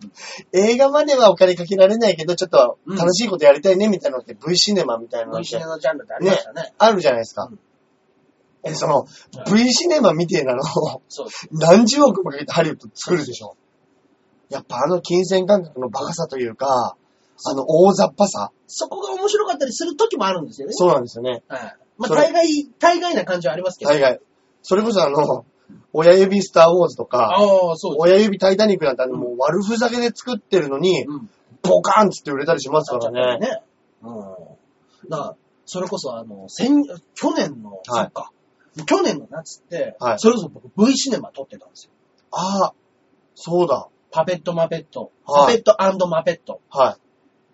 [SPEAKER 2] 映画まではお金かけられないけど、ちょっと楽しいことやりたいねみたいなのって V シネマみたいなのっ
[SPEAKER 1] 美味しい
[SPEAKER 2] て
[SPEAKER 1] のジャンルってありましたね。
[SPEAKER 2] あるじゃないですか
[SPEAKER 1] うん。
[SPEAKER 2] え、その、V シネマみたいなのを
[SPEAKER 1] そうです。
[SPEAKER 2] 何十億もかけてハリウッド作るでしょ。やっぱあの金銭感覚のバカさというか、あの大雑把さ。
[SPEAKER 1] そこが面白かったりする時もあるんですよね。
[SPEAKER 2] そうなんですよね。
[SPEAKER 1] はい。まあ、
[SPEAKER 2] それ
[SPEAKER 1] 大概、大概な感じはありますけど。
[SPEAKER 2] 大概。それこそあの、親指スターウォーズとか、
[SPEAKER 1] ああ、そうです。
[SPEAKER 2] 親指タイタニックなんてあのもう悪ふざけで作ってるのに、
[SPEAKER 1] うん。
[SPEAKER 2] ボカーンつって売れたりしますからね。
[SPEAKER 1] ね。うん。だから、それこそ、あの、先、去年の、そっか。去年の夏って、
[SPEAKER 2] はい
[SPEAKER 1] それこそ僕 V シネマ撮ってたんですよ。
[SPEAKER 2] ああ、そうだ。
[SPEAKER 1] パペットマペット、
[SPEAKER 2] は
[SPEAKER 1] パ
[SPEAKER 2] い
[SPEAKER 1] ペットマペット、
[SPEAKER 2] はい。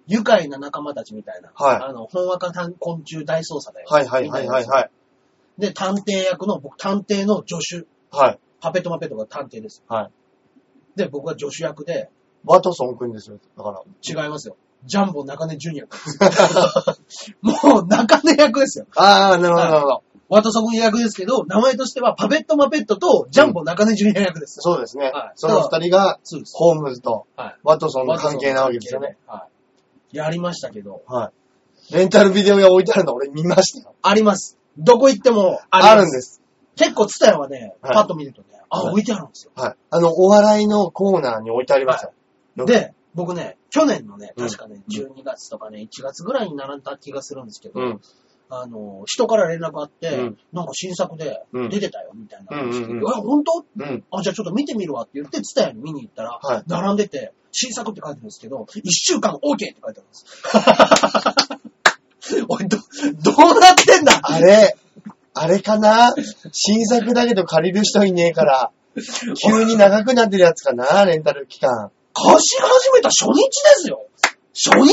[SPEAKER 1] 愉快な仲間たちみたいな、
[SPEAKER 2] はい
[SPEAKER 1] あの、ほんわか探昆虫大捜査だよ。
[SPEAKER 2] はいはいはいはいはい。
[SPEAKER 1] で、探偵役の、僕探偵の助手、
[SPEAKER 2] はい。
[SPEAKER 1] パペットマペットが探偵です。
[SPEAKER 2] はい。
[SPEAKER 1] で、僕は助手役で、
[SPEAKER 2] ワトソンくんですよ。だから。
[SPEAKER 1] 違いますよ。ジャンボ中根ジュニア君 です。もう中根役ですよ。
[SPEAKER 2] ああ、なるほどなるほど。
[SPEAKER 1] ワトソン役ですけど、名前としてはパペットマペットとジャンボ中根ジュニア役です。
[SPEAKER 2] そうですね
[SPEAKER 1] はい。
[SPEAKER 2] その二人が、
[SPEAKER 1] そうです。
[SPEAKER 2] ホームズと
[SPEAKER 1] はい
[SPEAKER 2] ワトソンの関係なわけですよね。。
[SPEAKER 1] はい。やりましたけど、
[SPEAKER 2] はい。レンタルビデオが置いてあるの俺見ましたよ。
[SPEAKER 1] あります。どこ行ってもあります。
[SPEAKER 2] あるんです。
[SPEAKER 1] 結構ツタヤはね、
[SPEAKER 2] はい
[SPEAKER 1] パッと見るとね、あ、
[SPEAKER 2] はい
[SPEAKER 1] 置いてあるんですよ。
[SPEAKER 2] はい。あの、お笑いのコーナーに置いてありますよ。よく
[SPEAKER 1] で、僕ね、去年のね、
[SPEAKER 2] うん
[SPEAKER 1] 確かね、12月とかね、1月ぐらいに並んだ気がするんですけど、
[SPEAKER 2] うん。
[SPEAKER 1] あの、人から連絡あって、
[SPEAKER 2] うん
[SPEAKER 1] なんか新作で
[SPEAKER 2] うん
[SPEAKER 1] 出てたよ、みたいな話聞いて、
[SPEAKER 2] うんうんうん
[SPEAKER 1] うわ、本当
[SPEAKER 2] うん。
[SPEAKER 1] あ、じゃあちょっと見てみるわって言って、ツタヤに見に行ったら、
[SPEAKER 2] はい
[SPEAKER 1] 並んでて、新作って書いてるんですけど、1週間 OK って書いてあるんです。 おい、ど、どうなってんだ
[SPEAKER 2] あれ、あれかな新作だけど借りる人いねえ から、急に長くなってるやつかなレンタル期間。
[SPEAKER 1] 貸し始めた初日ですよ初日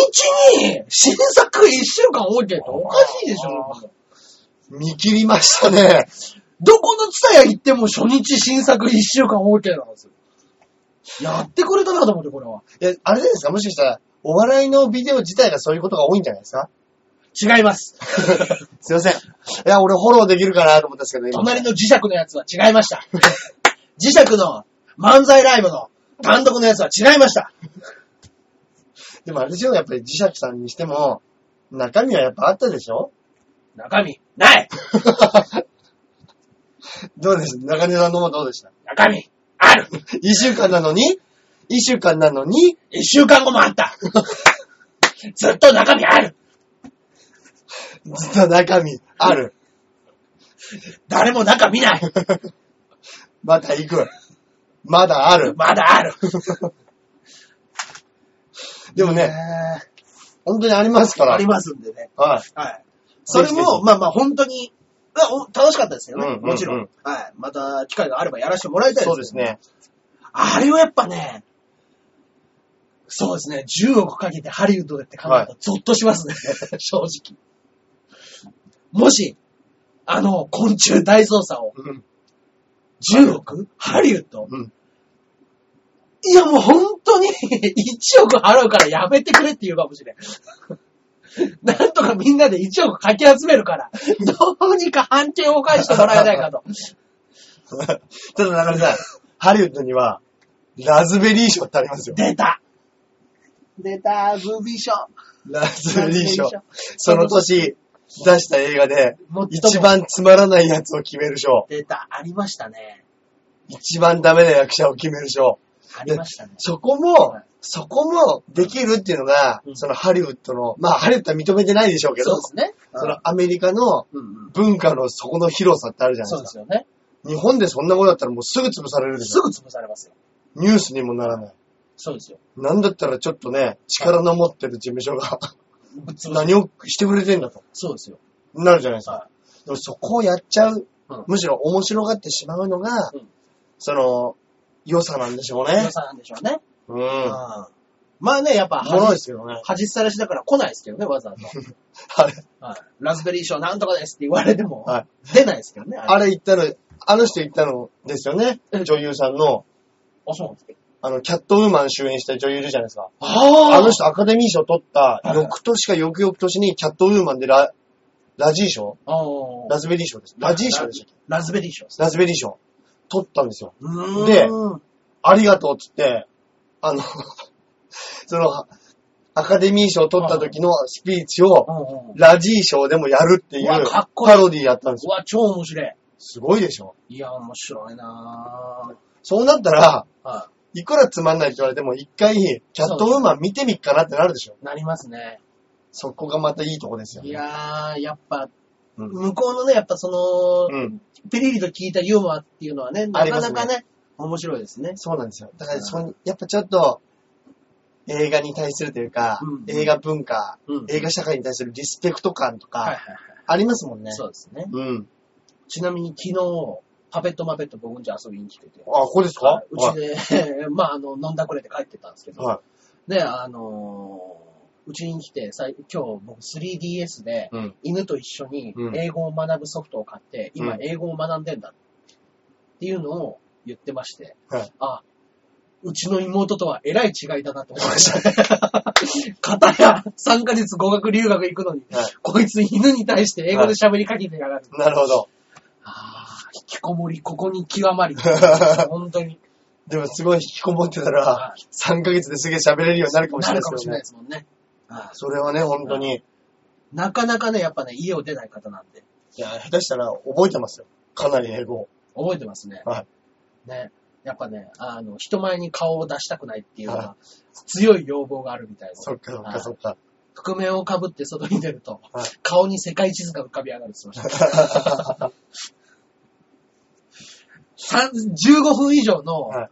[SPEAKER 1] に、新作1週間 OK っておかしいでし
[SPEAKER 2] あ
[SPEAKER 1] ょ
[SPEAKER 2] 見切りましたね。
[SPEAKER 1] どこのツタヤ行っても初日新作1週間 OK なんですよ。やってくれたなと思って、これは。
[SPEAKER 2] え、あれじゃないですかもしかしたら、お笑いのビデオ自体がそういうことが多いんじゃないです か
[SPEAKER 1] 違い ます。
[SPEAKER 2] すいません。いや、俺フォローできるかなと思ったんですけど、今。
[SPEAKER 1] 隣の磁石のやつは違いました。磁石の漫才ライブの単独のやつは違いました。
[SPEAKER 2] でもあれでしょ、やっぱり磁石さんにしても、中身はやっぱあったでし ょ
[SPEAKER 1] 中身、ない
[SPEAKER 2] どうでした中根さんのもどうでした
[SPEAKER 1] 中身、ある
[SPEAKER 2] 一週間なのに一週間なのに
[SPEAKER 1] 一週間後もあったずっと中身ある
[SPEAKER 2] ずっと中身あ る。
[SPEAKER 1] 誰も中見ない
[SPEAKER 2] また行く。まだあ る。
[SPEAKER 1] まだある
[SPEAKER 2] でもね、
[SPEAKER 1] ね
[SPEAKER 2] 本当にありますから。
[SPEAKER 1] ありますんでね。
[SPEAKER 2] はい。
[SPEAKER 1] はい。それ
[SPEAKER 2] ぜひぜ
[SPEAKER 1] も、
[SPEAKER 2] ひ
[SPEAKER 1] まあまあ、本当に、お楽しかったですよね。
[SPEAKER 2] うんうんうん
[SPEAKER 1] もちろん。はい。また機会があればやらせてもらいたいです。
[SPEAKER 2] そうです。ね。
[SPEAKER 1] あれはやっぱね、そうですね、10億かけてハリウッドでって考えたらゾッとしますね、 正直。もし、あの、昆虫大捜査を、
[SPEAKER 2] うん。
[SPEAKER 1] 10億ハリウッド、
[SPEAKER 2] うん
[SPEAKER 1] いやもう本当に 1億払うからやめてくれって言うかもしれ ん。なんとかみんなで1億かき集めるから、どうにか判定を返してもらえないか と。
[SPEAKER 2] ちょっと中根さん、ハリウッドには、ラズベリー賞ってありますよ。
[SPEAKER 1] 出た出た、ムービー賞。
[SPEAKER 2] ラズベリー賞。その年出した映画で、
[SPEAKER 1] もっとも
[SPEAKER 2] 一番つまらないやつを決める賞。
[SPEAKER 1] データありましたね。
[SPEAKER 2] 一番ダメな役者を決める賞。
[SPEAKER 1] ありましたね。
[SPEAKER 2] そこも
[SPEAKER 1] はい、
[SPEAKER 2] そこもできるっていうのが
[SPEAKER 1] う、ん
[SPEAKER 2] そのハリウッドの、まあハリウッドは認めてないでしょうけど、
[SPEAKER 1] そうですね。
[SPEAKER 2] そのアメリカの
[SPEAKER 1] うんうん。
[SPEAKER 2] 文化の底の広さってあるじゃな
[SPEAKER 1] そ
[SPEAKER 2] いうで
[SPEAKER 1] ですすよね。
[SPEAKER 2] か。日本でそんなことだったらもうすぐ潰されるでし
[SPEAKER 1] す
[SPEAKER 2] ょ。
[SPEAKER 1] ぐ潰されますよ。
[SPEAKER 2] ニュースにもならない。
[SPEAKER 1] そうですよ。
[SPEAKER 2] なんだったらちょっとね、力の持ってる事務所が
[SPEAKER 1] ぶっ潰す。
[SPEAKER 2] 何をしてくれてんだと。
[SPEAKER 1] そうですよ。
[SPEAKER 2] なるじゃないですか
[SPEAKER 1] は。
[SPEAKER 2] でもそこをやっちゃう
[SPEAKER 1] うん。
[SPEAKER 2] むしろ面白がってしまうのが
[SPEAKER 1] うん、
[SPEAKER 2] その、良さなんでしょうね
[SPEAKER 1] 皆。さんなんでしょうね。
[SPEAKER 2] う
[SPEAKER 1] う
[SPEAKER 2] ん。
[SPEAKER 1] ん
[SPEAKER 2] も。
[SPEAKER 1] まあね、やっぱ
[SPEAKER 2] ろで
[SPEAKER 1] 恥、
[SPEAKER 2] すけどね。
[SPEAKER 1] 恥さらしだから来ないですけどね、わざわざ。
[SPEAKER 2] あれ、
[SPEAKER 1] はい。ラズベリー賞なんとかですって言われても、
[SPEAKER 2] はい
[SPEAKER 1] 出ないですけどね。
[SPEAKER 2] あれ言ったの、あの人言ったのですよね。女優さんの、
[SPEAKER 1] あ、そうなんですか。
[SPEAKER 2] あの、キャットウーマン主演した女優いるじゃないですか。
[SPEAKER 1] あ
[SPEAKER 2] あ
[SPEAKER 1] の人。
[SPEAKER 2] の人アカデミー賞取った、
[SPEAKER 1] いはい
[SPEAKER 2] 翌年か翌々年にキャットウーマンでラ、ラジー賞
[SPEAKER 1] あー
[SPEAKER 2] ラズベリー賞です。ラジー賞でしたっけ
[SPEAKER 1] ラズベリー賞です。
[SPEAKER 2] ラズベリー賞。取ったんですよ。
[SPEAKER 1] うーん
[SPEAKER 2] でありがとうっつって、あの、 その、アカデミー賞取った時のスピーチを
[SPEAKER 1] う、んうん
[SPEAKER 2] ラジー賞でもやるっていう
[SPEAKER 1] うわかっこいい
[SPEAKER 2] パロディやったんです
[SPEAKER 1] う
[SPEAKER 2] よ。
[SPEAKER 1] わ、超面白い。
[SPEAKER 2] すごいでしょ。
[SPEAKER 1] いや、面白いな
[SPEAKER 2] そうなったら、
[SPEAKER 1] ぁ。はい
[SPEAKER 2] くらつまんないって言われても、一回、キャットウーマン見てみっかなってなるでしょ。
[SPEAKER 1] い。なりますね。
[SPEAKER 2] そこがまたいいとこですよね。
[SPEAKER 1] いやー、やっぱ、
[SPEAKER 2] うん
[SPEAKER 1] 向こうのね、やっぱその、
[SPEAKER 2] うん。
[SPEAKER 1] ピリリと効いたユーモアっていうのはね、
[SPEAKER 2] あ
[SPEAKER 1] な
[SPEAKER 2] り
[SPEAKER 1] か
[SPEAKER 2] ます
[SPEAKER 1] な
[SPEAKER 2] ね
[SPEAKER 1] かね、面白いですね。
[SPEAKER 2] そうなんですよ。だから、
[SPEAKER 1] うん
[SPEAKER 2] そんやっぱちょっと、映画に対するというか、
[SPEAKER 1] うん
[SPEAKER 2] 映画文化、
[SPEAKER 1] うん
[SPEAKER 2] 映画社会に対するリスペクト感と
[SPEAKER 1] はいはい
[SPEAKER 2] か、
[SPEAKER 1] はい。
[SPEAKER 2] ありますもんね。
[SPEAKER 1] そうですね。
[SPEAKER 2] うん。
[SPEAKER 1] ちなみに昨日、パペットマペット僕んち遊びに来てて、
[SPEAKER 2] あ、ここですか
[SPEAKER 1] うちで、 まあ、あの、飲んだくれて帰ってたんですけど、
[SPEAKER 2] は
[SPEAKER 1] ね、あのーうちに来て、さい今日僕 3DS で
[SPEAKER 2] い。うん。
[SPEAKER 1] 犬と一緒に
[SPEAKER 2] うん
[SPEAKER 1] 英語を学ぶソフトを買って、
[SPEAKER 2] う
[SPEAKER 1] 今
[SPEAKER 2] ん
[SPEAKER 1] 英語を学んでんだっていうのを言ってまして、
[SPEAKER 2] はい
[SPEAKER 1] あ、うちの妹とはえらい違いだなと思いました。 片や3ヶ月語学留学行くのに、
[SPEAKER 2] はい
[SPEAKER 1] こいつ犬に対して英語で喋りかけてやがる。
[SPEAKER 2] なるほど。
[SPEAKER 1] ああ、引きこもりここに極ま り。本当に。
[SPEAKER 2] でもすごい引きこもってたら、3ヶ月ですげえ喋れるようになるかもし
[SPEAKER 1] な
[SPEAKER 2] れ
[SPEAKER 1] る
[SPEAKER 2] ない
[SPEAKER 1] かもし
[SPEAKER 2] です
[SPEAKER 1] れ
[SPEAKER 2] よ
[SPEAKER 1] ない
[SPEAKER 2] ね
[SPEAKER 1] で。すもんね。ああ
[SPEAKER 2] それはね、本当に。
[SPEAKER 1] なかなかね、やっぱね、家を出ない方なんで、
[SPEAKER 2] いや、下手したら覚えてますよ。かなり英語を。
[SPEAKER 1] 覚えてますね。
[SPEAKER 2] は
[SPEAKER 1] ね。やっぱね、あの、人前に顔を出したくないっていうの
[SPEAKER 2] は
[SPEAKER 1] は、強い要望があるみたいです
[SPEAKER 2] そっ。かそっかそっか。
[SPEAKER 1] 覆面をかぶって外に出ると
[SPEAKER 2] はい、
[SPEAKER 1] 顔に世界地図が浮かび上がるって言ってま した。さん15分以上の
[SPEAKER 2] はい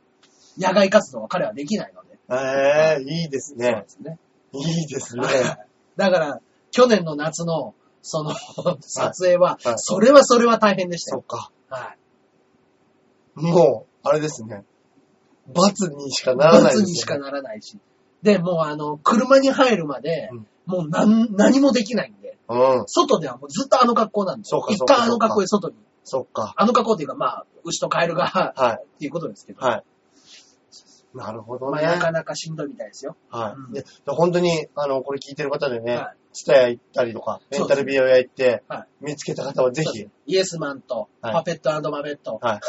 [SPEAKER 1] 野外活動は彼はできないので。
[SPEAKER 2] ええいいです
[SPEAKER 1] そう
[SPEAKER 2] ね
[SPEAKER 1] で。すね。
[SPEAKER 2] いいですね。
[SPEAKER 1] だから、去年の夏の、その、撮影は、
[SPEAKER 2] はい
[SPEAKER 1] それはそれは大変でした
[SPEAKER 2] そっ
[SPEAKER 1] よ。
[SPEAKER 2] か。
[SPEAKER 1] はい。
[SPEAKER 2] もう、あれですね。罰にしかならない
[SPEAKER 1] 罰
[SPEAKER 2] です、ね。
[SPEAKER 1] にしかならないし。で、もうあの、車に入るまで、
[SPEAKER 2] うん
[SPEAKER 1] もう何、何もできないんで、
[SPEAKER 2] うん。
[SPEAKER 1] 外ではもうずっとあの格好なんで、
[SPEAKER 2] そうか
[SPEAKER 1] 一
[SPEAKER 2] そうか
[SPEAKER 1] 旦あの格好で外に。
[SPEAKER 2] そっか。
[SPEAKER 1] あの格好っていうか、まあ、牛とカエルが、
[SPEAKER 2] は
[SPEAKER 1] っていうことですけど、
[SPEAKER 2] い。はい。なるほど
[SPEAKER 1] まあ、
[SPEAKER 2] ね。
[SPEAKER 1] なかなかしんどいみたいですよ。
[SPEAKER 2] は
[SPEAKER 1] うん
[SPEAKER 2] い。で、本当に、あの、これ聞いてる方でね
[SPEAKER 1] はい、
[SPEAKER 2] ツタヤ行ったりとか、レンタルビデオ屋行って
[SPEAKER 1] は、
[SPEAKER 2] 見つけた方はぜ
[SPEAKER 1] そう
[SPEAKER 2] ひ
[SPEAKER 1] です、イエスマンと、
[SPEAKER 2] はい
[SPEAKER 1] パペットマペット、
[SPEAKER 2] はい。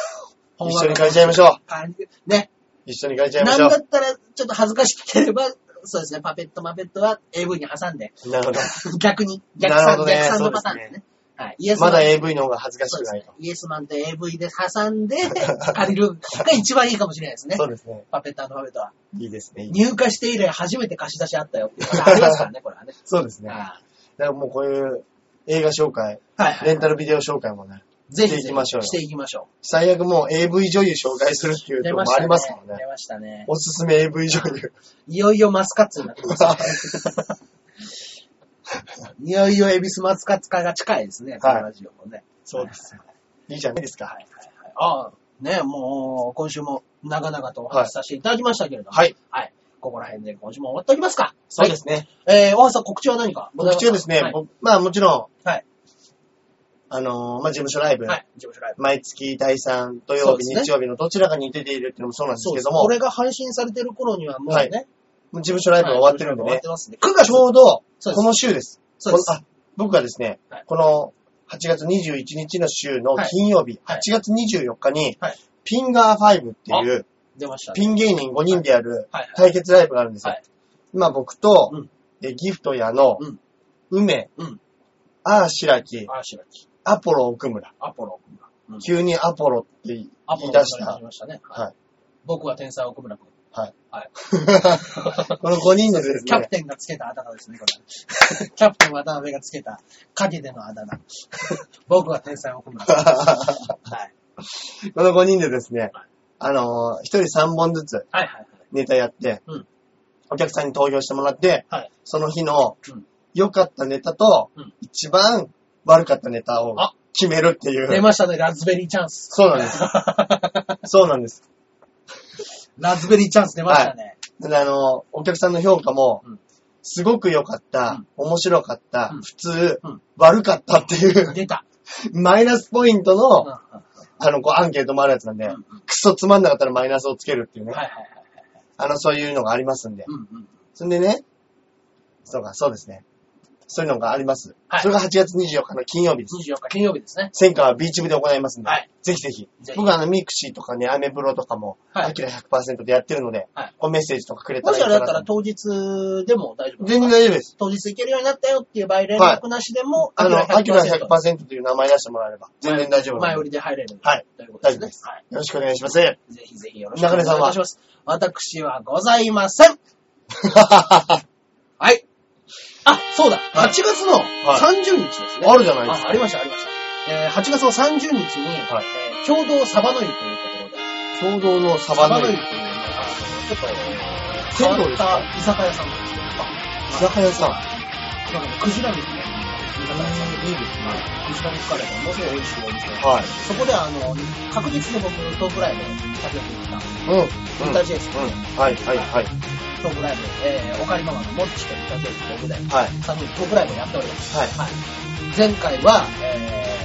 [SPEAKER 1] 本
[SPEAKER 2] 一
[SPEAKER 1] 話
[SPEAKER 2] 緒
[SPEAKER 1] の
[SPEAKER 2] に変えちゃいましょ
[SPEAKER 1] 感じね、
[SPEAKER 2] う。一緒に変えちゃい
[SPEAKER 1] な
[SPEAKER 2] まし
[SPEAKER 1] ん
[SPEAKER 2] ょ
[SPEAKER 1] だったら、ちょっと恥ずかしければ、そうですね、パペットマペットは AV に挟んで、
[SPEAKER 2] う。なるほど。
[SPEAKER 1] 逆に、逆
[SPEAKER 2] なる
[SPEAKER 1] さ
[SPEAKER 2] ほど
[SPEAKER 1] ん、
[SPEAKER 2] ね
[SPEAKER 1] 逆さんのパターンですね。はい、イエスマ
[SPEAKER 2] ま
[SPEAKER 1] ン、
[SPEAKER 2] だ AV の方が恥ずかし
[SPEAKER 1] そう
[SPEAKER 2] く
[SPEAKER 1] です
[SPEAKER 2] ない
[SPEAKER 1] ね
[SPEAKER 2] と。。
[SPEAKER 1] イエスマンと AV で挟んで、 借りるが一番いいかもしれないですね。
[SPEAKER 2] そうですね。
[SPEAKER 1] パペットアルファベットは。
[SPEAKER 2] いいですね。いい
[SPEAKER 1] 入荷して以来初めて貸し出しあったよって いうことありますからね、これはね。
[SPEAKER 2] そうですね。だか
[SPEAKER 1] あ
[SPEAKER 2] らもうこういう映画紹介、
[SPEAKER 1] あはいは
[SPEAKER 2] レ
[SPEAKER 1] い
[SPEAKER 2] ン。タルビデオ紹介もね、
[SPEAKER 1] ぜひぜ
[SPEAKER 2] してい
[SPEAKER 1] ひ
[SPEAKER 2] きましょうよ
[SPEAKER 1] していきましょ。
[SPEAKER 2] 最悪もう AV 女優紹介するっていうう
[SPEAKER 1] 出
[SPEAKER 2] のも
[SPEAKER 1] ました
[SPEAKER 2] あ
[SPEAKER 1] ね。
[SPEAKER 2] りますもんね。
[SPEAKER 1] 出ましたね。
[SPEAKER 2] おすすめ AV 女優。
[SPEAKER 1] いよいよマスカッツになってきましたね。 いよいよエビスマスカッツ化が近いですね、このラジオもね。そうですよ。
[SPEAKER 2] いいじゃないですか。
[SPEAKER 1] はいああ、ね、もう、今週も長々とお話しさせていただきましたけれども、
[SPEAKER 2] はい。
[SPEAKER 1] ここら辺で今週も終わっておきますか。
[SPEAKER 2] そうですね。
[SPEAKER 1] えー、大橋さん告知は何かござい
[SPEAKER 2] 僕
[SPEAKER 1] ま
[SPEAKER 2] 中ですね、
[SPEAKER 1] はい。
[SPEAKER 2] 僕まあもちろん、
[SPEAKER 1] はい
[SPEAKER 2] あのーまあ事務所ライブ、
[SPEAKER 1] はい事務所ライブ。
[SPEAKER 2] 毎月第3
[SPEAKER 1] そ
[SPEAKER 2] 土曜
[SPEAKER 1] うで
[SPEAKER 2] 日、
[SPEAKER 1] すね
[SPEAKER 2] 日曜日のどちらかに出ているっていうのもそうなんです
[SPEAKER 1] そう
[SPEAKER 2] け
[SPEAKER 1] です
[SPEAKER 2] ど
[SPEAKER 1] ね。
[SPEAKER 2] も、
[SPEAKER 1] これが配信されてる頃にはもう
[SPEAKER 2] はい
[SPEAKER 1] ね、
[SPEAKER 2] 事務所ライブが終わってるんで
[SPEAKER 1] はい
[SPEAKER 2] ね、
[SPEAKER 1] 終わってますね。
[SPEAKER 2] 9月ちょうど
[SPEAKER 1] そうです
[SPEAKER 2] この週です。
[SPEAKER 1] そうです
[SPEAKER 2] このあ僕がですね、
[SPEAKER 1] はい
[SPEAKER 2] この8月21日の週の
[SPEAKER 1] はい
[SPEAKER 2] 金曜日、
[SPEAKER 1] はい
[SPEAKER 2] 8月24日に、
[SPEAKER 1] はい
[SPEAKER 2] ピンガー5っていう、
[SPEAKER 1] 出ましたね。
[SPEAKER 2] ピン芸人5人でやる
[SPEAKER 1] はいはい。
[SPEAKER 2] 対決ライブがあるんですよ。
[SPEAKER 1] はい
[SPEAKER 2] 今僕と、
[SPEAKER 1] うん
[SPEAKER 2] えギフト屋の、
[SPEAKER 1] うん
[SPEAKER 2] 梅、
[SPEAKER 1] うん
[SPEAKER 2] アー白木、
[SPEAKER 1] あ、しばき。
[SPEAKER 2] アポロ奥村。
[SPEAKER 1] アポロ君が。うん
[SPEAKER 2] 急にアポロって言い
[SPEAKER 1] アポロ
[SPEAKER 2] 出し
[SPEAKER 1] 君が
[SPEAKER 2] た
[SPEAKER 1] 出。ましたね。
[SPEAKER 2] はい。
[SPEAKER 1] 僕は天才奥村君。
[SPEAKER 2] この5人のです
[SPEAKER 1] キャ
[SPEAKER 2] ね
[SPEAKER 1] プ、テンがつけたあだ名ですね、これ。 キャプテン渡辺がつけた陰でのあ だ名。僕は天才奥村君。はい。
[SPEAKER 2] この5人でですね、あのー、1人3本ずつ
[SPEAKER 1] はいはい
[SPEAKER 2] ネタやって、
[SPEAKER 1] うん
[SPEAKER 2] お客さんに投票してもらって、
[SPEAKER 1] はい。はい。
[SPEAKER 2] その日の
[SPEAKER 1] うん
[SPEAKER 2] 良かったネタと
[SPEAKER 1] うん、
[SPEAKER 2] 一番悪かったネタを
[SPEAKER 1] あ
[SPEAKER 2] 決めるっていう。
[SPEAKER 1] 出ましたね、ラズベリーチャンス。
[SPEAKER 2] そうなんです。そうなんです。
[SPEAKER 1] ラズベリーチャンス出ましたね。
[SPEAKER 2] で、あの、お客さんの評価も
[SPEAKER 1] うん、
[SPEAKER 2] すごく良かった、面白かった、
[SPEAKER 1] うん
[SPEAKER 2] 普通、
[SPEAKER 1] うん
[SPEAKER 2] 悪かったっていう、
[SPEAKER 1] 出た。
[SPEAKER 2] マイナスポイント
[SPEAKER 1] うんう
[SPEAKER 2] の、
[SPEAKER 1] ん
[SPEAKER 2] あの、こう、アンケートもあるやつなんで、
[SPEAKER 1] うんうん
[SPEAKER 2] クソつまんなかったらマイナスをつけるっていうね、
[SPEAKER 1] はいはいはい。
[SPEAKER 2] あの、そういうのがありますんで。
[SPEAKER 1] うんうん。
[SPEAKER 2] そんでね、そうか、そうですね。そういうのがあります。
[SPEAKER 1] はい
[SPEAKER 2] それが8月24日の金曜日です。
[SPEAKER 1] 24日金曜日ですね。
[SPEAKER 2] 戦火はビーチ部で行いますんで、
[SPEAKER 1] はい
[SPEAKER 2] ぜひぜひ
[SPEAKER 1] ぜ。ひ
[SPEAKER 2] 僕はあの、ミクシーとかね、アメブロとかも、
[SPEAKER 1] はい
[SPEAKER 2] アキラ100%でやってるので、
[SPEAKER 1] はい
[SPEAKER 2] こうメッセージとかくれた
[SPEAKER 1] も
[SPEAKER 2] らい
[SPEAKER 1] し
[SPEAKER 2] い
[SPEAKER 1] あ
[SPEAKER 2] か
[SPEAKER 1] れだ
[SPEAKER 2] な
[SPEAKER 1] ったら
[SPEAKER 2] と。
[SPEAKER 1] 当日でも大丈夫
[SPEAKER 2] 全然大丈夫です。
[SPEAKER 1] 当日行けるようになったよっていう場合連絡なしでも、
[SPEAKER 2] あの、アキラ
[SPEAKER 1] 100%
[SPEAKER 2] 100%という名前出してもらえれば、全然大丈夫な
[SPEAKER 1] 前
[SPEAKER 2] ん
[SPEAKER 1] 売
[SPEAKER 2] で。
[SPEAKER 1] りで入れる。
[SPEAKER 2] はい。
[SPEAKER 1] ということです
[SPEAKER 2] 大丈夫
[SPEAKER 1] ね
[SPEAKER 2] で。す
[SPEAKER 1] はい。
[SPEAKER 2] よろしくお願いします。は
[SPEAKER 1] ぜひぜひよろしくお願いいたし
[SPEAKER 2] 中
[SPEAKER 1] ます。私はございません。
[SPEAKER 2] は
[SPEAKER 1] はい。あ、そうだ。8
[SPEAKER 2] い
[SPEAKER 1] 月の30日ですね。
[SPEAKER 2] あるじゃないです
[SPEAKER 1] あ
[SPEAKER 2] か。
[SPEAKER 1] ありました、ありました。えー8月の30日に、
[SPEAKER 2] はい
[SPEAKER 1] えー共同サバの湯というところで、
[SPEAKER 2] 共同のサ
[SPEAKER 1] サ
[SPEAKER 2] バ
[SPEAKER 1] バの
[SPEAKER 2] の
[SPEAKER 1] 湯
[SPEAKER 2] 湯
[SPEAKER 1] っていう、あのちょっと、
[SPEAKER 2] 剣道
[SPEAKER 1] 変わ
[SPEAKER 2] で
[SPEAKER 1] っ
[SPEAKER 2] すか
[SPEAKER 1] た居酒屋さんなんですけど、
[SPEAKER 2] 居酒屋さん。
[SPEAKER 1] なんかねクジラですね。居酒屋さんで
[SPEAKER 2] いいですね
[SPEAKER 1] クジラにかれたものすごい美味しいお店。
[SPEAKER 2] はい。
[SPEAKER 1] そこで、あの、確実に僕、トークライブを先ほど言った、
[SPEAKER 2] うん。う
[SPEAKER 1] イ
[SPEAKER 2] ん。
[SPEAKER 1] ンタージェイス
[SPEAKER 2] うん。はい、はい、はい。
[SPEAKER 1] トークライブ、えー、オカリママのモッチとインタージェイスということで、
[SPEAKER 2] はい。
[SPEAKER 1] 3人でトークライブをやっております。
[SPEAKER 2] はい
[SPEAKER 1] はい。前回は、え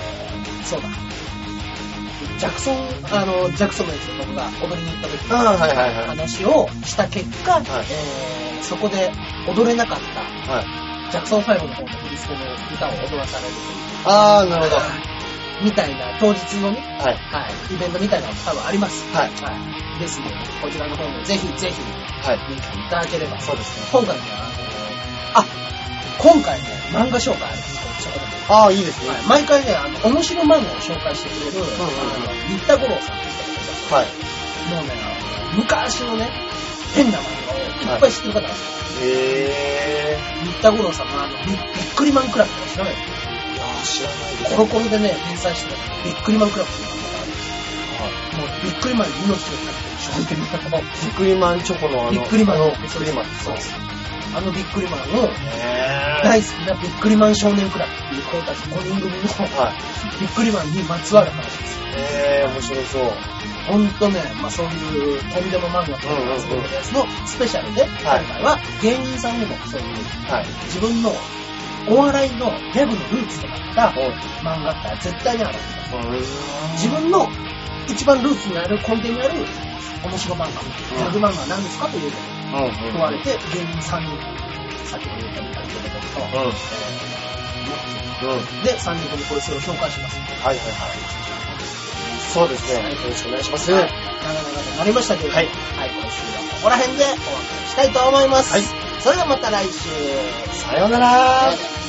[SPEAKER 1] ー、そうだ。ジャクソン、あの、ジャクソンのやつ僕が踊りに行った時
[SPEAKER 2] うん、
[SPEAKER 1] の
[SPEAKER 2] はい、はい、はい。
[SPEAKER 1] 話をした結果、
[SPEAKER 2] はい
[SPEAKER 1] えー、そこで踊れなかった、
[SPEAKER 2] はい。
[SPEAKER 1] ジャクソン5の方の振り付けの歌を踊らされる
[SPEAKER 2] あー、な
[SPEAKER 1] と
[SPEAKER 2] る
[SPEAKER 1] いう
[SPEAKER 2] ほど。
[SPEAKER 1] みたいな、当日のね、
[SPEAKER 2] はい。
[SPEAKER 1] はい、イベントみたいなのも多分あります。
[SPEAKER 2] はい。
[SPEAKER 1] はい。ですので、こちらの方もぜひぜひ、
[SPEAKER 2] はい。
[SPEAKER 1] 見ていただければ。
[SPEAKER 2] そうですね
[SPEAKER 1] 今回ね、あの、あ、今回ね、漫画紹介あるんですよ、そこでも
[SPEAKER 2] あー、いいですね。
[SPEAKER 1] はい、毎回ね、あの、面白漫画を紹介してくれる、
[SPEAKER 2] んうん
[SPEAKER 1] あの、新田五郎さんっていう人が
[SPEAKER 2] はい
[SPEAKER 1] い。て、もうね、あの昔のね、変な漫画をいっぱい知ってる方なんですよ。
[SPEAKER 2] へー。
[SPEAKER 1] 新田五郎さんのあの、びびっくりマンクラブとか知らない
[SPEAKER 2] いやー、知らないです。
[SPEAKER 1] コロコロでね、連載してたびっくりマンクラブっていう漫画があるんですよ。もうびっくりマンに命をかけてる少年の
[SPEAKER 2] ビックリマンチョコのあの、
[SPEAKER 1] ビックリマン
[SPEAKER 2] あの
[SPEAKER 1] の
[SPEAKER 2] ビックリマン。
[SPEAKER 1] そうです。あのビックリマンの
[SPEAKER 2] へ
[SPEAKER 1] 大好きなビックリマン少年クラブっていう子たち5人組の
[SPEAKER 2] ぇはい。
[SPEAKER 1] ビックリマンにまつわる話です。
[SPEAKER 2] へぇ面白そう。
[SPEAKER 1] ほんとね、まあそういうとんでも漫画と
[SPEAKER 2] うんうんう
[SPEAKER 1] か
[SPEAKER 2] ん
[SPEAKER 1] そういうやつのスペシャルで、今
[SPEAKER 2] はい
[SPEAKER 1] 回は芸人さんにもそういう
[SPEAKER 2] はい。
[SPEAKER 1] 自分のお笑いのギャグのルーツとなった
[SPEAKER 2] おう
[SPEAKER 1] 漫画って絶対にある。
[SPEAKER 2] うん。
[SPEAKER 1] 自分の一番ルーツになる根底にある面白漫画、ギャグ漫画は何ですかというのを
[SPEAKER 2] うん。
[SPEAKER 1] 問われて、芸人3人、先ほど言ったみたいなことと、
[SPEAKER 2] うん。うん。はい
[SPEAKER 1] で、3人ともこれそれを紹介します。
[SPEAKER 2] はいはい。そうですね。よろしくお願いします。
[SPEAKER 1] は。
[SPEAKER 2] はいい。
[SPEAKER 1] 長々となりましたけれども、は、
[SPEAKER 2] はいい
[SPEAKER 1] 今週はここら辺でお別れしたいと思います。
[SPEAKER 2] はい
[SPEAKER 1] それではまた来週。
[SPEAKER 2] さようなら
[SPEAKER 1] さよなら